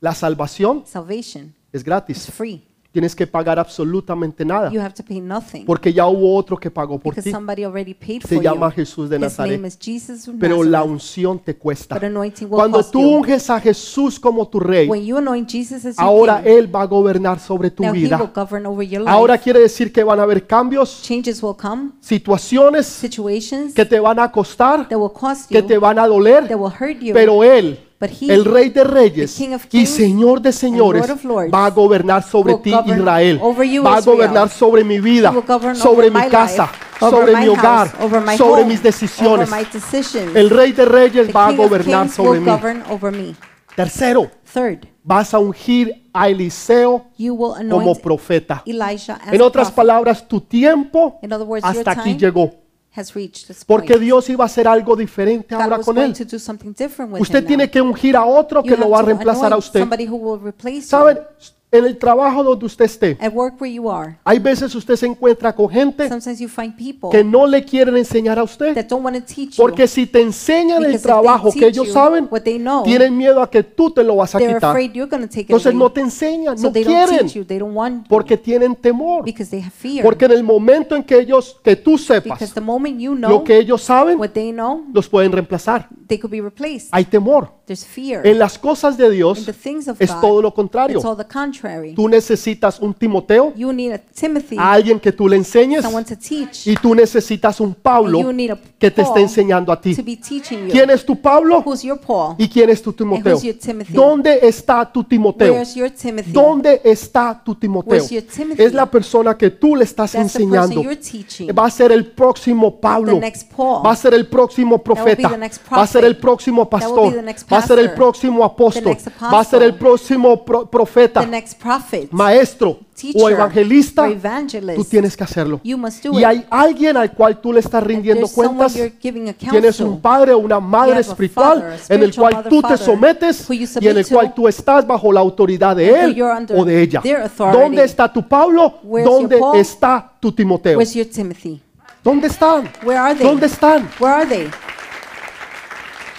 [SPEAKER 1] La salvación
[SPEAKER 2] Salvation
[SPEAKER 1] es
[SPEAKER 2] is
[SPEAKER 1] gratis.
[SPEAKER 2] free.
[SPEAKER 1] Tienes que pagar absolutamente nada,
[SPEAKER 2] You have to pay nothing
[SPEAKER 1] porque ya hubo otro que pagó por
[SPEAKER 2] because
[SPEAKER 1] ti,
[SPEAKER 2] somebody already paid for
[SPEAKER 1] se llama
[SPEAKER 2] you.
[SPEAKER 1] Jesús de
[SPEAKER 2] His name
[SPEAKER 1] Nazaret,
[SPEAKER 2] is Jesus of
[SPEAKER 1] pero la
[SPEAKER 2] Nazareth.
[SPEAKER 1] unción te cuesta.
[SPEAKER 2] But anointing will
[SPEAKER 1] Cuando
[SPEAKER 2] cost
[SPEAKER 1] tú
[SPEAKER 2] you.
[SPEAKER 1] unges a Jesús como tu rey,
[SPEAKER 2] When you anoint Jesus as your
[SPEAKER 1] Ahora
[SPEAKER 2] king,
[SPEAKER 1] Él va a gobernar sobre tu
[SPEAKER 2] now he will
[SPEAKER 1] vida.
[SPEAKER 2] govern over your life.
[SPEAKER 1] Ahora quiere decir que van a haber cambios,
[SPEAKER 2] Changes will come,
[SPEAKER 1] situaciones
[SPEAKER 2] situations
[SPEAKER 1] que te van a costar,
[SPEAKER 2] that will cost
[SPEAKER 1] que
[SPEAKER 2] you,
[SPEAKER 1] te
[SPEAKER 2] that
[SPEAKER 1] van a doler,
[SPEAKER 2] will hurt you.
[SPEAKER 1] pero Él,
[SPEAKER 2] but he
[SPEAKER 1] el Rey de Reyes
[SPEAKER 2] the King of
[SPEAKER 1] y
[SPEAKER 2] Kings
[SPEAKER 1] Señor de Señores,
[SPEAKER 2] Lord of Lords,
[SPEAKER 1] va a gobernar sobre
[SPEAKER 2] will
[SPEAKER 1] ti,
[SPEAKER 2] govern
[SPEAKER 1] Israel.
[SPEAKER 2] over you,
[SPEAKER 1] Va a
[SPEAKER 2] Israel.
[SPEAKER 1] gobernar sobre mi vida,
[SPEAKER 2] he will govern
[SPEAKER 1] sobre
[SPEAKER 2] over my
[SPEAKER 1] mi casa,
[SPEAKER 2] life, over
[SPEAKER 1] sobre
[SPEAKER 2] my
[SPEAKER 1] mi hogar,
[SPEAKER 2] house, over my
[SPEAKER 1] sobre
[SPEAKER 2] home,
[SPEAKER 1] mis decisiones.
[SPEAKER 2] over my decisions.
[SPEAKER 1] El Rey de Reyes
[SPEAKER 2] the
[SPEAKER 1] va a
[SPEAKER 2] King of
[SPEAKER 1] gobernar
[SPEAKER 2] Kings will
[SPEAKER 1] sobre mí.
[SPEAKER 2] govern over me.
[SPEAKER 1] Tercero,
[SPEAKER 2] Third,
[SPEAKER 1] vas a ungir a Eliseo
[SPEAKER 2] you will
[SPEAKER 1] como
[SPEAKER 2] anoint
[SPEAKER 1] profeta.
[SPEAKER 2] Elijah as
[SPEAKER 1] En
[SPEAKER 2] a
[SPEAKER 1] otras
[SPEAKER 2] prophet.
[SPEAKER 1] palabras, tu tiempo
[SPEAKER 2] In other words, your
[SPEAKER 1] hasta aquí
[SPEAKER 2] time
[SPEAKER 1] llegó.
[SPEAKER 2] has reached this point.
[SPEAKER 1] Porque Dios iba a hacer algo diferente
[SPEAKER 2] God
[SPEAKER 1] ahora
[SPEAKER 2] was
[SPEAKER 1] con
[SPEAKER 2] going
[SPEAKER 1] él.
[SPEAKER 2] to do something different with
[SPEAKER 1] Usted
[SPEAKER 2] him
[SPEAKER 1] tiene
[SPEAKER 2] now.
[SPEAKER 1] que ungir a otro
[SPEAKER 2] You
[SPEAKER 1] que lo
[SPEAKER 2] have
[SPEAKER 1] va a
[SPEAKER 2] to
[SPEAKER 1] reemplazar a
[SPEAKER 2] anoint
[SPEAKER 1] usted.
[SPEAKER 2] Somebody who will replace
[SPEAKER 1] ¿Saben?
[SPEAKER 2] you
[SPEAKER 1] En el trabajo donde usted esté,
[SPEAKER 2] at work where you are.
[SPEAKER 1] hay veces usted se encuentra con gente
[SPEAKER 2] Sometimes you find people
[SPEAKER 1] que no le quieren enseñar a usted.
[SPEAKER 2] that don't want to teach you.
[SPEAKER 1] Porque si te enseñan
[SPEAKER 2] Because
[SPEAKER 1] el
[SPEAKER 2] if they
[SPEAKER 1] trabajo que
[SPEAKER 2] teach
[SPEAKER 1] ellos
[SPEAKER 2] you
[SPEAKER 1] saben,
[SPEAKER 2] what they know,
[SPEAKER 1] tienen miedo a que tú te lo vas a
[SPEAKER 2] They're
[SPEAKER 1] quitar.
[SPEAKER 2] afraid you're going to take it
[SPEAKER 1] Entonces
[SPEAKER 2] away.
[SPEAKER 1] no te enseñan,
[SPEAKER 2] So
[SPEAKER 1] no
[SPEAKER 2] they don't
[SPEAKER 1] quieren,
[SPEAKER 2] teach you. They don't want you
[SPEAKER 1] porque tienen temor.
[SPEAKER 2] because they have fear.
[SPEAKER 1] Porque en el momento en que ellos, que tú
[SPEAKER 2] Because
[SPEAKER 1] sepas
[SPEAKER 2] the moment you know
[SPEAKER 1] lo que ellos saben,
[SPEAKER 2] what they know,
[SPEAKER 1] los pueden reemplazar.
[SPEAKER 2] they could be replaced.
[SPEAKER 1] Hay temor.
[SPEAKER 2] There's fear.
[SPEAKER 1] En las cosas de
[SPEAKER 2] In
[SPEAKER 1] Dios
[SPEAKER 2] the things of
[SPEAKER 1] es
[SPEAKER 2] God,
[SPEAKER 1] todo lo contrario.
[SPEAKER 2] it's all the contrary.
[SPEAKER 1] Tú necesitas un Timoteo,
[SPEAKER 2] You need a Timothy,
[SPEAKER 1] a alguien que tú le enseñes,
[SPEAKER 2] someone to teach.
[SPEAKER 1] y tú necesitas un Pablo
[SPEAKER 2] You need a
[SPEAKER 1] que te esté
[SPEAKER 2] Paul
[SPEAKER 1] enseñando a ti.
[SPEAKER 2] To be teaching you.
[SPEAKER 1] ¿Quién es tu Pablo
[SPEAKER 2] Who's your Paul?
[SPEAKER 1] y quién es tu Timoteo?
[SPEAKER 2] who's your Timothy?
[SPEAKER 1] ¿Dónde está tu Timoteo?
[SPEAKER 2] Where's your Timothy?
[SPEAKER 1] ¿Dónde está tu Timoteo?
[SPEAKER 2] Where's your Timothy?
[SPEAKER 1] Es la persona que tú le estás
[SPEAKER 2] That's the
[SPEAKER 1] enseñando.
[SPEAKER 2] person you're teaching.
[SPEAKER 1] Va a ser el próximo Pablo.
[SPEAKER 2] The next Paul.
[SPEAKER 1] Va a ser el próximo profeta.
[SPEAKER 2] the next
[SPEAKER 1] Va a ser el
[SPEAKER 2] prophet.
[SPEAKER 1] próximo
[SPEAKER 2] will
[SPEAKER 1] pastor.
[SPEAKER 2] be the next
[SPEAKER 1] Va a ser el
[SPEAKER 2] pastor.
[SPEAKER 1] próximo
[SPEAKER 2] The
[SPEAKER 1] apóstol.
[SPEAKER 2] next
[SPEAKER 1] Va a ser el
[SPEAKER 2] apostle.
[SPEAKER 1] próximo pro-
[SPEAKER 2] The
[SPEAKER 1] profeta,
[SPEAKER 2] next prophet,
[SPEAKER 1] maestro
[SPEAKER 2] teacher,
[SPEAKER 1] o evangelista.
[SPEAKER 2] or
[SPEAKER 1] Tú
[SPEAKER 2] evangelist.
[SPEAKER 1] tienes que hacerlo.
[SPEAKER 2] You must do
[SPEAKER 1] Y
[SPEAKER 2] it.
[SPEAKER 1] hay alguien al cual tú le estás rindiendo
[SPEAKER 2] There's someone
[SPEAKER 1] cuentas.
[SPEAKER 2] you're giving account
[SPEAKER 1] Tienes
[SPEAKER 2] to.
[SPEAKER 1] un padre o una madre
[SPEAKER 2] have a
[SPEAKER 1] espiritual
[SPEAKER 2] father, a
[SPEAKER 1] en el
[SPEAKER 2] spiritual
[SPEAKER 1] cual tú te
[SPEAKER 2] mother, father,
[SPEAKER 1] sometes
[SPEAKER 2] who you
[SPEAKER 1] y en el
[SPEAKER 2] submit
[SPEAKER 1] cual
[SPEAKER 2] to,
[SPEAKER 1] tú estás bajo la autoridad de
[SPEAKER 2] and who
[SPEAKER 1] él
[SPEAKER 2] you're under
[SPEAKER 1] o de ella.
[SPEAKER 2] their authority.
[SPEAKER 1] ¿Dónde está tu Pablo?
[SPEAKER 2] Where's your
[SPEAKER 1] ¿Dónde
[SPEAKER 2] Paul?
[SPEAKER 1] está tu Timoteo?
[SPEAKER 2] Where's your Timothy?
[SPEAKER 1] ¿Dónde están?
[SPEAKER 2] Where are they?
[SPEAKER 1] ¿Dónde están?
[SPEAKER 2] Where are they?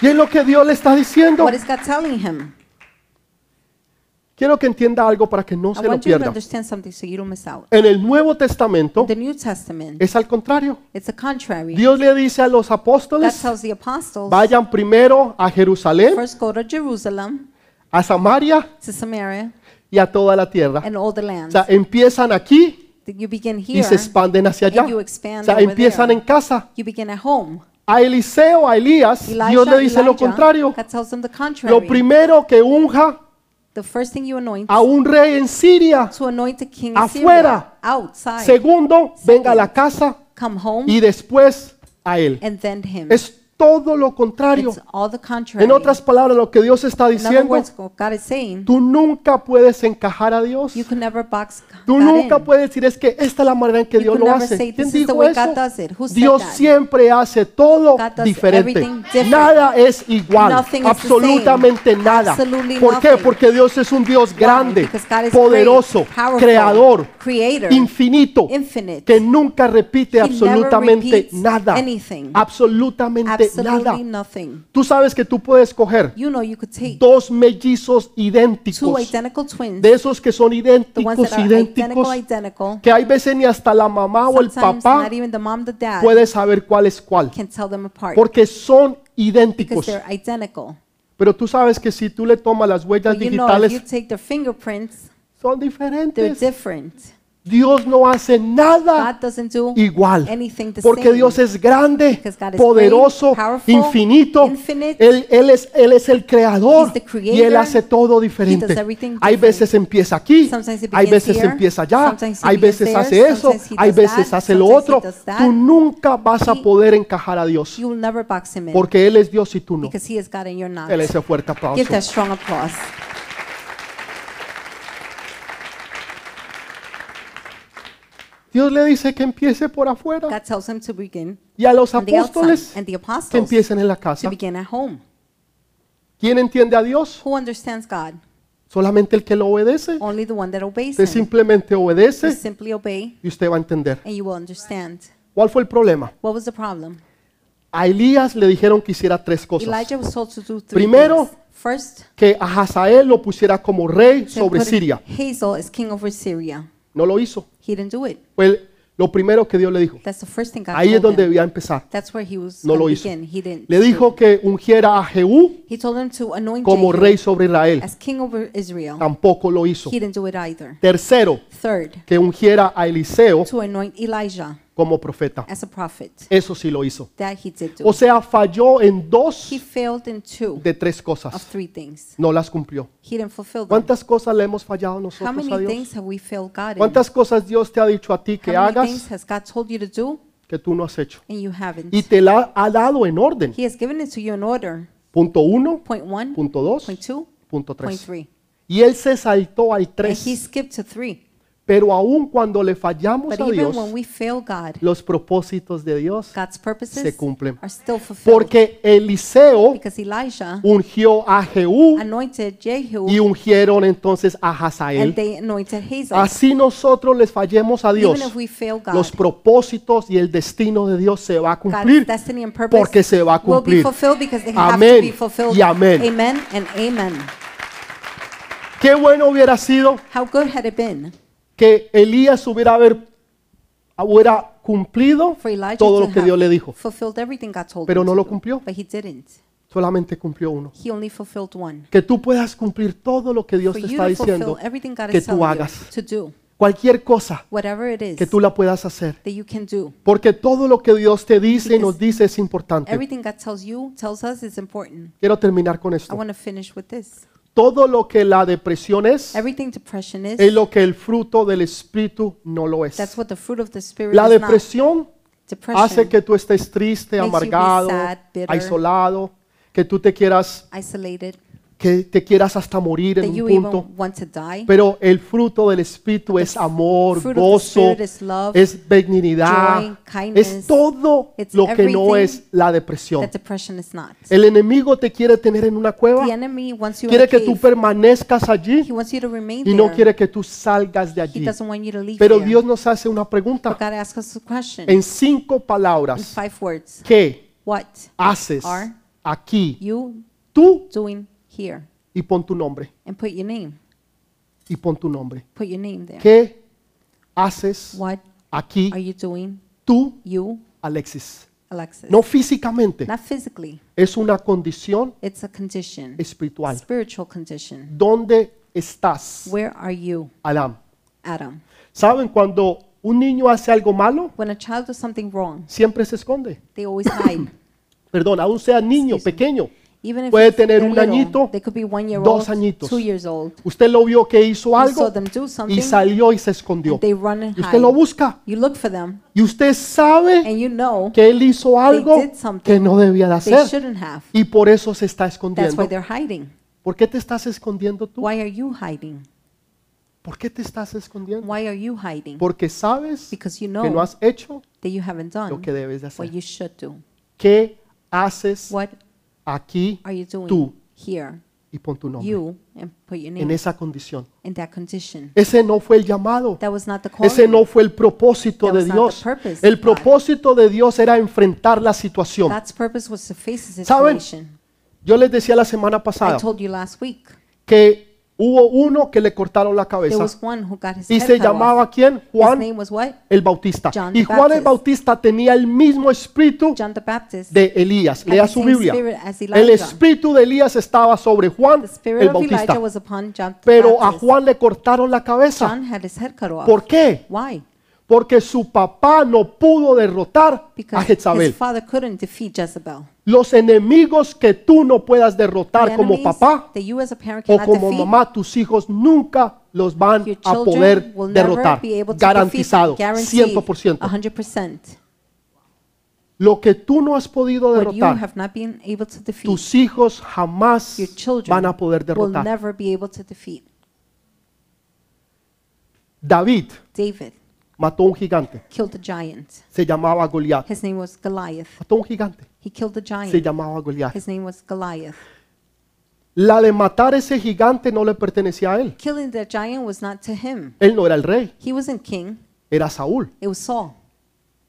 [SPEAKER 1] Y es lo que Dios le está diciendo.
[SPEAKER 2] What is God telling him?
[SPEAKER 1] Quiero que entienda algo para que no
[SPEAKER 2] I
[SPEAKER 1] se lo
[SPEAKER 2] want you to
[SPEAKER 1] pierda.
[SPEAKER 2] understand something so you don't miss out.
[SPEAKER 1] En el Nuevo Testamento
[SPEAKER 2] The New Testament,
[SPEAKER 1] es al contrario.
[SPEAKER 2] it's the contrary.
[SPEAKER 1] Dios le dice a los
[SPEAKER 2] God
[SPEAKER 1] apóstoles,
[SPEAKER 2] tells the apostles,
[SPEAKER 1] vayan primero a Jerusalén,
[SPEAKER 2] first go to Jerusalem,
[SPEAKER 1] a Samaria
[SPEAKER 2] to Samaria,
[SPEAKER 1] y a toda la tierra.
[SPEAKER 2] and all the
[SPEAKER 1] O
[SPEAKER 2] lands.
[SPEAKER 1] sea, empiezan aquí
[SPEAKER 2] That you begin
[SPEAKER 1] y
[SPEAKER 2] here,
[SPEAKER 1] se expanden hacia allá.
[SPEAKER 2] and you
[SPEAKER 1] O
[SPEAKER 2] expand
[SPEAKER 1] sea,
[SPEAKER 2] over
[SPEAKER 1] empiezan
[SPEAKER 2] there.
[SPEAKER 1] en casa.
[SPEAKER 2] you begin at home.
[SPEAKER 1] A Eliseo, a Elías,
[SPEAKER 2] Elijah,
[SPEAKER 1] Dios le dice lo
[SPEAKER 2] Elijah,
[SPEAKER 1] contrario.
[SPEAKER 2] God tells them the contrary.
[SPEAKER 1] Lo primero que unja
[SPEAKER 2] the first thing you anoint
[SPEAKER 1] a un rey en Siria.
[SPEAKER 2] to anoint a king is
[SPEAKER 1] Afuera.
[SPEAKER 2] Syria, outside.
[SPEAKER 1] Segundo, venga a la casa
[SPEAKER 2] Come home
[SPEAKER 1] y después a él.
[SPEAKER 2] and then him.
[SPEAKER 1] Es todo lo contrario.
[SPEAKER 2] It's all the contrary.
[SPEAKER 1] En otras palabras, lo que Dios está
[SPEAKER 2] In other
[SPEAKER 1] diciendo,
[SPEAKER 2] words, what God is saying,
[SPEAKER 1] tú nunca puedes encajar a Dios.
[SPEAKER 2] you can never box
[SPEAKER 1] Tú
[SPEAKER 2] God
[SPEAKER 1] nunca
[SPEAKER 2] in.
[SPEAKER 1] puedes decir es que esta es la manera en que
[SPEAKER 2] You
[SPEAKER 1] Dios
[SPEAKER 2] could
[SPEAKER 1] lo
[SPEAKER 2] never
[SPEAKER 1] hace.
[SPEAKER 2] say,
[SPEAKER 1] ¿Quién
[SPEAKER 2] "This is the
[SPEAKER 1] dijo
[SPEAKER 2] way God
[SPEAKER 1] eso?
[SPEAKER 2] does it." Who said
[SPEAKER 1] Dios
[SPEAKER 2] that?
[SPEAKER 1] siempre hace todo
[SPEAKER 2] God does
[SPEAKER 1] diferente.
[SPEAKER 2] everything different.
[SPEAKER 1] Nada es igual,
[SPEAKER 2] Nothing is the
[SPEAKER 1] absolutamente
[SPEAKER 2] same.
[SPEAKER 1] nada.
[SPEAKER 2] Absolutely
[SPEAKER 1] ¿Por qué?
[SPEAKER 2] nothing.
[SPEAKER 1] Porque Dios es un Dios
[SPEAKER 2] Why?
[SPEAKER 1] grande,
[SPEAKER 2] Because God is great,
[SPEAKER 1] poderoso,
[SPEAKER 2] powerful,
[SPEAKER 1] creador,
[SPEAKER 2] creator,
[SPEAKER 1] infinito,
[SPEAKER 2] infinite.
[SPEAKER 1] que nunca repite
[SPEAKER 2] He never
[SPEAKER 1] absolutamente
[SPEAKER 2] repeats
[SPEAKER 1] nada.
[SPEAKER 2] anything.
[SPEAKER 1] Absolutamente
[SPEAKER 2] Absolutely
[SPEAKER 1] nada.
[SPEAKER 2] nothing.
[SPEAKER 1] Tú sabes que tú puedes coger
[SPEAKER 2] You know you could take
[SPEAKER 1] dos mellizos
[SPEAKER 2] two
[SPEAKER 1] idénticos,
[SPEAKER 2] identical twins,
[SPEAKER 1] de esos que son
[SPEAKER 2] the ones that
[SPEAKER 1] idénticos,
[SPEAKER 2] are identical,
[SPEAKER 1] idénticos,
[SPEAKER 2] identical.
[SPEAKER 1] que hay veces ni hasta la mamá o el
[SPEAKER 2] Sometimes
[SPEAKER 1] papá
[SPEAKER 2] not even the mom, the dad
[SPEAKER 1] puede saber cuál es cuál,
[SPEAKER 2] can tell them apart
[SPEAKER 1] porque son
[SPEAKER 2] because
[SPEAKER 1] idénticos.
[SPEAKER 2] they're identical.
[SPEAKER 1] Pero tú sabes que si tú le tomas las huellas
[SPEAKER 2] But you know, if you
[SPEAKER 1] digitales,
[SPEAKER 2] take their fingerprints,
[SPEAKER 1] son
[SPEAKER 2] they're
[SPEAKER 1] diferentes.
[SPEAKER 2] different.
[SPEAKER 1] Dios no hace nada
[SPEAKER 2] God doesn't do
[SPEAKER 1] igual,
[SPEAKER 2] anything the
[SPEAKER 1] porque
[SPEAKER 2] same.
[SPEAKER 1] Dios es grande,
[SPEAKER 2] Because God is
[SPEAKER 1] poderoso,
[SPEAKER 2] great, powerful,
[SPEAKER 1] infinito.
[SPEAKER 2] infinite.
[SPEAKER 1] Él, Él es, él es el creador
[SPEAKER 2] He's the creator.
[SPEAKER 1] y Él hace todo
[SPEAKER 2] He
[SPEAKER 1] diferente.
[SPEAKER 2] does everything
[SPEAKER 1] Hay
[SPEAKER 2] different.
[SPEAKER 1] veces empieza aquí,
[SPEAKER 2] Sometimes it
[SPEAKER 1] hay
[SPEAKER 2] begins
[SPEAKER 1] veces
[SPEAKER 2] here,
[SPEAKER 1] empieza allá,
[SPEAKER 2] sometimes it
[SPEAKER 1] hay
[SPEAKER 2] begins
[SPEAKER 1] veces
[SPEAKER 2] there,
[SPEAKER 1] hace eso,
[SPEAKER 2] sometimes he
[SPEAKER 1] hay
[SPEAKER 2] does
[SPEAKER 1] veces
[SPEAKER 2] that,
[SPEAKER 1] hace lo
[SPEAKER 2] sometimes he
[SPEAKER 1] otro.
[SPEAKER 2] does that.
[SPEAKER 1] Tú nunca vas a
[SPEAKER 2] He-
[SPEAKER 1] poder encajar a Dios,
[SPEAKER 2] You will never box him in
[SPEAKER 1] porque Él es Dios y tú no.
[SPEAKER 2] because he is God and you're not.
[SPEAKER 1] Él ese fuerte aplauso.
[SPEAKER 2] Give that strong applause.
[SPEAKER 1] Dios le dice que empiece por afuera
[SPEAKER 2] God tells him to begin
[SPEAKER 1] y a los
[SPEAKER 2] on the outside
[SPEAKER 1] apóstoles
[SPEAKER 2] and the
[SPEAKER 1] que
[SPEAKER 2] apostles
[SPEAKER 1] empiecen en la
[SPEAKER 2] to
[SPEAKER 1] casa.
[SPEAKER 2] begin at home.
[SPEAKER 1] ¿Quién entiende a Dios?
[SPEAKER 2] Who understands God?
[SPEAKER 1] Solamente el que lo obedece.
[SPEAKER 2] Only the one that obeys
[SPEAKER 1] Usted
[SPEAKER 2] him.
[SPEAKER 1] simplemente
[SPEAKER 2] You
[SPEAKER 1] obedece
[SPEAKER 2] simply obey
[SPEAKER 1] y usted va a entender.
[SPEAKER 2] and you will understand.
[SPEAKER 1] ¿Cuál fue el problema?
[SPEAKER 2] What was the problem?
[SPEAKER 1] A Elías le dijeron que hiciera tres cosas.
[SPEAKER 2] Elijah was told to do three
[SPEAKER 1] Primero,
[SPEAKER 2] things. First,
[SPEAKER 1] Que a Hazael lo pusiera como rey
[SPEAKER 2] to
[SPEAKER 1] sobre
[SPEAKER 2] put
[SPEAKER 1] Siria.
[SPEAKER 2] Hazel as king over Syria.
[SPEAKER 1] No lo hizo.
[SPEAKER 2] He didn't do it.
[SPEAKER 1] Fue el- lo primero que Dios le dijo.
[SPEAKER 2] That's the first thing God
[SPEAKER 1] Ahí es
[SPEAKER 2] told
[SPEAKER 1] donde
[SPEAKER 2] him.
[SPEAKER 1] debía empezar.
[SPEAKER 2] That's where he was
[SPEAKER 1] No
[SPEAKER 2] gonna
[SPEAKER 1] lo hizo.
[SPEAKER 2] begin. He didn't.
[SPEAKER 1] Le dijo que ungiera a Jehú
[SPEAKER 2] He told him to anoint
[SPEAKER 1] como
[SPEAKER 2] Jehu
[SPEAKER 1] rey sobre Israel.
[SPEAKER 2] as king over Israel.
[SPEAKER 1] Tampoco lo hizo.
[SPEAKER 2] He didn't do it either.
[SPEAKER 1] Tercero,
[SPEAKER 2] Third,
[SPEAKER 1] que ungiera a Eliseo
[SPEAKER 2] to anoint Elijah
[SPEAKER 1] como profeta.
[SPEAKER 2] as a prophet.
[SPEAKER 1] Eso sí lo hizo.
[SPEAKER 2] That he did do.
[SPEAKER 1] O sea, falló en dos
[SPEAKER 2] He failed in two
[SPEAKER 1] de tres
[SPEAKER 2] of
[SPEAKER 1] cosas.
[SPEAKER 2] three things.
[SPEAKER 1] No las cumplió.
[SPEAKER 2] He didn't fulfill them.
[SPEAKER 1] ¿Cuántas cosas le hemos fallado
[SPEAKER 2] How
[SPEAKER 1] nosotros
[SPEAKER 2] many
[SPEAKER 1] a Dios?
[SPEAKER 2] things have we failed God in?
[SPEAKER 1] ¿Cuántas cosas Dios te ha dicho a ti que
[SPEAKER 2] How many things
[SPEAKER 1] hagas
[SPEAKER 2] has God told you to do
[SPEAKER 1] que tú no has hecho?
[SPEAKER 2] and you haven't?
[SPEAKER 1] Y te la ha dado en orden.
[SPEAKER 2] He has given it to you in order.
[SPEAKER 1] Punto uno,
[SPEAKER 2] Point one,
[SPEAKER 1] punto dos,
[SPEAKER 2] point two,
[SPEAKER 1] punto
[SPEAKER 2] point
[SPEAKER 1] tres.
[SPEAKER 2] three.
[SPEAKER 1] Y él se saltó al
[SPEAKER 2] And he
[SPEAKER 1] tres.
[SPEAKER 2] skipped to three.
[SPEAKER 1] Pero aun cuando le fallamos
[SPEAKER 2] But
[SPEAKER 1] a
[SPEAKER 2] even
[SPEAKER 1] Dios,
[SPEAKER 2] when we fail God,
[SPEAKER 1] los propósitos de Dios,
[SPEAKER 2] God's
[SPEAKER 1] se
[SPEAKER 2] purposes
[SPEAKER 1] cumplen.
[SPEAKER 2] are still fulfilled.
[SPEAKER 1] porque Eliseo
[SPEAKER 2] Because Elijah
[SPEAKER 1] ungió a Jehú
[SPEAKER 2] anointed
[SPEAKER 1] y
[SPEAKER 2] Jehu
[SPEAKER 1] ungieron entonces a
[SPEAKER 2] and
[SPEAKER 1] Hazael.
[SPEAKER 2] they anointed Hazel.
[SPEAKER 1] Así nosotros les fallemos a Dios.
[SPEAKER 2] Even if we fail God,
[SPEAKER 1] Los propósitos y el destino de Dios se va a
[SPEAKER 2] God's
[SPEAKER 1] cumplir
[SPEAKER 2] destiny and purpose
[SPEAKER 1] porque se va a
[SPEAKER 2] will be
[SPEAKER 1] cumplir.
[SPEAKER 2] fulfilled because they have
[SPEAKER 1] Amén
[SPEAKER 2] to be fulfilled.
[SPEAKER 1] y amén.
[SPEAKER 2] Amen and amen.
[SPEAKER 1] Qué bueno hubiera sido
[SPEAKER 2] How good had it been
[SPEAKER 1] que Elías hubiera haber hubiera cumplido
[SPEAKER 2] for Elijah
[SPEAKER 1] todo
[SPEAKER 2] to
[SPEAKER 1] lo que
[SPEAKER 2] have
[SPEAKER 1] Dios le dijo,
[SPEAKER 2] fulfilled everything God told
[SPEAKER 1] pero
[SPEAKER 2] him
[SPEAKER 1] no
[SPEAKER 2] to
[SPEAKER 1] lo
[SPEAKER 2] do,
[SPEAKER 1] cumplió.
[SPEAKER 2] But he didn't.
[SPEAKER 1] solamente cumplió uno.
[SPEAKER 2] He only fulfilled one.
[SPEAKER 1] Que tú puedas cumplir todo lo que Dios
[SPEAKER 2] For
[SPEAKER 1] te
[SPEAKER 2] you
[SPEAKER 1] está
[SPEAKER 2] to
[SPEAKER 1] diciendo.
[SPEAKER 2] fulfill everything God
[SPEAKER 1] que
[SPEAKER 2] is
[SPEAKER 1] tú
[SPEAKER 2] telling you
[SPEAKER 1] hagas.
[SPEAKER 2] to do,
[SPEAKER 1] Cualquier cosa
[SPEAKER 2] whatever it is
[SPEAKER 1] que tú la puedas hacer.
[SPEAKER 2] that you can do.
[SPEAKER 1] Porque todo lo que Dios te dice y
[SPEAKER 2] Because
[SPEAKER 1] nos dice es importante.
[SPEAKER 2] Everything God tells you, tells us is important.
[SPEAKER 1] Quiero terminar con
[SPEAKER 2] I
[SPEAKER 1] esto.
[SPEAKER 2] want to finish with this.
[SPEAKER 1] Todo lo que la depresión es
[SPEAKER 2] Everything depression is,
[SPEAKER 1] es lo que el fruto del Espíritu no lo es.
[SPEAKER 2] that's what the fruit of the Spirit
[SPEAKER 1] La
[SPEAKER 2] is not.
[SPEAKER 1] depresión hace
[SPEAKER 2] Depression,
[SPEAKER 1] que tú estés triste,
[SPEAKER 2] Makes you be
[SPEAKER 1] amargado,
[SPEAKER 2] sad, bitter.
[SPEAKER 1] aislado, que tú te quieras,
[SPEAKER 2] isolated,
[SPEAKER 1] que te quieras hasta morir
[SPEAKER 2] that
[SPEAKER 1] en
[SPEAKER 2] you
[SPEAKER 1] un punto.
[SPEAKER 2] even want to die.
[SPEAKER 1] Pero el fruto del Espíritu es
[SPEAKER 2] the
[SPEAKER 1] amor,
[SPEAKER 2] fruit of the
[SPEAKER 1] gozo,
[SPEAKER 2] Spirit is love,
[SPEAKER 1] es benignidad,
[SPEAKER 2] joy, kindness.
[SPEAKER 1] es todo
[SPEAKER 2] It's
[SPEAKER 1] lo que no es
[SPEAKER 2] everything
[SPEAKER 1] la depresión.
[SPEAKER 2] That depression is not.
[SPEAKER 1] El enemigo te quiere tener en una cueva,
[SPEAKER 2] The enemy wants you in a
[SPEAKER 1] quiere que tú
[SPEAKER 2] cave.
[SPEAKER 1] permanezcas
[SPEAKER 2] He
[SPEAKER 1] allí
[SPEAKER 2] wants you to remain
[SPEAKER 1] y no
[SPEAKER 2] there.
[SPEAKER 1] quiere que tú salgas de
[SPEAKER 2] He
[SPEAKER 1] allí.
[SPEAKER 2] doesn't want you to leave
[SPEAKER 1] Pero
[SPEAKER 2] there.
[SPEAKER 1] Dios nos hace una pregunta
[SPEAKER 2] But God asks us a question
[SPEAKER 1] en cinco
[SPEAKER 2] in
[SPEAKER 1] palabras.
[SPEAKER 2] five words.
[SPEAKER 1] ¿Qué
[SPEAKER 2] What
[SPEAKER 1] haces
[SPEAKER 2] Are.
[SPEAKER 1] aquí?
[SPEAKER 2] you
[SPEAKER 1] Tú
[SPEAKER 2] doing here?
[SPEAKER 1] y pon tu nombre,
[SPEAKER 2] And put your name.
[SPEAKER 1] y pon tu nombre.
[SPEAKER 2] Put your name there.
[SPEAKER 1] ¿Qué haces
[SPEAKER 2] What
[SPEAKER 1] aquí
[SPEAKER 2] are you doing?
[SPEAKER 1] tú,
[SPEAKER 2] You,
[SPEAKER 1] Alexis?
[SPEAKER 2] Alexis.
[SPEAKER 1] No físicamente,
[SPEAKER 2] Not physically.
[SPEAKER 1] es una condición
[SPEAKER 2] It's a condition.
[SPEAKER 1] espiritual.
[SPEAKER 2] Spiritual condition.
[SPEAKER 1] ¿Dónde estás,
[SPEAKER 2] Where are you,
[SPEAKER 1] Alam?
[SPEAKER 2] Adam?
[SPEAKER 1] ¿Saben cuando un niño hace algo malo?
[SPEAKER 2] When a child does something wrong,
[SPEAKER 1] Siempre se esconde. (coughs)
[SPEAKER 2] they always hide.
[SPEAKER 1] Perdón, aún sea niño,
[SPEAKER 2] Excuse me.
[SPEAKER 1] pequeño.
[SPEAKER 2] Even if
[SPEAKER 1] Puede
[SPEAKER 2] it's-
[SPEAKER 1] tener
[SPEAKER 2] they're
[SPEAKER 1] un
[SPEAKER 2] little,
[SPEAKER 1] añito,
[SPEAKER 2] they could be one year
[SPEAKER 1] dos
[SPEAKER 2] old,
[SPEAKER 1] añitos.
[SPEAKER 2] two years old.
[SPEAKER 1] Usted lo vio que hizo
[SPEAKER 2] You
[SPEAKER 1] algo
[SPEAKER 2] saw them do
[SPEAKER 1] y
[SPEAKER 2] something,
[SPEAKER 1] salió y se escondió.
[SPEAKER 2] they run and
[SPEAKER 1] Y usted lo
[SPEAKER 2] hide.
[SPEAKER 1] busca.
[SPEAKER 2] You look for them,
[SPEAKER 1] Y usted sabe
[SPEAKER 2] and you know
[SPEAKER 1] que él hizo algo
[SPEAKER 2] did something
[SPEAKER 1] que no debía de
[SPEAKER 2] they
[SPEAKER 1] hacer.
[SPEAKER 2] shouldn't have.
[SPEAKER 1] Y por eso se está
[SPEAKER 2] That's why
[SPEAKER 1] escondiendo.
[SPEAKER 2] they're hiding.
[SPEAKER 1] ¿Por qué te estás escondiendo tú?
[SPEAKER 2] Why are you hiding?
[SPEAKER 1] ¿Por qué te estás escondiendo?
[SPEAKER 2] Why are you hiding?
[SPEAKER 1] Porque sabes que
[SPEAKER 2] Because you
[SPEAKER 1] no
[SPEAKER 2] know
[SPEAKER 1] has hecho
[SPEAKER 2] that you haven't
[SPEAKER 1] lo
[SPEAKER 2] done
[SPEAKER 1] que debes de
[SPEAKER 2] what
[SPEAKER 1] hacer.
[SPEAKER 2] you should do.
[SPEAKER 1] ¿Qué haces
[SPEAKER 2] What
[SPEAKER 1] aquí
[SPEAKER 2] are you doing
[SPEAKER 1] tú
[SPEAKER 2] here?
[SPEAKER 1] y pon tu nombre
[SPEAKER 2] You and put your
[SPEAKER 1] en
[SPEAKER 2] name
[SPEAKER 1] esa condición?
[SPEAKER 2] in that condition.
[SPEAKER 1] Ese no fue el llamado.
[SPEAKER 2] That was not the
[SPEAKER 1] Ese no
[SPEAKER 2] calling.
[SPEAKER 1] fue el propósito
[SPEAKER 2] That
[SPEAKER 1] de
[SPEAKER 2] was not
[SPEAKER 1] Dios.
[SPEAKER 2] the purpose of
[SPEAKER 1] El
[SPEAKER 2] God.
[SPEAKER 1] propósito de Dios era enfrentar la situación.
[SPEAKER 2] God's purpose was to face the
[SPEAKER 1] ¿Saben?
[SPEAKER 2] situation.
[SPEAKER 1] Yo les decía la semana
[SPEAKER 2] I
[SPEAKER 1] pasada
[SPEAKER 2] told you last week.
[SPEAKER 1] que hubo uno que le cortaron la
[SPEAKER 2] There
[SPEAKER 1] cabeza
[SPEAKER 2] was one who got his
[SPEAKER 1] y
[SPEAKER 2] head
[SPEAKER 1] se
[SPEAKER 2] cut off.
[SPEAKER 1] llamaba quién?
[SPEAKER 2] His
[SPEAKER 1] Juan
[SPEAKER 2] name was what?
[SPEAKER 1] el Bautista.
[SPEAKER 2] John the
[SPEAKER 1] Y Juan el
[SPEAKER 2] Baptist.
[SPEAKER 1] Bautista tenía el mismo espíritu
[SPEAKER 2] John the Baptist.
[SPEAKER 1] de Elías.
[SPEAKER 2] Had
[SPEAKER 1] Lea
[SPEAKER 2] the
[SPEAKER 1] su
[SPEAKER 2] same
[SPEAKER 1] Biblia.
[SPEAKER 2] spirit as Elijah.
[SPEAKER 1] El espíritu de Elías estaba sobre Juan
[SPEAKER 2] The
[SPEAKER 1] el
[SPEAKER 2] spirit of Elijah
[SPEAKER 1] Bautista.
[SPEAKER 2] was upon John the
[SPEAKER 1] Pero a
[SPEAKER 2] Baptist.
[SPEAKER 1] Juan le cortaron la cabeza.
[SPEAKER 2] John had his head cut off.
[SPEAKER 1] ¿Por qué?
[SPEAKER 2] Why?
[SPEAKER 1] Porque su papá no pudo derrotar a
[SPEAKER 2] Because his
[SPEAKER 1] Jezabel.
[SPEAKER 2] father couldn't defeat Jezebel.
[SPEAKER 1] Los enemigos que tú no puedas
[SPEAKER 2] The
[SPEAKER 1] derrotar como
[SPEAKER 2] enemies
[SPEAKER 1] papá
[SPEAKER 2] that you as a parent
[SPEAKER 1] o
[SPEAKER 2] cannot
[SPEAKER 1] como
[SPEAKER 2] defeat,
[SPEAKER 1] mamá, tus hijos nunca los van
[SPEAKER 2] your
[SPEAKER 1] a
[SPEAKER 2] children
[SPEAKER 1] poder
[SPEAKER 2] will never
[SPEAKER 1] derrotar.
[SPEAKER 2] be able to
[SPEAKER 1] Garantizado,
[SPEAKER 2] defeat, guaranteed,
[SPEAKER 1] 100%.
[SPEAKER 2] 100%.
[SPEAKER 1] Lo que tú no has podido
[SPEAKER 2] What you
[SPEAKER 1] derrotar,
[SPEAKER 2] have not been able to defeat,
[SPEAKER 1] tus hijos jamás
[SPEAKER 2] your children
[SPEAKER 1] van a poder
[SPEAKER 2] will
[SPEAKER 1] derrotar.
[SPEAKER 2] never be able to defeat.
[SPEAKER 1] David
[SPEAKER 2] David
[SPEAKER 1] mató a un gigante,
[SPEAKER 2] killed a giant.
[SPEAKER 1] se llamaba Goliat.
[SPEAKER 2] His name was Goliath.
[SPEAKER 1] Mató a un gigante,
[SPEAKER 2] He killed a
[SPEAKER 1] se
[SPEAKER 2] giant.
[SPEAKER 1] llamaba Goliat.
[SPEAKER 2] His name was Goliath.
[SPEAKER 1] La de matar ese gigante no le pertenecía a él.
[SPEAKER 2] Killing the giant was not to him.
[SPEAKER 1] Él no era el rey,
[SPEAKER 2] He wasn't king.
[SPEAKER 1] era Saúl.
[SPEAKER 2] It was Saul.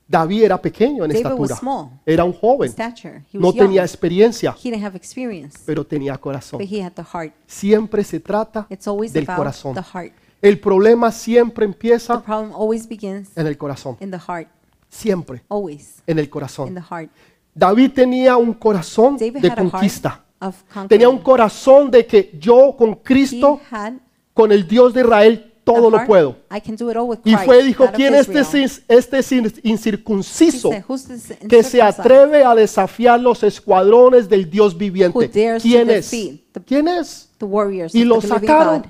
[SPEAKER 1] David era pequeño en
[SPEAKER 2] David was
[SPEAKER 1] estatura,
[SPEAKER 2] small.
[SPEAKER 1] era un joven,
[SPEAKER 2] Stature. He
[SPEAKER 1] no
[SPEAKER 2] was
[SPEAKER 1] tenía
[SPEAKER 2] young.
[SPEAKER 1] experiencia,
[SPEAKER 2] He didn't have experience,
[SPEAKER 1] pero tenía
[SPEAKER 2] but
[SPEAKER 1] corazón.
[SPEAKER 2] he had the heart.
[SPEAKER 1] Siempre se trata
[SPEAKER 2] It's always
[SPEAKER 1] del
[SPEAKER 2] about
[SPEAKER 1] corazón.
[SPEAKER 2] the heart.
[SPEAKER 1] El problema siempre
[SPEAKER 2] The
[SPEAKER 1] empieza
[SPEAKER 2] problem always begins
[SPEAKER 1] en el corazón,
[SPEAKER 2] in the heart.
[SPEAKER 1] siempre
[SPEAKER 2] Always
[SPEAKER 1] en el
[SPEAKER 2] in
[SPEAKER 1] corazón.
[SPEAKER 2] the heart.
[SPEAKER 1] David tenía un corazón
[SPEAKER 2] David
[SPEAKER 1] de
[SPEAKER 2] had a heart
[SPEAKER 1] conquista,
[SPEAKER 2] of
[SPEAKER 1] tenía un
[SPEAKER 2] conquering.
[SPEAKER 1] corazón de que yo con
[SPEAKER 2] He
[SPEAKER 1] Cristo,
[SPEAKER 2] had
[SPEAKER 1] con el Dios de Israel,
[SPEAKER 2] the
[SPEAKER 1] todo lo
[SPEAKER 2] heart,
[SPEAKER 1] puedo.
[SPEAKER 2] I can do it all with
[SPEAKER 1] Y
[SPEAKER 2] Christ,
[SPEAKER 1] fue dijo,
[SPEAKER 2] God of
[SPEAKER 1] ¿quién es este,
[SPEAKER 2] Israel."
[SPEAKER 1] sin- este sin-
[SPEAKER 2] He
[SPEAKER 1] incircunciso
[SPEAKER 2] said, "Who's this
[SPEAKER 1] que se
[SPEAKER 2] uncircumcised
[SPEAKER 1] atreve a desafiar los escuadrones del Dios viviente?
[SPEAKER 2] Who dares to
[SPEAKER 1] ¿Quién es?
[SPEAKER 2] defeat the-
[SPEAKER 1] ¿Quién es?
[SPEAKER 2] The warriors
[SPEAKER 1] Y
[SPEAKER 2] of
[SPEAKER 1] lo
[SPEAKER 2] the living
[SPEAKER 1] sacaron.
[SPEAKER 2] God.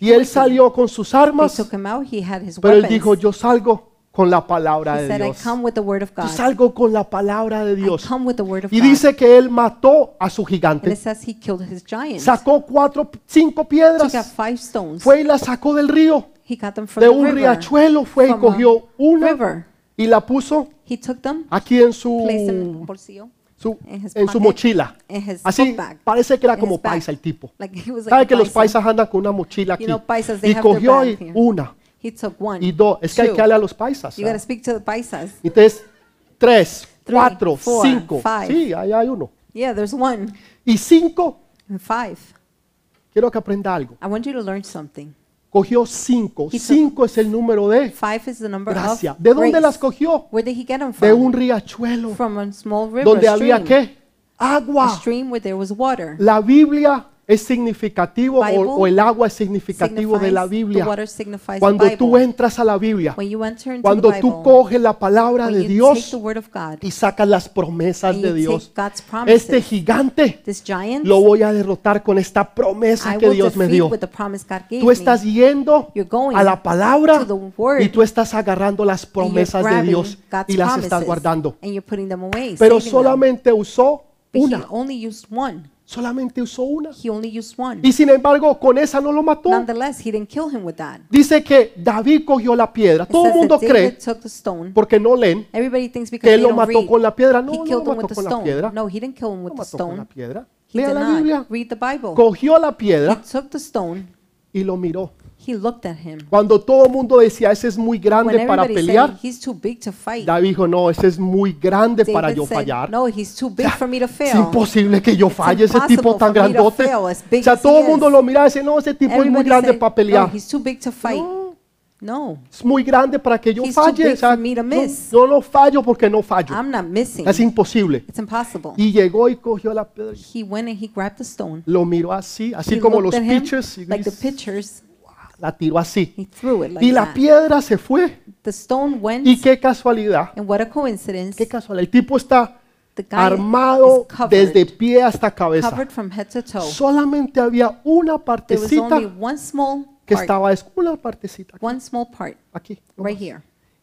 [SPEAKER 1] Y él salió con sus
[SPEAKER 2] They
[SPEAKER 1] armas,
[SPEAKER 2] took him out. He had his
[SPEAKER 1] pero él
[SPEAKER 2] weapons.
[SPEAKER 1] dijo, yo salgo con la palabra
[SPEAKER 2] he
[SPEAKER 1] de
[SPEAKER 2] said, "I
[SPEAKER 1] Dios.
[SPEAKER 2] come with the word of
[SPEAKER 1] Yo
[SPEAKER 2] God.
[SPEAKER 1] salgo con la palabra de
[SPEAKER 2] I
[SPEAKER 1] Dios.
[SPEAKER 2] come with the word of
[SPEAKER 1] Y
[SPEAKER 2] God."
[SPEAKER 1] dice que él mató a su
[SPEAKER 2] and it
[SPEAKER 1] gigante,
[SPEAKER 2] says he killed his giant.
[SPEAKER 1] sacó cuatro, cinco
[SPEAKER 2] Took out
[SPEAKER 1] piedras,
[SPEAKER 2] five stones.
[SPEAKER 1] fue y las sacó del río,
[SPEAKER 2] he got them from
[SPEAKER 1] de
[SPEAKER 2] the
[SPEAKER 1] un
[SPEAKER 2] river.
[SPEAKER 1] riachuelo, fue y
[SPEAKER 2] From a
[SPEAKER 1] cogió una
[SPEAKER 2] river.
[SPEAKER 1] y la puso
[SPEAKER 2] He took them,
[SPEAKER 1] aquí en
[SPEAKER 2] placed them in
[SPEAKER 1] su
[SPEAKER 2] el bolsillo.
[SPEAKER 1] su-
[SPEAKER 2] En his
[SPEAKER 1] en su
[SPEAKER 2] pocket,
[SPEAKER 1] mochila.
[SPEAKER 2] in his
[SPEAKER 1] Uh. Así
[SPEAKER 2] book bag,
[SPEAKER 1] parece que era
[SPEAKER 2] in
[SPEAKER 1] como
[SPEAKER 2] his bag.
[SPEAKER 1] paisa el tipo.
[SPEAKER 2] Like he was like
[SPEAKER 1] ¿Sabe
[SPEAKER 2] a
[SPEAKER 1] que los
[SPEAKER 2] bison.
[SPEAKER 1] paisas andan con una mochila aquí?
[SPEAKER 2] You know, paisas, they
[SPEAKER 1] Y
[SPEAKER 2] have their
[SPEAKER 1] cogió
[SPEAKER 2] bag
[SPEAKER 1] y
[SPEAKER 2] here.
[SPEAKER 1] una
[SPEAKER 2] He took one.
[SPEAKER 1] y dos. Es que hay
[SPEAKER 2] two.
[SPEAKER 1] que darle a los paisas.
[SPEAKER 2] You gotta
[SPEAKER 1] ¿sabes?
[SPEAKER 2] speak to the paisas.
[SPEAKER 1] Entonces, tres,
[SPEAKER 2] Three,
[SPEAKER 1] cuatro,
[SPEAKER 2] four,
[SPEAKER 1] cinco.
[SPEAKER 2] five.
[SPEAKER 1] Sí, ahí hay uno.
[SPEAKER 2] Yeah, there's one
[SPEAKER 1] Y cinco,
[SPEAKER 2] and five.
[SPEAKER 1] quiero que aprenda algo.
[SPEAKER 2] I want you to learn something.
[SPEAKER 1] Cogió cinco.
[SPEAKER 2] He took-
[SPEAKER 1] Cinco es el número de
[SPEAKER 2] Five is the number
[SPEAKER 1] gracia.
[SPEAKER 2] of
[SPEAKER 1] ¿De dónde
[SPEAKER 2] grace.
[SPEAKER 1] las cogió?
[SPEAKER 2] Where did he get them from?
[SPEAKER 1] De un riachuelo
[SPEAKER 2] From a small river
[SPEAKER 1] donde había
[SPEAKER 2] stream,
[SPEAKER 1] qué?
[SPEAKER 2] a
[SPEAKER 1] agua.
[SPEAKER 2] stream where there was water.
[SPEAKER 1] La Biblia es significativo o,
[SPEAKER 2] Bible
[SPEAKER 1] o el agua es significativo de la
[SPEAKER 2] Signifies-
[SPEAKER 1] Biblia.
[SPEAKER 2] The water signifies
[SPEAKER 1] Cuando
[SPEAKER 2] the
[SPEAKER 1] tú
[SPEAKER 2] Bible.
[SPEAKER 1] entras a la Biblia,
[SPEAKER 2] when you enter into
[SPEAKER 1] cuando
[SPEAKER 2] the
[SPEAKER 1] tú
[SPEAKER 2] Bible,
[SPEAKER 1] coges la palabra
[SPEAKER 2] when
[SPEAKER 1] de
[SPEAKER 2] you take
[SPEAKER 1] Dios
[SPEAKER 2] the word of God,
[SPEAKER 1] y sacas las promesas
[SPEAKER 2] and you
[SPEAKER 1] de Dios,
[SPEAKER 2] take God's promises,
[SPEAKER 1] este gigante
[SPEAKER 2] this giant,
[SPEAKER 1] lo voy a derrotar con esta
[SPEAKER 2] I
[SPEAKER 1] promesa que
[SPEAKER 2] will
[SPEAKER 1] Dios me
[SPEAKER 2] defeat
[SPEAKER 1] dio.
[SPEAKER 2] with the promise God gave
[SPEAKER 1] Tú estás
[SPEAKER 2] me.
[SPEAKER 1] yendo
[SPEAKER 2] You're going
[SPEAKER 1] a la palabra
[SPEAKER 2] to the word,
[SPEAKER 1] y tú estás agarrando las
[SPEAKER 2] and you're
[SPEAKER 1] promesas de
[SPEAKER 2] grabbing
[SPEAKER 1] Dios
[SPEAKER 2] God's
[SPEAKER 1] y las estás
[SPEAKER 2] promises,
[SPEAKER 1] guardando.
[SPEAKER 2] And you're putting them away,
[SPEAKER 1] Pero
[SPEAKER 2] saving them.
[SPEAKER 1] solamente usó
[SPEAKER 2] But
[SPEAKER 1] una,
[SPEAKER 2] He only used one.
[SPEAKER 1] solamente usó una.
[SPEAKER 2] He only used one.
[SPEAKER 1] Y sin embargo, con esa no lo mató.
[SPEAKER 2] Nonetheless, he didn't kill him with that. It
[SPEAKER 1] Dice que David cogió la piedra. Todo el
[SPEAKER 2] says
[SPEAKER 1] mundo
[SPEAKER 2] that David
[SPEAKER 1] cree,
[SPEAKER 2] took the stone.
[SPEAKER 1] porque no leen,
[SPEAKER 2] Everybody thinks because
[SPEAKER 1] que él
[SPEAKER 2] they
[SPEAKER 1] lo
[SPEAKER 2] don't
[SPEAKER 1] mató
[SPEAKER 2] read,
[SPEAKER 1] con la piedra. No,
[SPEAKER 2] he
[SPEAKER 1] no
[SPEAKER 2] killed
[SPEAKER 1] lo
[SPEAKER 2] him with
[SPEAKER 1] mató
[SPEAKER 2] the
[SPEAKER 1] con la
[SPEAKER 2] stone.
[SPEAKER 1] piedra. No
[SPEAKER 2] No, he didn't kill him
[SPEAKER 1] lo
[SPEAKER 2] with the
[SPEAKER 1] mató con la
[SPEAKER 2] stone.
[SPEAKER 1] piedra.
[SPEAKER 2] He
[SPEAKER 1] Lea
[SPEAKER 2] did
[SPEAKER 1] la Biblia.
[SPEAKER 2] not. Read the Bible.
[SPEAKER 1] Cogió la
[SPEAKER 2] He
[SPEAKER 1] piedra
[SPEAKER 2] took the stone.
[SPEAKER 1] y lo miró.
[SPEAKER 2] He looked at him.
[SPEAKER 1] Cuando todo el mundo decía, ese es muy
[SPEAKER 2] When
[SPEAKER 1] grande para
[SPEAKER 2] everybody
[SPEAKER 1] pelear,
[SPEAKER 2] said he's too big to fight,
[SPEAKER 1] David dijo, no, ese es muy grande para
[SPEAKER 2] David
[SPEAKER 1] yo
[SPEAKER 2] said,
[SPEAKER 1] fallar.
[SPEAKER 2] no, he's too big for me to
[SPEAKER 1] Es
[SPEAKER 2] fail.
[SPEAKER 1] imposible que yo falle ese tipo
[SPEAKER 2] impossible
[SPEAKER 1] tan
[SPEAKER 2] for me to
[SPEAKER 1] grandote.
[SPEAKER 2] fail, as big
[SPEAKER 1] O sea,
[SPEAKER 2] as he
[SPEAKER 1] todo el
[SPEAKER 2] is.
[SPEAKER 1] mundo lo mira y dice, no, ese tipo es muy
[SPEAKER 2] Everybody
[SPEAKER 1] grande
[SPEAKER 2] said,
[SPEAKER 1] para
[SPEAKER 2] No,
[SPEAKER 1] pelear.
[SPEAKER 2] he's too big to fight.
[SPEAKER 1] No.
[SPEAKER 2] No,
[SPEAKER 1] Es muy grande para que yo
[SPEAKER 2] He's too
[SPEAKER 1] falle.
[SPEAKER 2] big
[SPEAKER 1] O sea,
[SPEAKER 2] for me to
[SPEAKER 1] yo,
[SPEAKER 2] miss.
[SPEAKER 1] yo no fallo porque no fallo.
[SPEAKER 2] I'm not missing.
[SPEAKER 1] Es imposible.
[SPEAKER 2] It's impossible.
[SPEAKER 1] Y llegó y cogió la piedra. y
[SPEAKER 2] He went and he grabbed the stone.
[SPEAKER 1] Lo miró así, así
[SPEAKER 2] He
[SPEAKER 1] como los
[SPEAKER 2] looked at him
[SPEAKER 1] pitchers. y
[SPEAKER 2] like the
[SPEAKER 1] dice, "Ah",
[SPEAKER 2] pitchers.
[SPEAKER 1] La tiró así.
[SPEAKER 2] He threw it like
[SPEAKER 1] Y la
[SPEAKER 2] that.
[SPEAKER 1] piedra se fue.
[SPEAKER 2] The stone went,
[SPEAKER 1] Y qué casualidad.
[SPEAKER 2] and what a coincidence.
[SPEAKER 1] Qué casualidad. El tipo está
[SPEAKER 2] The guy
[SPEAKER 1] armado
[SPEAKER 2] is covered,
[SPEAKER 1] desde pie hasta cabeza.
[SPEAKER 2] covered from head to toe.
[SPEAKER 1] Solamente había una
[SPEAKER 2] There was only
[SPEAKER 1] partecita
[SPEAKER 2] one small
[SPEAKER 1] que
[SPEAKER 2] part,
[SPEAKER 1] estaba es una partecita
[SPEAKER 2] one small part
[SPEAKER 1] aquí. no
[SPEAKER 2] right
[SPEAKER 1] más.
[SPEAKER 2] here.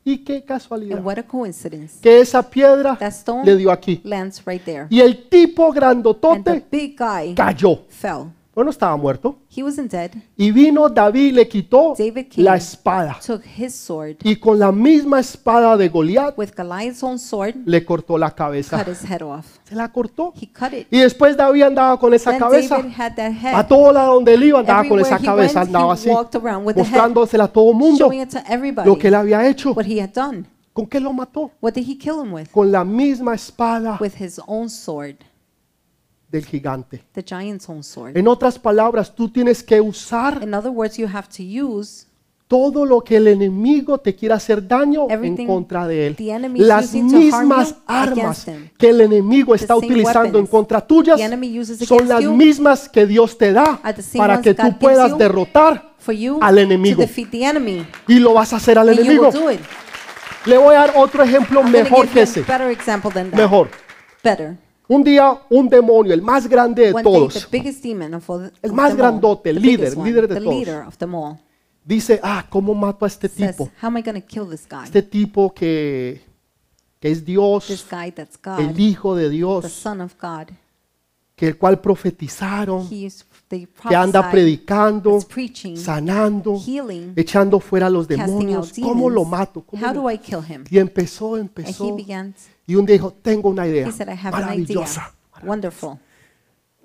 [SPEAKER 1] Y qué
[SPEAKER 2] And
[SPEAKER 1] casualidad
[SPEAKER 2] what a coincidence.
[SPEAKER 1] que esa piedra
[SPEAKER 2] That stone
[SPEAKER 1] le dio aquí.
[SPEAKER 2] lands right there.
[SPEAKER 1] Y el tipo
[SPEAKER 2] And the
[SPEAKER 1] grandotote
[SPEAKER 2] big guy
[SPEAKER 1] cayó.
[SPEAKER 2] fell.
[SPEAKER 1] Bueno, estaba muerto.
[SPEAKER 2] He wasn't dead.
[SPEAKER 1] Y vino David y le quitó
[SPEAKER 2] David came,
[SPEAKER 1] la espada.
[SPEAKER 2] took his sword
[SPEAKER 1] Y con la misma espada de Goliat
[SPEAKER 2] with Goliath's own sword,
[SPEAKER 1] le cortó la
[SPEAKER 2] cut
[SPEAKER 1] cabeza.
[SPEAKER 2] his head off.
[SPEAKER 1] Se la cortó.
[SPEAKER 2] He cut it.
[SPEAKER 1] Y después David andaba con esa
[SPEAKER 2] Then
[SPEAKER 1] cabeza.
[SPEAKER 2] David had that
[SPEAKER 1] A
[SPEAKER 2] head,
[SPEAKER 1] todo lado donde él iba andaba con
[SPEAKER 2] Everywhere
[SPEAKER 1] esa
[SPEAKER 2] he
[SPEAKER 1] cabeza,
[SPEAKER 2] went, he
[SPEAKER 1] andaba así,
[SPEAKER 2] walked around with the head,
[SPEAKER 1] mostrándosela a todo mundo
[SPEAKER 2] showing it to everybody
[SPEAKER 1] lo que él había hecho.
[SPEAKER 2] what he had done.
[SPEAKER 1] ¿Con qué lo mató?
[SPEAKER 2] What did he kill him with?
[SPEAKER 1] Con la misma espada
[SPEAKER 2] With his own sword,
[SPEAKER 1] del gigante.
[SPEAKER 2] the giant's own sword.
[SPEAKER 1] En otras palabras, tú tienes que usar
[SPEAKER 2] In other words, you have to use
[SPEAKER 1] todo lo que el enemigo te quiera hacer daño en
[SPEAKER 2] Everything
[SPEAKER 1] contra de él.
[SPEAKER 2] the enemy is
[SPEAKER 1] Las
[SPEAKER 2] using to harm
[SPEAKER 1] mismas
[SPEAKER 2] you
[SPEAKER 1] armas
[SPEAKER 2] against him.
[SPEAKER 1] que el enemigo está
[SPEAKER 2] same
[SPEAKER 1] utilizando en
[SPEAKER 2] weapons
[SPEAKER 1] contra tuyas
[SPEAKER 2] the enemy uses
[SPEAKER 1] son
[SPEAKER 2] against
[SPEAKER 1] las
[SPEAKER 2] you
[SPEAKER 1] mismas que Dios te da
[SPEAKER 2] are the same
[SPEAKER 1] para
[SPEAKER 2] ones
[SPEAKER 1] que
[SPEAKER 2] God
[SPEAKER 1] tú
[SPEAKER 2] gives
[SPEAKER 1] puedas
[SPEAKER 2] you
[SPEAKER 1] derrotar
[SPEAKER 2] for you
[SPEAKER 1] Al
[SPEAKER 2] to
[SPEAKER 1] enemigo.
[SPEAKER 2] defeat the enemy.
[SPEAKER 1] y lo vas a hacer al
[SPEAKER 2] And you
[SPEAKER 1] enemigo.
[SPEAKER 2] will do it.
[SPEAKER 1] Le voy a dar otro ejemplo
[SPEAKER 2] I'm gonna
[SPEAKER 1] mejor
[SPEAKER 2] give
[SPEAKER 1] que
[SPEAKER 2] you
[SPEAKER 1] ese.
[SPEAKER 2] a better example than that.
[SPEAKER 1] Mejor.
[SPEAKER 2] Better.
[SPEAKER 1] Un día un demonio, el más grande de
[SPEAKER 2] One day, the
[SPEAKER 1] todos,
[SPEAKER 2] biggest demon of all the,
[SPEAKER 1] El
[SPEAKER 2] of
[SPEAKER 1] más
[SPEAKER 2] them
[SPEAKER 1] grandote, el
[SPEAKER 2] all, the biggest
[SPEAKER 1] líder, el
[SPEAKER 2] one,
[SPEAKER 1] líder de
[SPEAKER 2] the
[SPEAKER 1] todos.
[SPEAKER 2] leader of them all,
[SPEAKER 1] dice, ah, ¿cómo mato a este
[SPEAKER 2] says, "Ah,
[SPEAKER 1] tipo?
[SPEAKER 2] how am I going to kill this guy?
[SPEAKER 1] Este tipo que, que es
[SPEAKER 2] This
[SPEAKER 1] Dios,
[SPEAKER 2] guy that's
[SPEAKER 1] el
[SPEAKER 2] God,
[SPEAKER 1] Hijo de
[SPEAKER 2] the
[SPEAKER 1] Dios,
[SPEAKER 2] son of God.
[SPEAKER 1] que el cual profetizaron,
[SPEAKER 2] He is the
[SPEAKER 1] que anda predicando,
[SPEAKER 2] is preaching,
[SPEAKER 1] sanando,
[SPEAKER 2] healing,
[SPEAKER 1] echando fuera a los
[SPEAKER 2] casting out
[SPEAKER 1] demonios. ¿Cómo lo mato?
[SPEAKER 2] demons.
[SPEAKER 1] ¿Cómo
[SPEAKER 2] How
[SPEAKER 1] lo-
[SPEAKER 2] do I kill him?
[SPEAKER 1] Y empezó,
[SPEAKER 2] And he
[SPEAKER 1] empezó.
[SPEAKER 2] began,
[SPEAKER 1] Y un día dijo, tengo una idea
[SPEAKER 2] he said, I have an idea.
[SPEAKER 1] maravillosa.
[SPEAKER 2] Wonderful.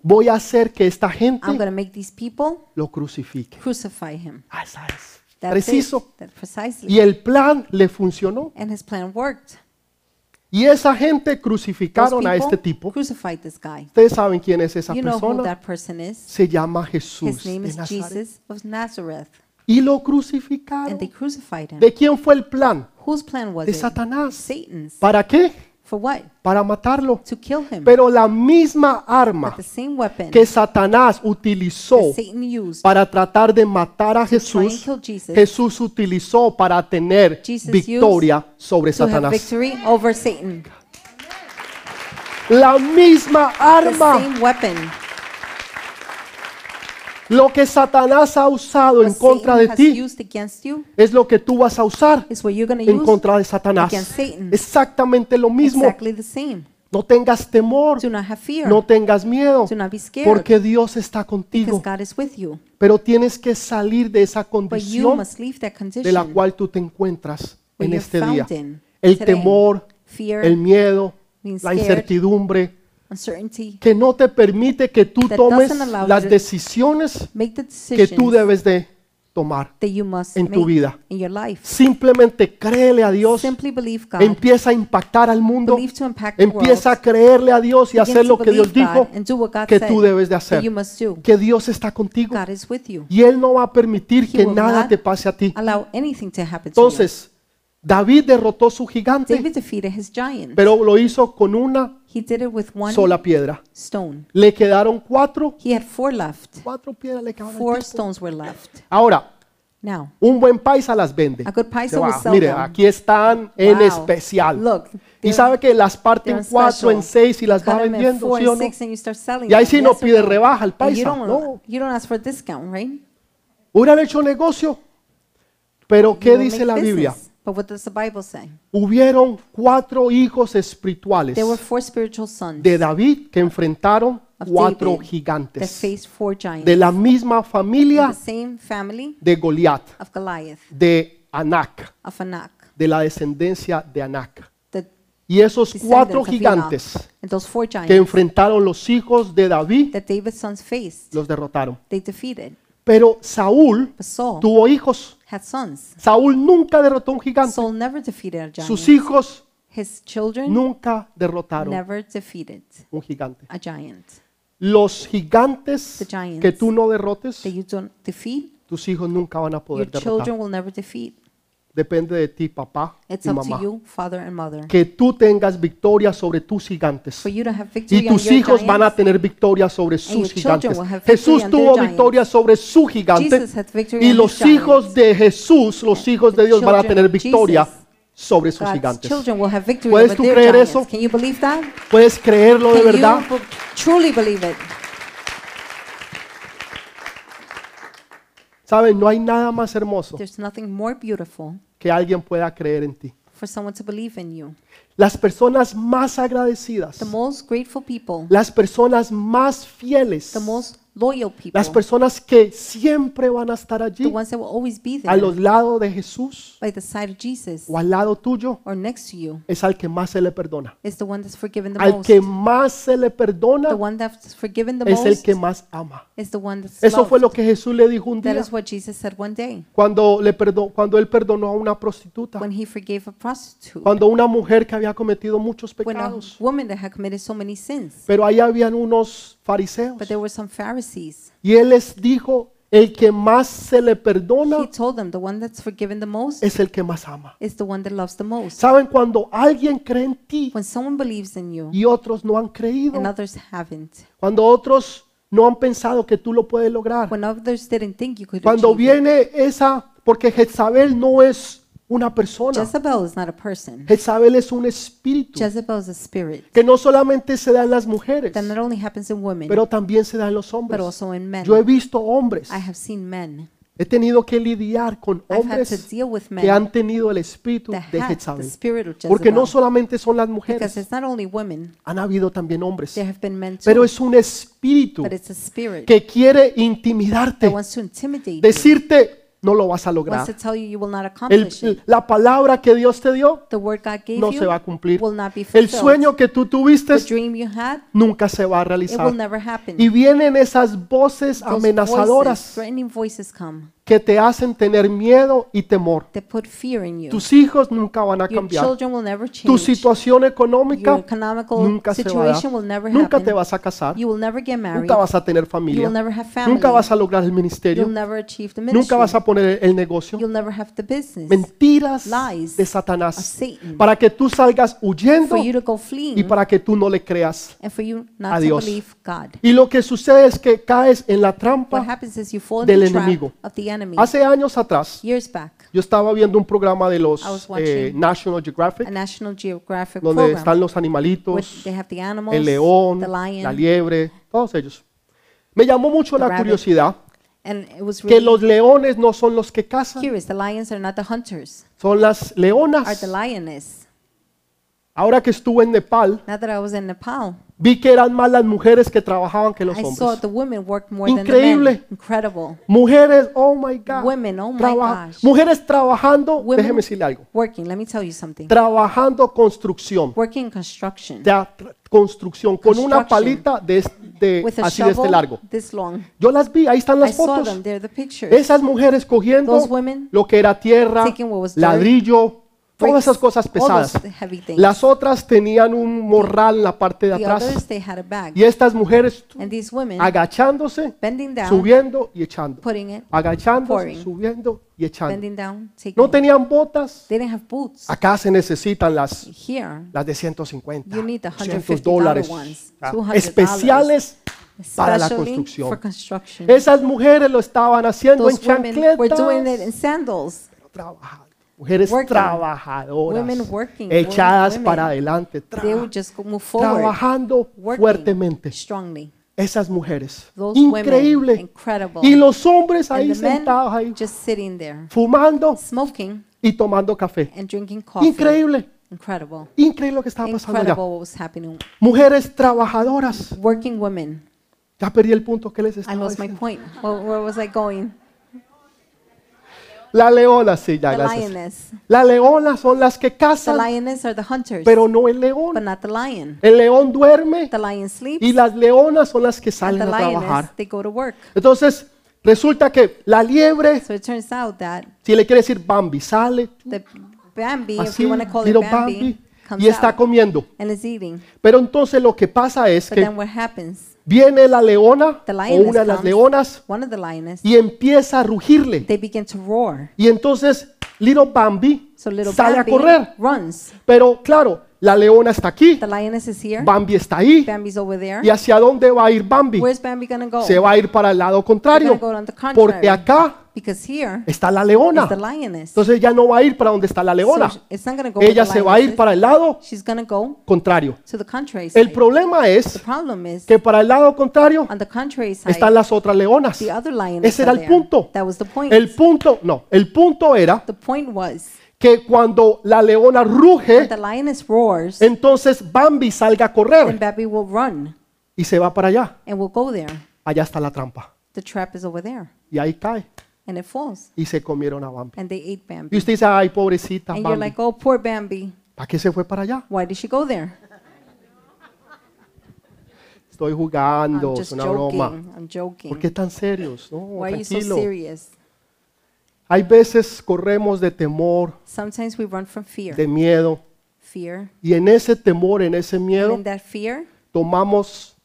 [SPEAKER 1] Voy a hacer que esta
[SPEAKER 2] I'm going
[SPEAKER 1] gente
[SPEAKER 2] to make these people
[SPEAKER 1] lo crucifique.
[SPEAKER 2] crucify him.
[SPEAKER 1] Ah, esa es.
[SPEAKER 2] That's it.
[SPEAKER 1] Preciso.
[SPEAKER 2] That- precisely.
[SPEAKER 1] Y el plan le funcionó.
[SPEAKER 2] And his plan worked.
[SPEAKER 1] Y esa gente
[SPEAKER 2] Those
[SPEAKER 1] crucificaron a este
[SPEAKER 2] people
[SPEAKER 1] tipo.
[SPEAKER 2] crucified this guy.
[SPEAKER 1] Ustedes saben quién es esa
[SPEAKER 2] You know who
[SPEAKER 1] persona.
[SPEAKER 2] that person is.
[SPEAKER 1] Se llama Jesús
[SPEAKER 2] His
[SPEAKER 1] de
[SPEAKER 2] name is
[SPEAKER 1] Nazaret.
[SPEAKER 2] Jesus of Nazareth.
[SPEAKER 1] Y lo
[SPEAKER 2] And
[SPEAKER 1] crucificaron.
[SPEAKER 2] they crucified him.
[SPEAKER 1] ¿De quién fue el plan?
[SPEAKER 2] Whose plan was
[SPEAKER 1] De
[SPEAKER 2] it?
[SPEAKER 1] Satanás.
[SPEAKER 2] Satan's.
[SPEAKER 1] ¿Para qué?
[SPEAKER 2] For what?
[SPEAKER 1] Para matarlo.
[SPEAKER 2] To kill him.
[SPEAKER 1] Pero la misma arma
[SPEAKER 2] But the same weapon
[SPEAKER 1] que Satanás utilizó
[SPEAKER 2] that Satan used
[SPEAKER 1] para tratar de matar a
[SPEAKER 2] Jesús,
[SPEAKER 1] Jesús,
[SPEAKER 2] kill Jesus,
[SPEAKER 1] Jesús utilizó para tener
[SPEAKER 2] Jesus
[SPEAKER 1] victoria sobre
[SPEAKER 2] to have
[SPEAKER 1] Satanás.
[SPEAKER 2] victory over Satan.
[SPEAKER 1] La misma
[SPEAKER 2] The
[SPEAKER 1] arma,
[SPEAKER 2] same weapon
[SPEAKER 1] lo que Satanás ha usado en
[SPEAKER 2] what
[SPEAKER 1] contra de
[SPEAKER 2] Satan has
[SPEAKER 1] ti,
[SPEAKER 2] used against you
[SPEAKER 1] es lo que tú vas a usar
[SPEAKER 2] is what you're going to
[SPEAKER 1] en
[SPEAKER 2] use
[SPEAKER 1] contra de Satanás.
[SPEAKER 2] against Satan.
[SPEAKER 1] Exactamente lo mismo.
[SPEAKER 2] exactly the same.
[SPEAKER 1] No tengas temor,
[SPEAKER 2] Do not have fear.
[SPEAKER 1] no tengas miedo,
[SPEAKER 2] Do not be scared.
[SPEAKER 1] porque Dios está
[SPEAKER 2] because
[SPEAKER 1] contigo.
[SPEAKER 2] God is with you.
[SPEAKER 1] Pero tienes que salir de esa
[SPEAKER 2] But you
[SPEAKER 1] condición
[SPEAKER 2] must leave that
[SPEAKER 1] de la
[SPEAKER 2] condition
[SPEAKER 1] cual tú te encuentras
[SPEAKER 2] where
[SPEAKER 1] en
[SPEAKER 2] you're
[SPEAKER 1] este
[SPEAKER 2] found
[SPEAKER 1] día.
[SPEAKER 2] in
[SPEAKER 1] El
[SPEAKER 2] today.
[SPEAKER 1] temor,
[SPEAKER 2] fear,
[SPEAKER 1] el miedo,
[SPEAKER 2] being
[SPEAKER 1] la
[SPEAKER 2] scared,
[SPEAKER 1] incertidumbre,
[SPEAKER 2] uncertainty.
[SPEAKER 1] que no te permite que tú
[SPEAKER 2] that
[SPEAKER 1] tomes
[SPEAKER 2] doesn't allow
[SPEAKER 1] las
[SPEAKER 2] you-
[SPEAKER 1] decisiones
[SPEAKER 2] Make
[SPEAKER 1] que
[SPEAKER 2] the decisions
[SPEAKER 1] tú debes de tomar.
[SPEAKER 2] that you must
[SPEAKER 1] en tu
[SPEAKER 2] make
[SPEAKER 1] vida.
[SPEAKER 2] in your life.
[SPEAKER 1] Simplemente créele a Dios,
[SPEAKER 2] Simply believe God.
[SPEAKER 1] empieza a impactar al mundo,
[SPEAKER 2] Believe to impact the
[SPEAKER 1] empieza a
[SPEAKER 2] world.
[SPEAKER 1] creerle a Dios y
[SPEAKER 2] Begin
[SPEAKER 1] hacer
[SPEAKER 2] to
[SPEAKER 1] lo que Dios
[SPEAKER 2] believe
[SPEAKER 1] dijo
[SPEAKER 2] God and do what God
[SPEAKER 1] que
[SPEAKER 2] said
[SPEAKER 1] tú debes de
[SPEAKER 2] that
[SPEAKER 1] hacer.
[SPEAKER 2] you must do.
[SPEAKER 1] Que Dios está contigo
[SPEAKER 2] God is with you.
[SPEAKER 1] y Él no va a permitir
[SPEAKER 2] He
[SPEAKER 1] que
[SPEAKER 2] will
[SPEAKER 1] nada
[SPEAKER 2] not
[SPEAKER 1] te pase a ti.
[SPEAKER 2] Allow anything to happen to you.
[SPEAKER 1] Entonces, David derrotó su gigante,
[SPEAKER 2] David defeated his giant.
[SPEAKER 1] pero lo hizo con una
[SPEAKER 2] He He did it with one
[SPEAKER 1] sola piedra.
[SPEAKER 2] stone.
[SPEAKER 1] Le quedaron cuatro,
[SPEAKER 2] He had four left.
[SPEAKER 1] cuatro piedras le quedaron. al
[SPEAKER 2] Four
[SPEAKER 1] tipo.
[SPEAKER 2] stones were left.
[SPEAKER 1] Ahora,
[SPEAKER 2] Now,
[SPEAKER 1] un buen paisa las vende.
[SPEAKER 2] A good paisa
[SPEAKER 1] Wow,
[SPEAKER 2] will sell
[SPEAKER 1] mire,
[SPEAKER 2] them.
[SPEAKER 1] aquí están en
[SPEAKER 2] Wow.
[SPEAKER 1] especial.
[SPEAKER 2] Look,
[SPEAKER 1] y
[SPEAKER 2] they're-
[SPEAKER 1] sabe que las parte en
[SPEAKER 2] they're
[SPEAKER 1] cuatro, en
[SPEAKER 2] special.
[SPEAKER 1] seis y las va
[SPEAKER 2] cut them in
[SPEAKER 1] vendiendo,
[SPEAKER 2] four
[SPEAKER 1] ¿sí o
[SPEAKER 2] and
[SPEAKER 1] no?
[SPEAKER 2] six and you start selling
[SPEAKER 1] Y ahí
[SPEAKER 2] them,
[SPEAKER 1] sí no
[SPEAKER 2] yes or
[SPEAKER 1] pide rebaja el
[SPEAKER 2] And You
[SPEAKER 1] paisa, no.
[SPEAKER 2] don't you don't ask for discount, right?
[SPEAKER 1] Hubieran hecho negocio. Pero
[SPEAKER 2] You
[SPEAKER 1] ¿qué
[SPEAKER 2] don't
[SPEAKER 1] dice
[SPEAKER 2] make
[SPEAKER 1] la
[SPEAKER 2] business.
[SPEAKER 1] Biblia?
[SPEAKER 2] But what does the Bible say?
[SPEAKER 1] Hubieron cuatro hijos espirituales
[SPEAKER 2] There were four spiritual sons
[SPEAKER 1] de David que enfrentaron
[SPEAKER 2] of
[SPEAKER 1] cuatro
[SPEAKER 2] David that
[SPEAKER 1] gigantes
[SPEAKER 2] faced four giants.
[SPEAKER 1] de la misma
[SPEAKER 2] of
[SPEAKER 1] familia
[SPEAKER 2] the same family
[SPEAKER 1] de Goliat,
[SPEAKER 2] of Goliath,
[SPEAKER 1] de Anac,
[SPEAKER 2] of Anak,
[SPEAKER 1] de la descendencia de Anac.
[SPEAKER 2] the
[SPEAKER 1] Y esos cuatro
[SPEAKER 2] descendants of Enoch.
[SPEAKER 1] gigantes
[SPEAKER 2] And those four giants
[SPEAKER 1] que enfrentaron los hijos de David
[SPEAKER 2] that David's sons faced,
[SPEAKER 1] los derrotaron.
[SPEAKER 2] they defeated.
[SPEAKER 1] Pero Saúl
[SPEAKER 2] But Saul
[SPEAKER 1] tuvo hijos.
[SPEAKER 2] had sons.
[SPEAKER 1] Saúl nunca derrotó a un gigante.
[SPEAKER 2] Saul never defeated a giant.
[SPEAKER 1] Sus hijos
[SPEAKER 2] His children
[SPEAKER 1] nunca derrotaron
[SPEAKER 2] never defeated
[SPEAKER 1] un gigante.
[SPEAKER 2] a giant.
[SPEAKER 1] Los gigantes
[SPEAKER 2] The giants.
[SPEAKER 1] que tú no derrotes,
[SPEAKER 2] That you don't defeat,
[SPEAKER 1] tus hijos nunca van a
[SPEAKER 2] your
[SPEAKER 1] poder derrotar.
[SPEAKER 2] children will never defeat.
[SPEAKER 1] Depende de ti, papá
[SPEAKER 2] It's
[SPEAKER 1] y
[SPEAKER 2] up to
[SPEAKER 1] mamá.
[SPEAKER 2] you, father and mother,
[SPEAKER 1] Que tú tengas victoria sobre tus gigantes.
[SPEAKER 2] for you to have victory
[SPEAKER 1] Y tus
[SPEAKER 2] on your
[SPEAKER 1] hijos van a
[SPEAKER 2] giants.
[SPEAKER 1] tener victoria sobre
[SPEAKER 2] your
[SPEAKER 1] sus
[SPEAKER 2] children
[SPEAKER 1] gigantes.
[SPEAKER 2] will have victory
[SPEAKER 1] Jesús
[SPEAKER 2] on their
[SPEAKER 1] tuvo
[SPEAKER 2] giants.
[SPEAKER 1] victoria sobre su gigante.
[SPEAKER 2] Jesus had victory
[SPEAKER 1] Y
[SPEAKER 2] on
[SPEAKER 1] los
[SPEAKER 2] his
[SPEAKER 1] hijos de Jesús, los hijos de
[SPEAKER 2] the
[SPEAKER 1] Dios, van a
[SPEAKER 2] children
[SPEAKER 1] tener
[SPEAKER 2] of
[SPEAKER 1] victoria
[SPEAKER 2] Jesus,
[SPEAKER 1] sobre sus
[SPEAKER 2] God's
[SPEAKER 1] gigantes.
[SPEAKER 2] children will have victory
[SPEAKER 1] ¿Puedes
[SPEAKER 2] over
[SPEAKER 1] tú
[SPEAKER 2] their
[SPEAKER 1] creer
[SPEAKER 2] giants.
[SPEAKER 1] eso?
[SPEAKER 2] Can you believe that?
[SPEAKER 1] ¿Puedes creerlo de
[SPEAKER 2] Can
[SPEAKER 1] verdad?
[SPEAKER 2] you be- truly believe it?
[SPEAKER 1] Saben, no hay nada más hermoso
[SPEAKER 2] There's nothing more beautiful
[SPEAKER 1] que alguien pueda creer en ti.
[SPEAKER 2] for someone to believe in you.
[SPEAKER 1] Las personas más agradecidas,
[SPEAKER 2] The most grateful people,
[SPEAKER 1] las personas más fieles,
[SPEAKER 2] the most loyal people,
[SPEAKER 1] las personas que siempre van a estar
[SPEAKER 2] the
[SPEAKER 1] allí,
[SPEAKER 2] ones that will always be
[SPEAKER 1] a
[SPEAKER 2] there
[SPEAKER 1] los lados de Jesús
[SPEAKER 2] by the side of Jesus
[SPEAKER 1] o al lado tuyo,
[SPEAKER 2] or next to you,
[SPEAKER 1] es al que más se le perdona.
[SPEAKER 2] is the one that's forgiven the
[SPEAKER 1] Al
[SPEAKER 2] most.
[SPEAKER 1] que más se le perdona
[SPEAKER 2] The one that's forgiven the
[SPEAKER 1] es el
[SPEAKER 2] most
[SPEAKER 1] que más ama.
[SPEAKER 2] is the one that's
[SPEAKER 1] Eso fue
[SPEAKER 2] loved.
[SPEAKER 1] lo que Jesús le dijo un
[SPEAKER 2] That
[SPEAKER 1] día
[SPEAKER 2] is what Jesus said one day
[SPEAKER 1] cuando, le perdo- cuando él perdonó a una prostituta,
[SPEAKER 2] when he forgave a prostitute,
[SPEAKER 1] cuando una mujer que había cometido muchos
[SPEAKER 2] when a
[SPEAKER 1] pecados.
[SPEAKER 2] woman that had committed so many sins.
[SPEAKER 1] Pero ahí habían unos fariseos.
[SPEAKER 2] But there were some Pharisees.
[SPEAKER 1] Y él les dijo, el que más se le
[SPEAKER 2] He
[SPEAKER 1] perdona
[SPEAKER 2] told them the one that's forgiven the most
[SPEAKER 1] es el que más ama.
[SPEAKER 2] is the one that loves the most.
[SPEAKER 1] Saben, cuando alguien cree en ti
[SPEAKER 2] When someone believes in you
[SPEAKER 1] y otros no han creído,
[SPEAKER 2] and others haven't,
[SPEAKER 1] cuando otros no han pensado que tú lo puedes lograr,
[SPEAKER 2] when others didn't think you could
[SPEAKER 1] "Ah, cuando
[SPEAKER 2] achieve it.
[SPEAKER 1] viene esa, porque Jezabel no es una persona,
[SPEAKER 2] Jezebel is not a person.
[SPEAKER 1] Jezabel es un espíritu
[SPEAKER 2] Jezebel is a spirit
[SPEAKER 1] que no solamente se da en las mujeres,
[SPEAKER 2] that not only happens in women
[SPEAKER 1] pero también se da en los
[SPEAKER 2] but
[SPEAKER 1] hombres.
[SPEAKER 2] also in men.
[SPEAKER 1] Yo he visto hombres,
[SPEAKER 2] I have seen men.
[SPEAKER 1] he tenido que lidiar con
[SPEAKER 2] I've had to
[SPEAKER 1] hombres
[SPEAKER 2] deal with
[SPEAKER 1] que
[SPEAKER 2] men
[SPEAKER 1] han tenido el espíritu
[SPEAKER 2] that
[SPEAKER 1] de
[SPEAKER 2] have the
[SPEAKER 1] Jezabel.
[SPEAKER 2] spirit of
[SPEAKER 1] Porque no
[SPEAKER 2] Jezebel.
[SPEAKER 1] solamente son las
[SPEAKER 2] Because
[SPEAKER 1] mujeres,
[SPEAKER 2] it's not only women,
[SPEAKER 1] han habido también hombres,
[SPEAKER 2] there have been men too.
[SPEAKER 1] pero es un espíritu
[SPEAKER 2] but it's a spirit
[SPEAKER 1] que quiere intimidarte,
[SPEAKER 2] that wants to intimidate you.
[SPEAKER 1] decirte, no lo vas a
[SPEAKER 2] Wants to
[SPEAKER 1] lograr.
[SPEAKER 2] tell you you will not
[SPEAKER 1] El-
[SPEAKER 2] accomplish it.
[SPEAKER 1] la palabra que Dios te dio
[SPEAKER 2] The word God gave
[SPEAKER 1] no
[SPEAKER 2] you
[SPEAKER 1] se va a cumplir.
[SPEAKER 2] will not be
[SPEAKER 1] El
[SPEAKER 2] fulfilled.
[SPEAKER 1] sueño que tú tuviste
[SPEAKER 2] the dream you had,
[SPEAKER 1] nunca se va a
[SPEAKER 2] it will
[SPEAKER 1] realizar.
[SPEAKER 2] never happen.
[SPEAKER 1] Y vienen esas voces
[SPEAKER 2] Those voices,
[SPEAKER 1] amenazadoras
[SPEAKER 2] threatening voices come
[SPEAKER 1] que te hacen tener miedo y temor.
[SPEAKER 2] that put fear in you.
[SPEAKER 1] Tus hijos nunca van a
[SPEAKER 2] Your
[SPEAKER 1] cambiar.
[SPEAKER 2] children will never
[SPEAKER 1] Tu
[SPEAKER 2] change.
[SPEAKER 1] situación
[SPEAKER 2] Your
[SPEAKER 1] económica
[SPEAKER 2] economical
[SPEAKER 1] nunca se va a dar.
[SPEAKER 2] situation will never
[SPEAKER 1] Nunca te
[SPEAKER 2] happen.
[SPEAKER 1] vas a casar.
[SPEAKER 2] You will never get married.
[SPEAKER 1] Nunca vas a tener
[SPEAKER 2] You
[SPEAKER 1] familia.
[SPEAKER 2] will never have family.
[SPEAKER 1] Nunca vas a lograr el
[SPEAKER 2] You'll
[SPEAKER 1] ministerio.
[SPEAKER 2] never achieve the
[SPEAKER 1] Nunca
[SPEAKER 2] ministry.
[SPEAKER 1] vas a poner el negocio.
[SPEAKER 2] You'll never have the business
[SPEAKER 1] Mentiras
[SPEAKER 2] Lies
[SPEAKER 1] de
[SPEAKER 2] of
[SPEAKER 1] Satanás.
[SPEAKER 2] Satan.
[SPEAKER 1] Para que tú salgas huyendo
[SPEAKER 2] For you to go
[SPEAKER 1] y
[SPEAKER 2] fleeing
[SPEAKER 1] para que tú no le creas.
[SPEAKER 2] and for you
[SPEAKER 1] a
[SPEAKER 2] not to
[SPEAKER 1] Dios.
[SPEAKER 2] believe God.
[SPEAKER 1] Y lo que sucede es que caes en la
[SPEAKER 2] What
[SPEAKER 1] trampa.
[SPEAKER 2] happens is you fall in
[SPEAKER 1] del
[SPEAKER 2] the trap
[SPEAKER 1] enemigo.
[SPEAKER 2] of the enemy.
[SPEAKER 1] Hace años atrás,
[SPEAKER 2] Years back,
[SPEAKER 1] yo estaba viendo un programa de los
[SPEAKER 2] I was
[SPEAKER 1] eh,
[SPEAKER 2] watching
[SPEAKER 1] National Geographic,
[SPEAKER 2] a National Geographic
[SPEAKER 1] donde están
[SPEAKER 2] program
[SPEAKER 1] los
[SPEAKER 2] where
[SPEAKER 1] animalitos,
[SPEAKER 2] they have the animals,
[SPEAKER 1] el león,
[SPEAKER 2] the lion,
[SPEAKER 1] la liebre, todos ellos. Me llamó mucho
[SPEAKER 2] The
[SPEAKER 1] la
[SPEAKER 2] rabbit.
[SPEAKER 1] curiosidad
[SPEAKER 2] and it was
[SPEAKER 1] que
[SPEAKER 2] really
[SPEAKER 1] los leones no son los que cazan,
[SPEAKER 2] curious. The lions are not the hunters,
[SPEAKER 1] son las
[SPEAKER 2] are the
[SPEAKER 1] leonas.
[SPEAKER 2] lioness.
[SPEAKER 1] Ahora que estuve en Nepal,
[SPEAKER 2] Now that I was in Nepal,
[SPEAKER 1] vi que eran más las mujeres que trabajaban que los
[SPEAKER 2] I saw
[SPEAKER 1] hombres.
[SPEAKER 2] the women worked more than the men.
[SPEAKER 1] Increíble.
[SPEAKER 2] Incredible.
[SPEAKER 1] Mujeres, oh my God.
[SPEAKER 2] Women, oh my
[SPEAKER 1] traba-
[SPEAKER 2] gosh.
[SPEAKER 1] mujeres trabajando,
[SPEAKER 2] Women-
[SPEAKER 1] déjeme decirle algo,
[SPEAKER 2] Working, let me tell you something.
[SPEAKER 1] trabajando construcción,
[SPEAKER 2] Working in construction
[SPEAKER 1] ya, tra- construcción, con una
[SPEAKER 2] Construction.
[SPEAKER 1] palita de, es- de-
[SPEAKER 2] with a
[SPEAKER 1] así de este largo.
[SPEAKER 2] shovel this long.
[SPEAKER 1] Yo las vi, ahí están
[SPEAKER 2] I
[SPEAKER 1] las
[SPEAKER 2] saw
[SPEAKER 1] fotos.
[SPEAKER 2] them. They're the pictures.
[SPEAKER 1] Esas mujeres cogiendo
[SPEAKER 2] Those women
[SPEAKER 1] lo que era tierra,
[SPEAKER 2] taking what was dirt,
[SPEAKER 1] ladrillo, Todas esas
[SPEAKER 2] bricks,
[SPEAKER 1] cosas
[SPEAKER 2] all those
[SPEAKER 1] pesadas.
[SPEAKER 2] heavy things.
[SPEAKER 1] Las otras tenían un morral en la parte de
[SPEAKER 2] the others
[SPEAKER 1] atrás
[SPEAKER 2] they had a bag,
[SPEAKER 1] y estas mujeres
[SPEAKER 2] and these women
[SPEAKER 1] agachándose,
[SPEAKER 2] bending down,
[SPEAKER 1] subiendo y echando.
[SPEAKER 2] putting it,
[SPEAKER 1] Agachándose,
[SPEAKER 2] pouring.
[SPEAKER 1] subiendo y echando.
[SPEAKER 2] bending down, taking.
[SPEAKER 1] No
[SPEAKER 2] it.
[SPEAKER 1] tenían botas.
[SPEAKER 2] They didn't have boots.
[SPEAKER 1] Acá se necesitan las,
[SPEAKER 2] Here,
[SPEAKER 1] las de 150,
[SPEAKER 2] You need the
[SPEAKER 1] 200
[SPEAKER 2] $150
[SPEAKER 1] dólares
[SPEAKER 2] ones,
[SPEAKER 1] ah,
[SPEAKER 2] $200
[SPEAKER 1] especiales. para la
[SPEAKER 2] especially
[SPEAKER 1] construcción.
[SPEAKER 2] for construction,
[SPEAKER 1] Esas mujeres lo estaban haciendo en
[SPEAKER 2] those women were doing it in
[SPEAKER 1] chancletas,
[SPEAKER 2] sandals.
[SPEAKER 1] trabajando. Mujeres
[SPEAKER 2] Working.
[SPEAKER 1] trabajadoras,
[SPEAKER 2] Women working,
[SPEAKER 1] echadas
[SPEAKER 2] women-
[SPEAKER 1] para adelante, tra-
[SPEAKER 2] They would just go- move forward
[SPEAKER 1] trabajando
[SPEAKER 2] working.
[SPEAKER 1] fuertemente.
[SPEAKER 2] strongly.
[SPEAKER 1] Esas mujeres,
[SPEAKER 2] Those women,
[SPEAKER 1] increíble.
[SPEAKER 2] incredible.
[SPEAKER 1] Y los hombres ahí
[SPEAKER 2] and the men
[SPEAKER 1] sentados ahí,
[SPEAKER 2] just sitting there,
[SPEAKER 1] fumando
[SPEAKER 2] smoking
[SPEAKER 1] y tomando café.
[SPEAKER 2] and drinking coffee.
[SPEAKER 1] Increíble,
[SPEAKER 2] Incredible.
[SPEAKER 1] increíble lo que estaba pasando allá.
[SPEAKER 2] Incredible what was happening.
[SPEAKER 1] Mujeres trabajadoras.
[SPEAKER 2] Working women.
[SPEAKER 1] Ya perdí el punto que les
[SPEAKER 2] I
[SPEAKER 1] estaba
[SPEAKER 2] lost my
[SPEAKER 1] diciendo.
[SPEAKER 2] point. Where, where was I going?
[SPEAKER 1] La leona, sí, ya,
[SPEAKER 2] The
[SPEAKER 1] gracias.
[SPEAKER 2] lioness.
[SPEAKER 1] Las leonas son las que
[SPEAKER 2] The
[SPEAKER 1] cazan,
[SPEAKER 2] lioness are the hunters,
[SPEAKER 1] pero no el
[SPEAKER 2] but
[SPEAKER 1] león.
[SPEAKER 2] not the lion.
[SPEAKER 1] El león duerme
[SPEAKER 2] The lion sleeps,
[SPEAKER 1] y las leonas son las que
[SPEAKER 2] and
[SPEAKER 1] salen
[SPEAKER 2] the
[SPEAKER 1] a
[SPEAKER 2] lioness,
[SPEAKER 1] trabajar.
[SPEAKER 2] they go to work.
[SPEAKER 1] Entonces, resulta que la liebre,
[SPEAKER 2] So it turns out that
[SPEAKER 1] si le quiere decir Bambi, sale
[SPEAKER 2] the Bambi, if
[SPEAKER 1] así,
[SPEAKER 2] you want to call it
[SPEAKER 1] little
[SPEAKER 2] Bambi,
[SPEAKER 1] Bambi,
[SPEAKER 2] comes
[SPEAKER 1] y está
[SPEAKER 2] out
[SPEAKER 1] comiendo.
[SPEAKER 2] and is eating.
[SPEAKER 1] Pero entonces lo que pasa es
[SPEAKER 2] But
[SPEAKER 1] que
[SPEAKER 2] then what happens?
[SPEAKER 1] viene la leona
[SPEAKER 2] The
[SPEAKER 1] o
[SPEAKER 2] lioness
[SPEAKER 1] una de las
[SPEAKER 2] comes.
[SPEAKER 1] leonas
[SPEAKER 2] One of the lioness,
[SPEAKER 1] y empieza a rugirle.
[SPEAKER 2] they begin to roar.
[SPEAKER 1] Y entonces Little Bambi
[SPEAKER 2] So little
[SPEAKER 1] sale a
[SPEAKER 2] Bambi
[SPEAKER 1] correr.
[SPEAKER 2] runs.
[SPEAKER 1] Pero claro, la leona está aquí,
[SPEAKER 2] The lioness is here.
[SPEAKER 1] Bambi está ahí.
[SPEAKER 2] Bambi's over there.
[SPEAKER 1] ¿Y hacia dónde va a ir Bambi?
[SPEAKER 2] Where's Bambi gonna go?
[SPEAKER 1] Se va a ir para el lado contrario.
[SPEAKER 2] They're gonna go on the contrary.
[SPEAKER 1] Porque acá
[SPEAKER 2] Because here is
[SPEAKER 1] está la leona.
[SPEAKER 2] the lioness.
[SPEAKER 1] Entonces ya no va a ir para donde está la
[SPEAKER 2] So
[SPEAKER 1] leona.
[SPEAKER 2] sh- it's not gonna go where
[SPEAKER 1] Ella
[SPEAKER 2] the
[SPEAKER 1] se va a
[SPEAKER 2] lioness
[SPEAKER 1] ir
[SPEAKER 2] is.
[SPEAKER 1] para el lado
[SPEAKER 2] She's gonna go
[SPEAKER 1] contrario.
[SPEAKER 2] to the contrary
[SPEAKER 1] El
[SPEAKER 2] side.
[SPEAKER 1] problema
[SPEAKER 2] the
[SPEAKER 1] es
[SPEAKER 2] problem is
[SPEAKER 1] que para el lado contrario
[SPEAKER 2] on the contrary side.
[SPEAKER 1] están las otras leonas.
[SPEAKER 2] the other lion
[SPEAKER 1] Ese era el punto.
[SPEAKER 2] That was the point.
[SPEAKER 1] El punto, no, el punto era
[SPEAKER 2] the point was
[SPEAKER 1] que cuando la leona ruge,
[SPEAKER 2] that the lioness roars,
[SPEAKER 1] entonces Bambi salga a
[SPEAKER 2] then
[SPEAKER 1] correr
[SPEAKER 2] Bambi will run
[SPEAKER 1] y se va para allá.
[SPEAKER 2] and will go there.
[SPEAKER 1] Allá está la trampa.
[SPEAKER 2] The trap is over there,
[SPEAKER 1] Y ahí cae.
[SPEAKER 2] and it falls,
[SPEAKER 1] Y se comieron a Bambi.
[SPEAKER 2] and they
[SPEAKER 1] Y
[SPEAKER 2] ate Bambi.
[SPEAKER 1] usted dice, ay, pobrecita
[SPEAKER 2] And you're
[SPEAKER 1] Bambi.
[SPEAKER 2] like, oh, poor Bambi.
[SPEAKER 1] ¿Para qué se fue para allá?
[SPEAKER 2] Why did she go there?
[SPEAKER 1] Estoy jugando, Oh,
[SPEAKER 2] I'm
[SPEAKER 1] es
[SPEAKER 2] just
[SPEAKER 1] una broma.
[SPEAKER 2] joking. I'm joking.
[SPEAKER 1] ¿Por qué tan serios? No,
[SPEAKER 2] Why are you so
[SPEAKER 1] tranquilo.
[SPEAKER 2] serious?
[SPEAKER 1] Hay veces corremos de temor,
[SPEAKER 2] Sometimes we run from fear.
[SPEAKER 1] de miedo,
[SPEAKER 2] fear.
[SPEAKER 1] y en ese temor, en ese
[SPEAKER 2] And
[SPEAKER 1] miedo,
[SPEAKER 2] in that fear,
[SPEAKER 1] tomamos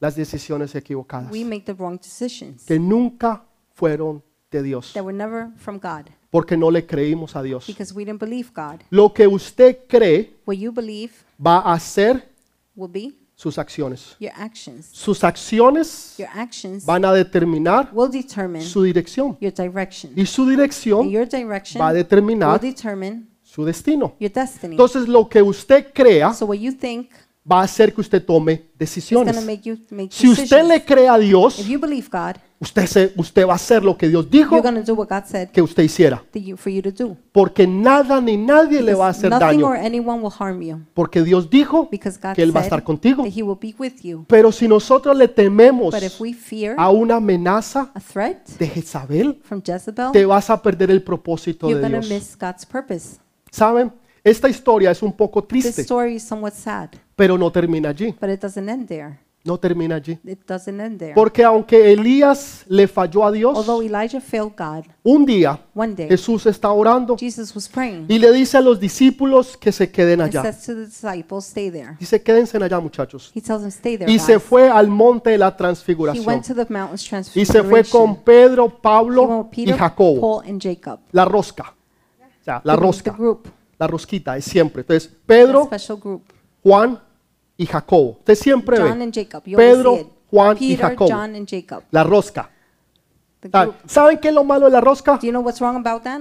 [SPEAKER 1] las decisiones equivocadas,
[SPEAKER 2] we make the wrong decisions
[SPEAKER 1] que nunca fueron de Dios,
[SPEAKER 2] that were never from God
[SPEAKER 1] porque no le creímos a Dios.
[SPEAKER 2] because we didn't believe God.
[SPEAKER 1] Lo que usted cree
[SPEAKER 2] What you believe
[SPEAKER 1] va a ser
[SPEAKER 2] will be
[SPEAKER 1] sus acciones.
[SPEAKER 2] your actions.
[SPEAKER 1] Sus acciones
[SPEAKER 2] Your actions
[SPEAKER 1] van a determinar
[SPEAKER 2] will determine
[SPEAKER 1] su dirección,
[SPEAKER 2] your direction.
[SPEAKER 1] y su
[SPEAKER 2] And
[SPEAKER 1] dirección
[SPEAKER 2] your direction
[SPEAKER 1] va a
[SPEAKER 2] will
[SPEAKER 1] determinar
[SPEAKER 2] determine
[SPEAKER 1] su destino.
[SPEAKER 2] your destiny.
[SPEAKER 1] Entonces lo que usted crea
[SPEAKER 2] So what you think is
[SPEAKER 1] va a hacer que usted tome
[SPEAKER 2] going to
[SPEAKER 1] decisiones.
[SPEAKER 2] make you make
[SPEAKER 1] Si usted
[SPEAKER 2] decisions.
[SPEAKER 1] le cree a Dios,
[SPEAKER 2] If you believe God,
[SPEAKER 1] usted, se- usted va a hacer lo que Dios dijo
[SPEAKER 2] you're going to do what God said
[SPEAKER 1] que usted hiciera.
[SPEAKER 2] to you, for you to do.
[SPEAKER 1] Porque nada ni nadie le va a hacer
[SPEAKER 2] Nothing
[SPEAKER 1] daño.
[SPEAKER 2] or anyone will harm you
[SPEAKER 1] Porque Dios dijo
[SPEAKER 2] because God
[SPEAKER 1] que Él va a
[SPEAKER 2] said
[SPEAKER 1] estar contigo.
[SPEAKER 2] that He will be with you.
[SPEAKER 1] Pero si nosotros le tememos
[SPEAKER 2] But if we fear
[SPEAKER 1] a una amenaza
[SPEAKER 2] a threat
[SPEAKER 1] de Jezabel,
[SPEAKER 2] from Jezebel,
[SPEAKER 1] te vas a perder el propósito
[SPEAKER 2] you're
[SPEAKER 1] de
[SPEAKER 2] going to
[SPEAKER 1] Dios.
[SPEAKER 2] miss God's purpose.
[SPEAKER 1] ¿Saben? Esta historia es un poco
[SPEAKER 2] This
[SPEAKER 1] triste,
[SPEAKER 2] story is somewhat sad,
[SPEAKER 1] pero no termina allí.
[SPEAKER 2] but it doesn't end there.
[SPEAKER 1] No termina allí.
[SPEAKER 2] It doesn't end there.
[SPEAKER 1] Porque aunque Elías le falló a Dios,
[SPEAKER 2] Although Elijah failed God,
[SPEAKER 1] un día
[SPEAKER 2] one day
[SPEAKER 1] Jesús está orando
[SPEAKER 2] Jesus was praying
[SPEAKER 1] y le dice a los discípulos que se queden
[SPEAKER 2] and
[SPEAKER 1] allá.
[SPEAKER 2] says to the disciples, "Stay there."
[SPEAKER 1] Dice, quédense allá muchachos.
[SPEAKER 2] He tells them, "Stay there."
[SPEAKER 1] Y se
[SPEAKER 2] guys."
[SPEAKER 1] fue al monte de la
[SPEAKER 2] He
[SPEAKER 1] transfiguración.
[SPEAKER 2] went to the mountains
[SPEAKER 1] Y se
[SPEAKER 2] transfiguration.
[SPEAKER 1] fue con Pedro,
[SPEAKER 2] He went
[SPEAKER 1] Pablo
[SPEAKER 2] with
[SPEAKER 1] y
[SPEAKER 2] Peter,
[SPEAKER 1] Jacobo.
[SPEAKER 2] Paul, and Jacob.
[SPEAKER 1] La rosca. O sea, la
[SPEAKER 2] The- The
[SPEAKER 1] rosca.
[SPEAKER 2] group,
[SPEAKER 1] La rosquita es siempre. Entonces,
[SPEAKER 2] the
[SPEAKER 1] Pedro,
[SPEAKER 2] special group.
[SPEAKER 1] Juan y Jacobo. Usted siempre
[SPEAKER 2] John
[SPEAKER 1] ve
[SPEAKER 2] and Jacob. You always
[SPEAKER 1] Pedro,
[SPEAKER 2] see it.
[SPEAKER 1] Juan y
[SPEAKER 2] Peter,
[SPEAKER 1] Jacobo.
[SPEAKER 2] John and Jacob.
[SPEAKER 1] la rosca.
[SPEAKER 2] The
[SPEAKER 1] O sea,
[SPEAKER 2] group.
[SPEAKER 1] ¿Saben qué es lo malo de la rosca?
[SPEAKER 2] Do you know what's wrong about that?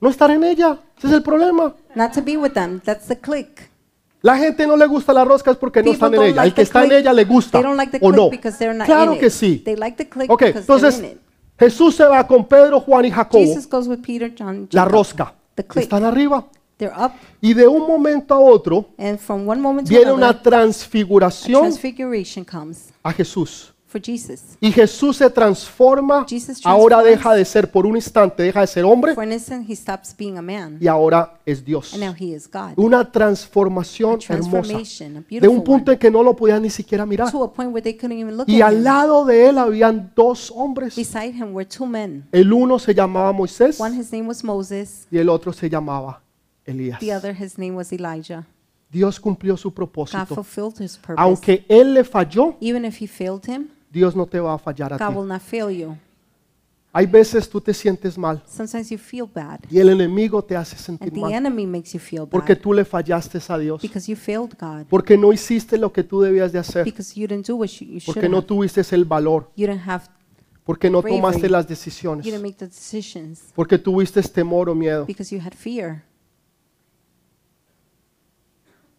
[SPEAKER 1] No estar en ella. Ese es el problema.
[SPEAKER 2] Not to be with them. That's the click.
[SPEAKER 1] La gente no le gusta la rosca es porque no
[SPEAKER 2] People
[SPEAKER 1] están en
[SPEAKER 2] don't
[SPEAKER 1] ella.
[SPEAKER 2] like
[SPEAKER 1] El que
[SPEAKER 2] the
[SPEAKER 1] está en
[SPEAKER 2] click.
[SPEAKER 1] ella le gusta
[SPEAKER 2] They don't like the
[SPEAKER 1] o
[SPEAKER 2] click
[SPEAKER 1] no.
[SPEAKER 2] because they're not
[SPEAKER 1] Claro
[SPEAKER 2] in
[SPEAKER 1] que
[SPEAKER 2] it.
[SPEAKER 1] sí.
[SPEAKER 2] They like the click
[SPEAKER 1] Ok,
[SPEAKER 2] because they're
[SPEAKER 1] entonces
[SPEAKER 2] in it.
[SPEAKER 1] Jesús se va con Pedro, Juan y Jacobo.
[SPEAKER 2] Jesus goes with Peter, John, and
[SPEAKER 1] La
[SPEAKER 2] Jacob.
[SPEAKER 1] rosca.
[SPEAKER 2] The click.
[SPEAKER 1] Están arriba.
[SPEAKER 2] They're up,
[SPEAKER 1] Y de un momento a otro
[SPEAKER 2] and from one moment to
[SPEAKER 1] viene una
[SPEAKER 2] another, a
[SPEAKER 1] transfiguración
[SPEAKER 2] transfiguration comes
[SPEAKER 1] a Jesús.
[SPEAKER 2] for Jesus.
[SPEAKER 1] Y Jesús se transforma.
[SPEAKER 2] Jesus transforms.
[SPEAKER 1] Ahora deja de ser por un instante, deja de ser hombre
[SPEAKER 2] For an instant, he stops being a man,
[SPEAKER 1] y ahora es Dios.
[SPEAKER 2] and now he is God.
[SPEAKER 1] Una transformación hermosa.
[SPEAKER 2] Transformation, a
[SPEAKER 1] De
[SPEAKER 2] beautiful
[SPEAKER 1] un punto en que no lo podían ni siquiera mirar.
[SPEAKER 2] one, to a point where they couldn't even look
[SPEAKER 1] Y
[SPEAKER 2] at
[SPEAKER 1] al
[SPEAKER 2] him.
[SPEAKER 1] lado de él habían dos hombres.
[SPEAKER 2] Beside him were two men.
[SPEAKER 1] El uno se llamaba Moisés
[SPEAKER 2] One, his name was Moses,
[SPEAKER 1] y el otro se llamaba Elías.
[SPEAKER 2] The other, his name was Elijah.
[SPEAKER 1] Dios cumplió su
[SPEAKER 2] God
[SPEAKER 1] propósito.
[SPEAKER 2] fulfilled his purpose.
[SPEAKER 1] Aunque Él le falló,
[SPEAKER 2] Even if he failed him,
[SPEAKER 1] Dios no te va a fallar a
[SPEAKER 2] God
[SPEAKER 1] ti.
[SPEAKER 2] will not fail you.
[SPEAKER 1] Hay veces tú te sientes mal
[SPEAKER 2] Sometimes you feel bad,
[SPEAKER 1] y el enemigo te hace sentir
[SPEAKER 2] and the
[SPEAKER 1] mal
[SPEAKER 2] enemy makes you feel
[SPEAKER 1] porque
[SPEAKER 2] bad
[SPEAKER 1] tú le fallaste a Dios,
[SPEAKER 2] because you failed God,
[SPEAKER 1] porque no hiciste lo que tú debías de hacer,
[SPEAKER 2] because you didn't do what you, you should
[SPEAKER 1] porque no
[SPEAKER 2] have.
[SPEAKER 1] tuviste el valor,
[SPEAKER 2] You didn't have,
[SPEAKER 1] porque no
[SPEAKER 2] Bravery.
[SPEAKER 1] tomaste las
[SPEAKER 2] you didn't
[SPEAKER 1] decisiones,
[SPEAKER 2] make the decisions
[SPEAKER 1] porque tuviste este temor o miedo.
[SPEAKER 2] because you had fear.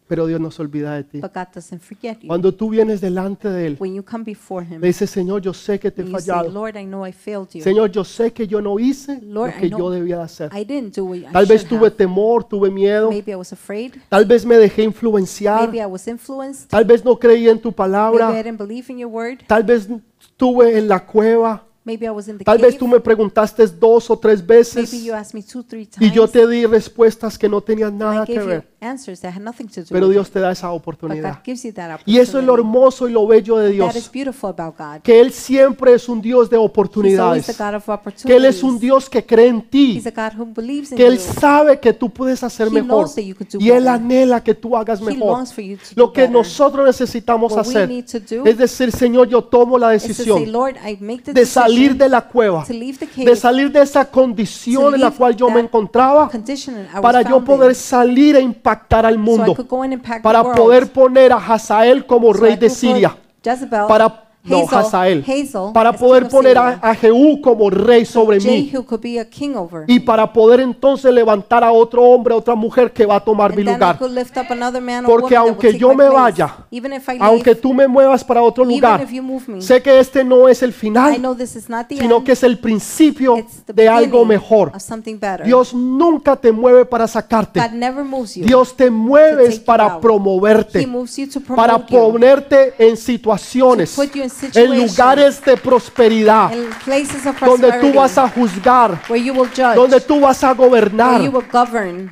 [SPEAKER 1] Pero Dios no se olvida de ti.
[SPEAKER 2] But God doesn't forget you.
[SPEAKER 1] Cuando tú vienes delante de Él,
[SPEAKER 2] When you come before Him,
[SPEAKER 1] le dices, Señor, yo sé que te he
[SPEAKER 2] and you say,
[SPEAKER 1] fallado.
[SPEAKER 2] Lord, I know I failed you.
[SPEAKER 1] Señor, yo sé que yo no hice lo
[SPEAKER 2] Lord,
[SPEAKER 1] que
[SPEAKER 2] I know
[SPEAKER 1] yo debía de hacer.
[SPEAKER 2] I didn't do what I
[SPEAKER 1] Tal vez
[SPEAKER 2] should
[SPEAKER 1] tuve
[SPEAKER 2] have.
[SPEAKER 1] temor, tuve miedo,
[SPEAKER 2] Maybe I was afraid.
[SPEAKER 1] tal vez me dejé influenciar,
[SPEAKER 2] Maybe I was influenced.
[SPEAKER 1] tal vez no creí en tu
[SPEAKER 2] Maybe I
[SPEAKER 1] palabra,
[SPEAKER 2] didn't believe in your word.
[SPEAKER 1] tal vez estuve en la cueva,
[SPEAKER 2] Maybe I was in the
[SPEAKER 1] tal vez
[SPEAKER 2] cave.
[SPEAKER 1] tú me preguntaste dos o tres veces
[SPEAKER 2] Maybe you asked me two, three
[SPEAKER 1] y
[SPEAKER 2] times.
[SPEAKER 1] yo te di respuestas que no tenían
[SPEAKER 2] I
[SPEAKER 1] nada que
[SPEAKER 2] gave you
[SPEAKER 1] ver,
[SPEAKER 2] answers that had nothing to do
[SPEAKER 1] pero
[SPEAKER 2] with
[SPEAKER 1] Dios te da esa
[SPEAKER 2] it. But
[SPEAKER 1] oportunidad.
[SPEAKER 2] God gives you that
[SPEAKER 1] Y
[SPEAKER 2] opportunity.
[SPEAKER 1] eso es lo hermoso y lo bello de
[SPEAKER 2] that is
[SPEAKER 1] Dios,
[SPEAKER 2] beautiful about God.
[SPEAKER 1] que Él siempre es un Dios de
[SPEAKER 2] He's always the
[SPEAKER 1] oportunidades,
[SPEAKER 2] God of
[SPEAKER 1] que
[SPEAKER 2] opportunities.
[SPEAKER 1] Él es un Dios que cree en ti,
[SPEAKER 2] He's a God who believes in
[SPEAKER 1] que Él
[SPEAKER 2] you.
[SPEAKER 1] sabe que tú puedes hacer
[SPEAKER 2] He
[SPEAKER 1] mejor
[SPEAKER 2] knows that you could do
[SPEAKER 1] y Él
[SPEAKER 2] better.
[SPEAKER 1] anhela que tú hagas
[SPEAKER 2] He
[SPEAKER 1] mejor.
[SPEAKER 2] longs for you to
[SPEAKER 1] Lo
[SPEAKER 2] do
[SPEAKER 1] que
[SPEAKER 2] better.
[SPEAKER 1] nosotros necesitamos
[SPEAKER 2] What we
[SPEAKER 1] hacer
[SPEAKER 2] need to do
[SPEAKER 1] es decir, Señor, yo tomo la
[SPEAKER 2] It's to say,
[SPEAKER 1] decisión
[SPEAKER 2] Lord, I make the
[SPEAKER 1] de salir
[SPEAKER 2] decision
[SPEAKER 1] de la cueva,
[SPEAKER 2] to leave the cave,
[SPEAKER 1] de salir de esa condición en la cual yo me encontraba
[SPEAKER 2] condition I was
[SPEAKER 1] para yo
[SPEAKER 2] found in,
[SPEAKER 1] poder salir e impactar al
[SPEAKER 2] so I
[SPEAKER 1] mundo,
[SPEAKER 2] could go and impact
[SPEAKER 1] para
[SPEAKER 2] the world,
[SPEAKER 1] poder poner a Hazael como
[SPEAKER 2] so I
[SPEAKER 1] rey
[SPEAKER 2] could
[SPEAKER 1] de
[SPEAKER 2] put
[SPEAKER 1] Siria,
[SPEAKER 2] Jezebel,
[SPEAKER 1] para no
[SPEAKER 2] Hazel,
[SPEAKER 1] Hazael,
[SPEAKER 2] Hazel
[SPEAKER 1] para
[SPEAKER 2] as
[SPEAKER 1] poder
[SPEAKER 2] king of
[SPEAKER 1] poner a,
[SPEAKER 2] Syria,
[SPEAKER 1] a Jehú como rey sobre mí
[SPEAKER 2] Jehu could be a king over,
[SPEAKER 1] y para poder entonces levantar a otro hombre, a otra mujer que va a tomar mi
[SPEAKER 2] and then I
[SPEAKER 1] lugar.
[SPEAKER 2] could lift up another man or
[SPEAKER 1] Porque
[SPEAKER 2] woman that will
[SPEAKER 1] aunque
[SPEAKER 2] take
[SPEAKER 1] yo
[SPEAKER 2] my
[SPEAKER 1] me
[SPEAKER 2] place.
[SPEAKER 1] vaya,
[SPEAKER 2] even if I
[SPEAKER 1] Aunque
[SPEAKER 2] leave,
[SPEAKER 1] tú me muevas para otro
[SPEAKER 2] Even
[SPEAKER 1] lugar,
[SPEAKER 2] if you move me.
[SPEAKER 1] sé que este no es el
[SPEAKER 2] I
[SPEAKER 1] final,
[SPEAKER 2] know this is not the
[SPEAKER 1] sino
[SPEAKER 2] end,
[SPEAKER 1] que es el principio
[SPEAKER 2] it's the
[SPEAKER 1] de algo
[SPEAKER 2] beginning
[SPEAKER 1] mejor.
[SPEAKER 2] of something better.
[SPEAKER 1] Dios nunca te mueve para sacarte.
[SPEAKER 2] God never moves you.
[SPEAKER 1] Dios te
[SPEAKER 2] to
[SPEAKER 1] mueve
[SPEAKER 2] take you
[SPEAKER 1] para
[SPEAKER 2] out. He
[SPEAKER 1] promoverte,
[SPEAKER 2] moves you to promote
[SPEAKER 1] para
[SPEAKER 2] you
[SPEAKER 1] ponerte en situaciones,
[SPEAKER 2] To put you in
[SPEAKER 1] en
[SPEAKER 2] situations.
[SPEAKER 1] lugares de prosperidad,
[SPEAKER 2] in places of
[SPEAKER 1] donde tú
[SPEAKER 2] prosperity,
[SPEAKER 1] vas a juzgar,
[SPEAKER 2] where you will judge,
[SPEAKER 1] donde tú vas a
[SPEAKER 2] where you
[SPEAKER 1] gobernar.
[SPEAKER 2] will govern.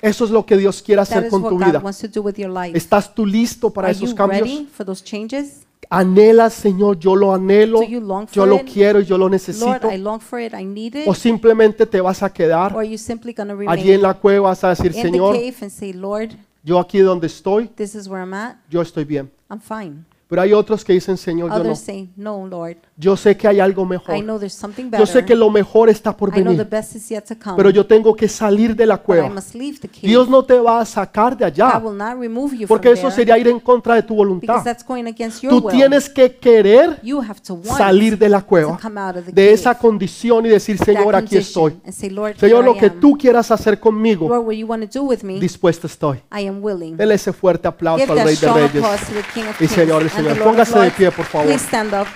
[SPEAKER 1] Eso es lo que Dios quiere
[SPEAKER 2] That
[SPEAKER 1] hacer
[SPEAKER 2] is
[SPEAKER 1] con
[SPEAKER 2] what
[SPEAKER 1] tu
[SPEAKER 2] God
[SPEAKER 1] vida.
[SPEAKER 2] wants to do with your life.
[SPEAKER 1] ¿Estás tú listo para
[SPEAKER 2] Are you
[SPEAKER 1] esos cambios?
[SPEAKER 2] ready for those changes?
[SPEAKER 1] anhelas, Señor, yo lo anhelo,
[SPEAKER 2] Do you long
[SPEAKER 1] yo
[SPEAKER 2] for
[SPEAKER 1] lo
[SPEAKER 2] it?
[SPEAKER 1] quiero y yo lo
[SPEAKER 2] Lord,
[SPEAKER 1] necesito,
[SPEAKER 2] I long for it. I need it.
[SPEAKER 1] o simplemente te vas a
[SPEAKER 2] Or are
[SPEAKER 1] quedar
[SPEAKER 2] you simply going to
[SPEAKER 1] allí en
[SPEAKER 2] remain
[SPEAKER 1] la cueva vas a decir,
[SPEAKER 2] in the
[SPEAKER 1] Señor,
[SPEAKER 2] cave and say, Lord,
[SPEAKER 1] yo aquí donde estoy,
[SPEAKER 2] this is where I'm at.
[SPEAKER 1] yo estoy bien.
[SPEAKER 2] I'm fine.
[SPEAKER 1] Pero hay otros que dicen, Señor, yo no.
[SPEAKER 2] Others say, No, Lord.
[SPEAKER 1] Yo sé que hay algo
[SPEAKER 2] I
[SPEAKER 1] mejor.
[SPEAKER 2] know there's something
[SPEAKER 1] Yo sé
[SPEAKER 2] better.
[SPEAKER 1] que lo mejor está por
[SPEAKER 2] I know the
[SPEAKER 1] venir,
[SPEAKER 2] best is yet to come.
[SPEAKER 1] pero yo tengo que salir de la
[SPEAKER 2] but I
[SPEAKER 1] cueva.
[SPEAKER 2] must leave the cave.
[SPEAKER 1] Dios no te va a sacar de
[SPEAKER 2] I
[SPEAKER 1] allá,
[SPEAKER 2] will not remove you from
[SPEAKER 1] porque eso
[SPEAKER 2] there
[SPEAKER 1] sería ir en contra de tu
[SPEAKER 2] because
[SPEAKER 1] voluntad.
[SPEAKER 2] that's going against your
[SPEAKER 1] Tú
[SPEAKER 2] will.
[SPEAKER 1] tienes que querer
[SPEAKER 2] you have to want
[SPEAKER 1] salir de la
[SPEAKER 2] to
[SPEAKER 1] cueva,
[SPEAKER 2] come out of the
[SPEAKER 1] de
[SPEAKER 2] cave,
[SPEAKER 1] esa condición y decir,
[SPEAKER 2] that
[SPEAKER 1] Señor, aquí
[SPEAKER 2] condition,
[SPEAKER 1] estoy.
[SPEAKER 2] and say, Lord,
[SPEAKER 1] Señor,
[SPEAKER 2] here
[SPEAKER 1] lo
[SPEAKER 2] I
[SPEAKER 1] que
[SPEAKER 2] am.
[SPEAKER 1] tú quieras hacer conmigo,
[SPEAKER 2] Lord, what you want to do with me,
[SPEAKER 1] dispuesto estoy.
[SPEAKER 2] I am willing.
[SPEAKER 1] Dele ese fuerte
[SPEAKER 2] Give
[SPEAKER 1] aplauso al
[SPEAKER 2] that
[SPEAKER 1] Rey de
[SPEAKER 2] strong
[SPEAKER 1] Reyes.
[SPEAKER 2] applause to the King of
[SPEAKER 1] Y
[SPEAKER 2] Kings
[SPEAKER 1] Señor, y
[SPEAKER 2] and the
[SPEAKER 1] Señor,
[SPEAKER 2] Lord of
[SPEAKER 1] póngase de
[SPEAKER 2] Lords.
[SPEAKER 1] pie, por favor.
[SPEAKER 2] Please stand up.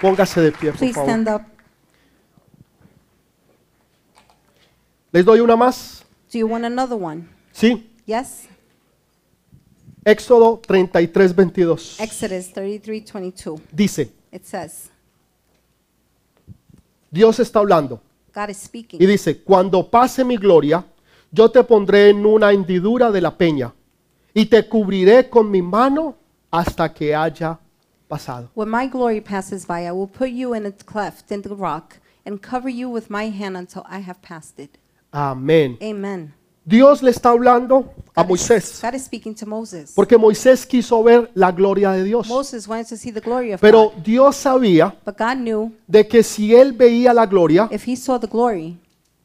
[SPEAKER 1] Póngase de pie, por
[SPEAKER 2] Please stand
[SPEAKER 1] favor.
[SPEAKER 2] up.
[SPEAKER 1] ¿Les doy una más?
[SPEAKER 2] Do you want another one?
[SPEAKER 1] Sí.
[SPEAKER 2] Yes.
[SPEAKER 1] Éxodo 33, 22.
[SPEAKER 2] Exodus 33:22.
[SPEAKER 1] Dice,
[SPEAKER 2] It says,
[SPEAKER 1] Dios está hablando
[SPEAKER 2] God is
[SPEAKER 1] y
[SPEAKER 2] speaking.
[SPEAKER 1] dice, cuando pase mi gloria, yo te pondré en una hendidura de la peña y te cubriré con mi mano hasta que haya pasado.
[SPEAKER 2] When my glory passes by, I will put you in a cleft in the rock and cover you with my hand until I have passed it.
[SPEAKER 1] Amén.
[SPEAKER 2] Amen.
[SPEAKER 1] Dios le está hablando a
[SPEAKER 2] God is-
[SPEAKER 1] Moisés.
[SPEAKER 2] God is speaking to Moses.
[SPEAKER 1] Porque Moisés quiso ver la gloria de Dios.
[SPEAKER 2] Moses wanted to see the glory of
[SPEAKER 1] Pero
[SPEAKER 2] God,
[SPEAKER 1] Dios sabía
[SPEAKER 2] but God knew
[SPEAKER 1] de que si él veía la gloria,
[SPEAKER 2] if he saw the glory,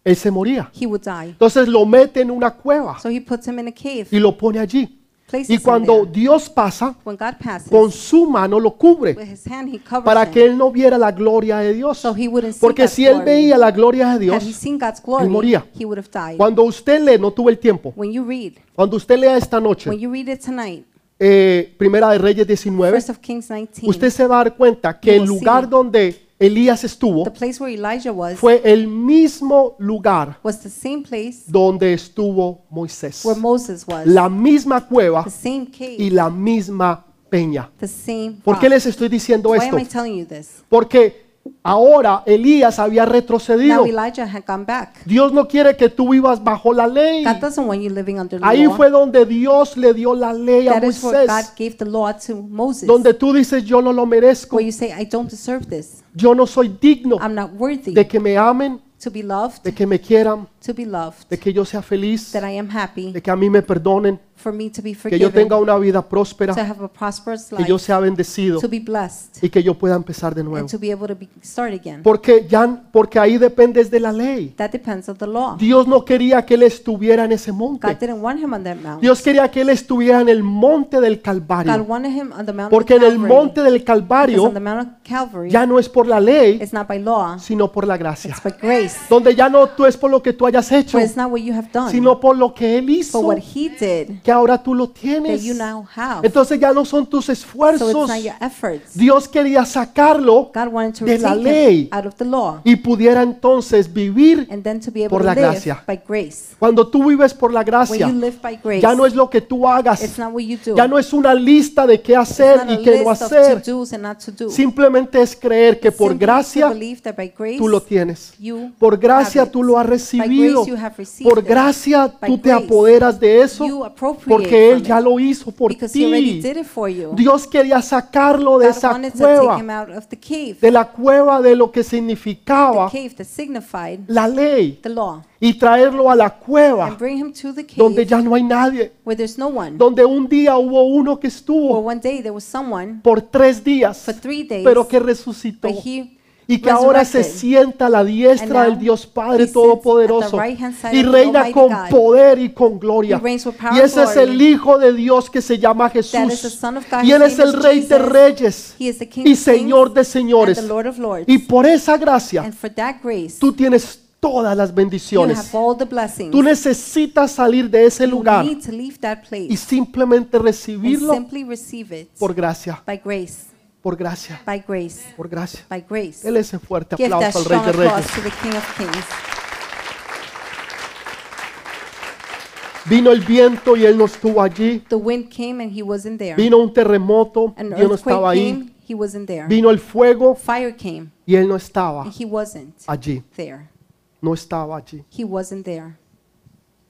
[SPEAKER 1] él se moría.
[SPEAKER 2] he would die.
[SPEAKER 1] Entonces lo mete en una cueva
[SPEAKER 2] So he puts him in a cave.
[SPEAKER 1] y lo pone allí.
[SPEAKER 2] Places
[SPEAKER 1] Y
[SPEAKER 2] him
[SPEAKER 1] cuando
[SPEAKER 2] there.
[SPEAKER 1] Dios pasa,
[SPEAKER 2] when God passes,
[SPEAKER 1] con su mano lo cubre
[SPEAKER 2] with his hand he covers
[SPEAKER 1] para
[SPEAKER 2] him.
[SPEAKER 1] que él no viera la gloria de Dios.
[SPEAKER 2] So he wouldn't see
[SPEAKER 1] Porque
[SPEAKER 2] God's
[SPEAKER 1] si él
[SPEAKER 2] glory.
[SPEAKER 1] veía la gloria de
[SPEAKER 2] Had he
[SPEAKER 1] Dios,
[SPEAKER 2] seen God's glory,
[SPEAKER 1] moría.
[SPEAKER 2] he would have died.
[SPEAKER 1] cuando usted lee, no tuve el tiempo,
[SPEAKER 2] When you read,
[SPEAKER 1] cuando usted lea esta noche,
[SPEAKER 2] when you read it tonight,
[SPEAKER 1] eh, Primera de Reyes 19,
[SPEAKER 2] First of Kings 19,
[SPEAKER 1] usted se va a dar cuenta que
[SPEAKER 2] You
[SPEAKER 1] el
[SPEAKER 2] will
[SPEAKER 1] lugar
[SPEAKER 2] see.
[SPEAKER 1] donde Elías estuvo
[SPEAKER 2] the place where Elijah was
[SPEAKER 1] fue el mismo lugar
[SPEAKER 2] was the same place
[SPEAKER 1] donde estuvo Moisés.
[SPEAKER 2] where Moses was,
[SPEAKER 1] La misma cueva
[SPEAKER 2] the same
[SPEAKER 1] y
[SPEAKER 2] cave,
[SPEAKER 1] la misma peña.
[SPEAKER 2] the same.
[SPEAKER 1] ¿Por qué
[SPEAKER 2] rock.
[SPEAKER 1] les estoy diciendo
[SPEAKER 2] Why
[SPEAKER 1] esto?
[SPEAKER 2] am I telling you this?
[SPEAKER 1] Porque ahora Elías había
[SPEAKER 2] Now
[SPEAKER 1] retrocedido.
[SPEAKER 2] Elijah had gone back.
[SPEAKER 1] Dios no quiere que tú vivas bajo la ley.
[SPEAKER 2] God doesn't want you living under the
[SPEAKER 1] Ahí
[SPEAKER 2] law.
[SPEAKER 1] fue donde Dios le dio la ley a
[SPEAKER 2] That is where God
[SPEAKER 1] Moisés.
[SPEAKER 2] gave the law to Moses.
[SPEAKER 1] Donde tú dices, yo no lo merezco,
[SPEAKER 2] where you say, I don't deserve this.
[SPEAKER 1] yo no soy digno
[SPEAKER 2] I'm not worthy
[SPEAKER 1] de que me amen,
[SPEAKER 2] to be loved,
[SPEAKER 1] de que me quieran,
[SPEAKER 2] to be loved,
[SPEAKER 1] de que yo sea feliz,
[SPEAKER 2] that I am happy,
[SPEAKER 1] de que a mí me perdonen,
[SPEAKER 2] for me to be
[SPEAKER 1] que yo
[SPEAKER 2] forgiven,
[SPEAKER 1] tenga
[SPEAKER 2] to
[SPEAKER 1] una vida próspera,
[SPEAKER 2] have a prosperous
[SPEAKER 1] que yo
[SPEAKER 2] life,
[SPEAKER 1] sea bendecido
[SPEAKER 2] to be blessed,
[SPEAKER 1] y que yo pueda empezar de nuevo.
[SPEAKER 2] and to be able to be, start again.
[SPEAKER 1] Porque ya, porque ahí depende es de la ley.
[SPEAKER 2] That depends on the law.
[SPEAKER 1] Dios no quería que él estuviera en ese monte.
[SPEAKER 2] God didn't want him on that mountain.
[SPEAKER 1] Dios quería que él estuviera en el monte del
[SPEAKER 2] God
[SPEAKER 1] Calvario.
[SPEAKER 2] wanted him on the mountain
[SPEAKER 1] Porque en
[SPEAKER 2] of
[SPEAKER 1] el
[SPEAKER 2] Calvary.
[SPEAKER 1] monte del
[SPEAKER 2] Because on
[SPEAKER 1] Calvario
[SPEAKER 2] the Mount of Calvary,
[SPEAKER 1] ya no es por la ley,
[SPEAKER 2] it's not by law,
[SPEAKER 1] sino por la gracia.
[SPEAKER 2] it's by grace.
[SPEAKER 1] Donde ya no tú es por lo que tú hayas hecho,
[SPEAKER 2] But it's not what you have done,
[SPEAKER 1] sino por lo que él
[SPEAKER 2] but
[SPEAKER 1] hizo,
[SPEAKER 2] what he did
[SPEAKER 1] que ahora tú lo
[SPEAKER 2] that
[SPEAKER 1] tienes.
[SPEAKER 2] you now have.
[SPEAKER 1] Entonces ya no son tus
[SPEAKER 2] so it's
[SPEAKER 1] esfuerzos.
[SPEAKER 2] not your efforts.
[SPEAKER 1] Dios quería sacarlo
[SPEAKER 2] God wanted to
[SPEAKER 1] de
[SPEAKER 2] take
[SPEAKER 1] la
[SPEAKER 2] him
[SPEAKER 1] ley.
[SPEAKER 2] out of the law
[SPEAKER 1] y pudiera entonces vivir.
[SPEAKER 2] and then to be able
[SPEAKER 1] Por
[SPEAKER 2] to
[SPEAKER 1] la
[SPEAKER 2] live
[SPEAKER 1] gracia.
[SPEAKER 2] by grace.
[SPEAKER 1] Cuando tú vives por la
[SPEAKER 2] When you
[SPEAKER 1] gracia,
[SPEAKER 2] live by grace,
[SPEAKER 1] ya no es lo que tú
[SPEAKER 2] it's
[SPEAKER 1] hagas,
[SPEAKER 2] not what you do.
[SPEAKER 1] ya no es una lista de qué
[SPEAKER 2] it's
[SPEAKER 1] hacer
[SPEAKER 2] not a
[SPEAKER 1] y qué no
[SPEAKER 2] list of
[SPEAKER 1] hacer.
[SPEAKER 2] to-dos and not to do.
[SPEAKER 1] Simplemente es creer que por
[SPEAKER 2] Simply to
[SPEAKER 1] gracia
[SPEAKER 2] believe that by grace,
[SPEAKER 1] tú lo tienes.
[SPEAKER 2] you
[SPEAKER 1] Por
[SPEAKER 2] have
[SPEAKER 1] gracia
[SPEAKER 2] it.
[SPEAKER 1] tú lo has recibido.
[SPEAKER 2] By grace you have received
[SPEAKER 1] Por
[SPEAKER 2] it.
[SPEAKER 1] gracia
[SPEAKER 2] By
[SPEAKER 1] tú te
[SPEAKER 2] grace
[SPEAKER 1] apoderas de eso
[SPEAKER 2] you appropriate
[SPEAKER 1] porque Él
[SPEAKER 2] from
[SPEAKER 1] ya
[SPEAKER 2] it.
[SPEAKER 1] lo hizo por
[SPEAKER 2] because he already
[SPEAKER 1] ti.
[SPEAKER 2] did it for you.
[SPEAKER 1] Dios quería sacarlo de
[SPEAKER 2] God
[SPEAKER 1] esa
[SPEAKER 2] wanted to take
[SPEAKER 1] cueva,
[SPEAKER 2] him out of the cave,
[SPEAKER 1] de la cueva de lo que
[SPEAKER 2] the
[SPEAKER 1] significaba
[SPEAKER 2] cave that signified
[SPEAKER 1] la ley
[SPEAKER 2] the law,
[SPEAKER 1] y traerlo a la
[SPEAKER 2] and
[SPEAKER 1] cueva
[SPEAKER 2] bring him to the cave
[SPEAKER 1] donde ya no hay nadie,
[SPEAKER 2] where there's no one.
[SPEAKER 1] donde un día hubo uno que
[SPEAKER 2] Where
[SPEAKER 1] estuvo
[SPEAKER 2] one day there was someone,
[SPEAKER 1] por tres días,
[SPEAKER 2] for three days,
[SPEAKER 1] pero que resucitó
[SPEAKER 2] but he
[SPEAKER 1] y que ahora se
[SPEAKER 2] resurrected.
[SPEAKER 1] sienta a la diestra
[SPEAKER 2] And now
[SPEAKER 1] del Dios
[SPEAKER 2] he
[SPEAKER 1] Padre
[SPEAKER 2] sits at the
[SPEAKER 1] Todopoderoso
[SPEAKER 2] right hand side
[SPEAKER 1] y
[SPEAKER 2] of the
[SPEAKER 1] reina
[SPEAKER 2] Almighty
[SPEAKER 1] con
[SPEAKER 2] God.
[SPEAKER 1] poder y con gloria.
[SPEAKER 2] He reigns with power
[SPEAKER 1] Y ese
[SPEAKER 2] and
[SPEAKER 1] es el
[SPEAKER 2] glory.
[SPEAKER 1] Hijo de Dios que se llama
[SPEAKER 2] That is the
[SPEAKER 1] Jesús.
[SPEAKER 2] Son of God,
[SPEAKER 1] Y
[SPEAKER 2] his
[SPEAKER 1] Él es
[SPEAKER 2] name
[SPEAKER 1] el
[SPEAKER 2] is
[SPEAKER 1] Rey de
[SPEAKER 2] Jesus.
[SPEAKER 1] reyes
[SPEAKER 2] He is the King
[SPEAKER 1] y
[SPEAKER 2] of kings
[SPEAKER 1] Señor de
[SPEAKER 2] and
[SPEAKER 1] señores.
[SPEAKER 2] the Lord of lords.
[SPEAKER 1] Y por esa gracia
[SPEAKER 2] And for that grace,
[SPEAKER 1] tú tienes todas las
[SPEAKER 2] you
[SPEAKER 1] bendiciones.
[SPEAKER 2] have all the blessings.
[SPEAKER 1] Tú necesitas salir de ese lugar
[SPEAKER 2] You need to leave that
[SPEAKER 1] y
[SPEAKER 2] place
[SPEAKER 1] simplemente
[SPEAKER 2] and
[SPEAKER 1] recibirlo
[SPEAKER 2] simply receive it
[SPEAKER 1] por gracia,
[SPEAKER 2] by grace,
[SPEAKER 1] por gracia,
[SPEAKER 2] by grace,
[SPEAKER 1] por gracia.
[SPEAKER 2] by grace.
[SPEAKER 1] Él es fuerte
[SPEAKER 2] Give that
[SPEAKER 1] aplauso al Rey
[SPEAKER 2] strong
[SPEAKER 1] de Reyes.
[SPEAKER 2] applause to the King of Kings.
[SPEAKER 1] Vino el viento y Él no estuvo allí.
[SPEAKER 2] The wind came and he wasn't there.
[SPEAKER 1] Vino un terremoto,
[SPEAKER 2] An
[SPEAKER 1] yo no estaba
[SPEAKER 2] earthquake
[SPEAKER 1] ahí.
[SPEAKER 2] came, he wasn't there.
[SPEAKER 1] Vino ah, el fuego
[SPEAKER 2] Fire came
[SPEAKER 1] y él no estaba
[SPEAKER 2] and he wasn't
[SPEAKER 1] allí.
[SPEAKER 2] there.
[SPEAKER 1] No estaba allí.
[SPEAKER 2] He wasn't there.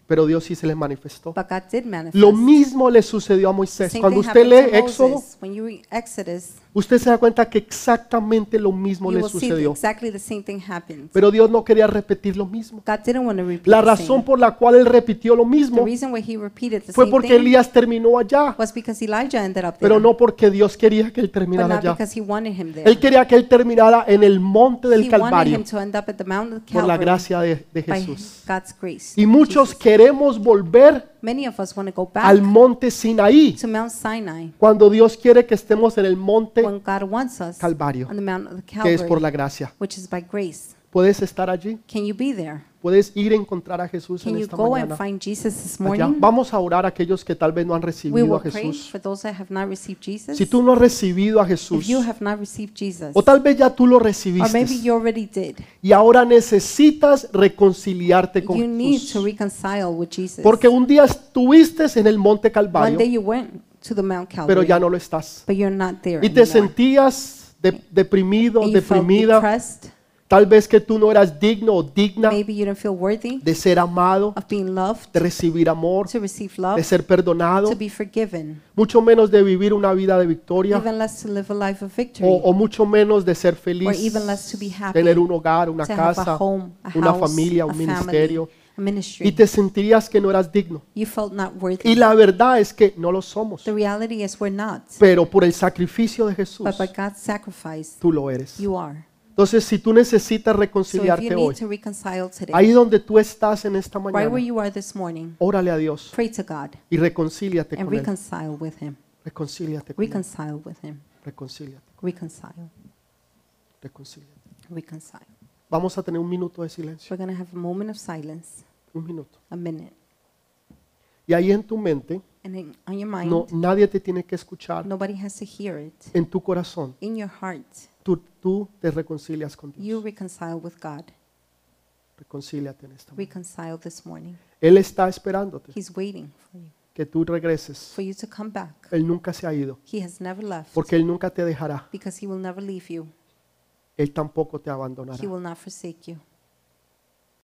[SPEAKER 1] Pero Dios sí se le manifestó.
[SPEAKER 2] But God did manifest.
[SPEAKER 1] Lo mismo le sucedió a Moisés.
[SPEAKER 2] Same
[SPEAKER 1] Cuando
[SPEAKER 2] thing
[SPEAKER 1] usted
[SPEAKER 2] happened
[SPEAKER 1] lee
[SPEAKER 2] to
[SPEAKER 1] Éxodo,
[SPEAKER 2] Moses. When you read Exodus,
[SPEAKER 1] usted se da cuenta que exactamente lo mismo
[SPEAKER 2] you
[SPEAKER 1] le
[SPEAKER 2] will see
[SPEAKER 1] sucedió.
[SPEAKER 2] exactly the same thing happened.
[SPEAKER 1] Pero Dios no quería repetir lo mismo.
[SPEAKER 2] God didn't want to repeat
[SPEAKER 1] La
[SPEAKER 2] the
[SPEAKER 1] razón
[SPEAKER 2] same.
[SPEAKER 1] por la cual él repitió lo
[SPEAKER 2] The
[SPEAKER 1] mismo
[SPEAKER 2] reason why he repeated the
[SPEAKER 1] fue
[SPEAKER 2] same
[SPEAKER 1] porque
[SPEAKER 2] thing
[SPEAKER 1] Elías terminó allá,
[SPEAKER 2] was because Elijah ended up there,
[SPEAKER 1] pero no porque Dios quería que él
[SPEAKER 2] but
[SPEAKER 1] terminara
[SPEAKER 2] not
[SPEAKER 1] allá.
[SPEAKER 2] because he wanted him there.
[SPEAKER 1] Él quería que él terminara en el monte del
[SPEAKER 2] he wanted him
[SPEAKER 1] Calvario
[SPEAKER 2] to end up at the Mount of
[SPEAKER 1] por la
[SPEAKER 2] Calvary
[SPEAKER 1] gracia de, de
[SPEAKER 2] by
[SPEAKER 1] Jesús.
[SPEAKER 2] God's grace.
[SPEAKER 1] Y muchos
[SPEAKER 2] Jesus.
[SPEAKER 1] queremos volver
[SPEAKER 2] Many of us want to go back
[SPEAKER 1] al monte Sinaí
[SPEAKER 2] to Mount Sinai
[SPEAKER 1] cuando Dios quiere que estemos en el monte
[SPEAKER 2] when God wants us
[SPEAKER 1] Calvario,
[SPEAKER 2] on the Mount of
[SPEAKER 1] que es por
[SPEAKER 2] Calvary,
[SPEAKER 1] la gracia.
[SPEAKER 2] which is by grace.
[SPEAKER 1] Puedes estar allí,
[SPEAKER 2] Can you be there?
[SPEAKER 1] puedes ir a encontrar a Jesús
[SPEAKER 2] Can
[SPEAKER 1] en
[SPEAKER 2] you
[SPEAKER 1] esta
[SPEAKER 2] go and
[SPEAKER 1] mañana.
[SPEAKER 2] find Jesus this
[SPEAKER 1] Allá.
[SPEAKER 2] morning?
[SPEAKER 1] Vamos a orar a aquellos que tal vez no han
[SPEAKER 2] We
[SPEAKER 1] recibido
[SPEAKER 2] will
[SPEAKER 1] a
[SPEAKER 2] pray
[SPEAKER 1] Jesús.
[SPEAKER 2] for those that have not received Jesus.
[SPEAKER 1] Si tú no has recibido a Jesús,
[SPEAKER 2] If you have not received Jesus,
[SPEAKER 1] o tal vez ya tú lo
[SPEAKER 2] or maybe
[SPEAKER 1] recibiste
[SPEAKER 2] you already did,
[SPEAKER 1] y ahora necesitas reconciliarte con
[SPEAKER 2] you need to
[SPEAKER 1] Jesús,
[SPEAKER 2] reconcile with Jesus.
[SPEAKER 1] porque un día estuviste en el monte
[SPEAKER 2] One day
[SPEAKER 1] Calvario,
[SPEAKER 2] you went to the Mount Calvary,
[SPEAKER 1] pero ya no lo estás.
[SPEAKER 2] but you're not there
[SPEAKER 1] Y te
[SPEAKER 2] anymore.
[SPEAKER 1] sentías de- deprimido,
[SPEAKER 2] And you felt
[SPEAKER 1] deprimida,
[SPEAKER 2] depressed.
[SPEAKER 1] Tal vez que tú no eras digno o digna
[SPEAKER 2] Maybe you didn't feel worthy
[SPEAKER 1] de ser amado,
[SPEAKER 2] of being loved,
[SPEAKER 1] de recibir amor,
[SPEAKER 2] to receive
[SPEAKER 1] de
[SPEAKER 2] love,
[SPEAKER 1] ser perdonado,
[SPEAKER 2] to be forgiven,
[SPEAKER 1] mucho menos de vivir una vida de victoria
[SPEAKER 2] even less to live a life of
[SPEAKER 1] o,
[SPEAKER 2] victory,
[SPEAKER 1] o mucho menos de ser
[SPEAKER 2] or
[SPEAKER 1] feliz,
[SPEAKER 2] even less to be happy,
[SPEAKER 1] tener un hogar, una
[SPEAKER 2] to have a
[SPEAKER 1] casa,
[SPEAKER 2] home, a
[SPEAKER 1] una
[SPEAKER 2] house,
[SPEAKER 1] familia,
[SPEAKER 2] a
[SPEAKER 1] un
[SPEAKER 2] family,
[SPEAKER 1] ministerio
[SPEAKER 2] a
[SPEAKER 1] y
[SPEAKER 2] ministry.
[SPEAKER 1] te sentirías que no eras digno.
[SPEAKER 2] You felt not
[SPEAKER 1] Y
[SPEAKER 2] worthy.
[SPEAKER 1] la verdad es que no lo somos,
[SPEAKER 2] The reality is we're not,
[SPEAKER 1] pero por el sacrificio de Jesús
[SPEAKER 2] but by God's sacrifice,
[SPEAKER 1] tú lo eres.
[SPEAKER 2] you are.
[SPEAKER 1] Entonces, si tú necesitas
[SPEAKER 2] So if you
[SPEAKER 1] reconciliarte
[SPEAKER 2] need
[SPEAKER 1] hoy,
[SPEAKER 2] to reconcile today,
[SPEAKER 1] ahí donde tú estás en esta
[SPEAKER 2] este, right where
[SPEAKER 1] mañana,
[SPEAKER 2] you are this morning,
[SPEAKER 1] órale a Dios
[SPEAKER 2] pray to God
[SPEAKER 1] y reconcíliate
[SPEAKER 2] and
[SPEAKER 1] con él.
[SPEAKER 2] reconcile with Him.
[SPEAKER 1] Reconcíliate con él.
[SPEAKER 2] Reconcile with Him.
[SPEAKER 1] Reconcíliate,
[SPEAKER 2] Reconcile.
[SPEAKER 1] reconcíliate.
[SPEAKER 2] Reconcile.
[SPEAKER 1] Vamos a tener un minuto de silencio,
[SPEAKER 2] We're going to have a moment of silence,
[SPEAKER 1] un minuto.
[SPEAKER 2] a minute.
[SPEAKER 1] Y ahí en tu mente,
[SPEAKER 2] And then on your mind,
[SPEAKER 1] no, nadie te tiene que escuchar.
[SPEAKER 2] nobody has to hear it.
[SPEAKER 1] En tu corazón,
[SPEAKER 2] In your heart,
[SPEAKER 1] tú, tú te reconcilias con
[SPEAKER 2] you
[SPEAKER 1] Dios.
[SPEAKER 2] reconcile with God.
[SPEAKER 1] Reconcíliate en esta mañana.
[SPEAKER 2] Reconcile this morning.
[SPEAKER 1] Él está esperándote
[SPEAKER 2] He's waiting for you,
[SPEAKER 1] que tú regreses.
[SPEAKER 2] for you to come back.
[SPEAKER 1] Él nunca se ha ido,
[SPEAKER 2] He has never left
[SPEAKER 1] porque Él nunca te dejará.
[SPEAKER 2] because He will never leave you.
[SPEAKER 1] Él tampoco te
[SPEAKER 2] He
[SPEAKER 1] abandonará.
[SPEAKER 2] will not forsake you.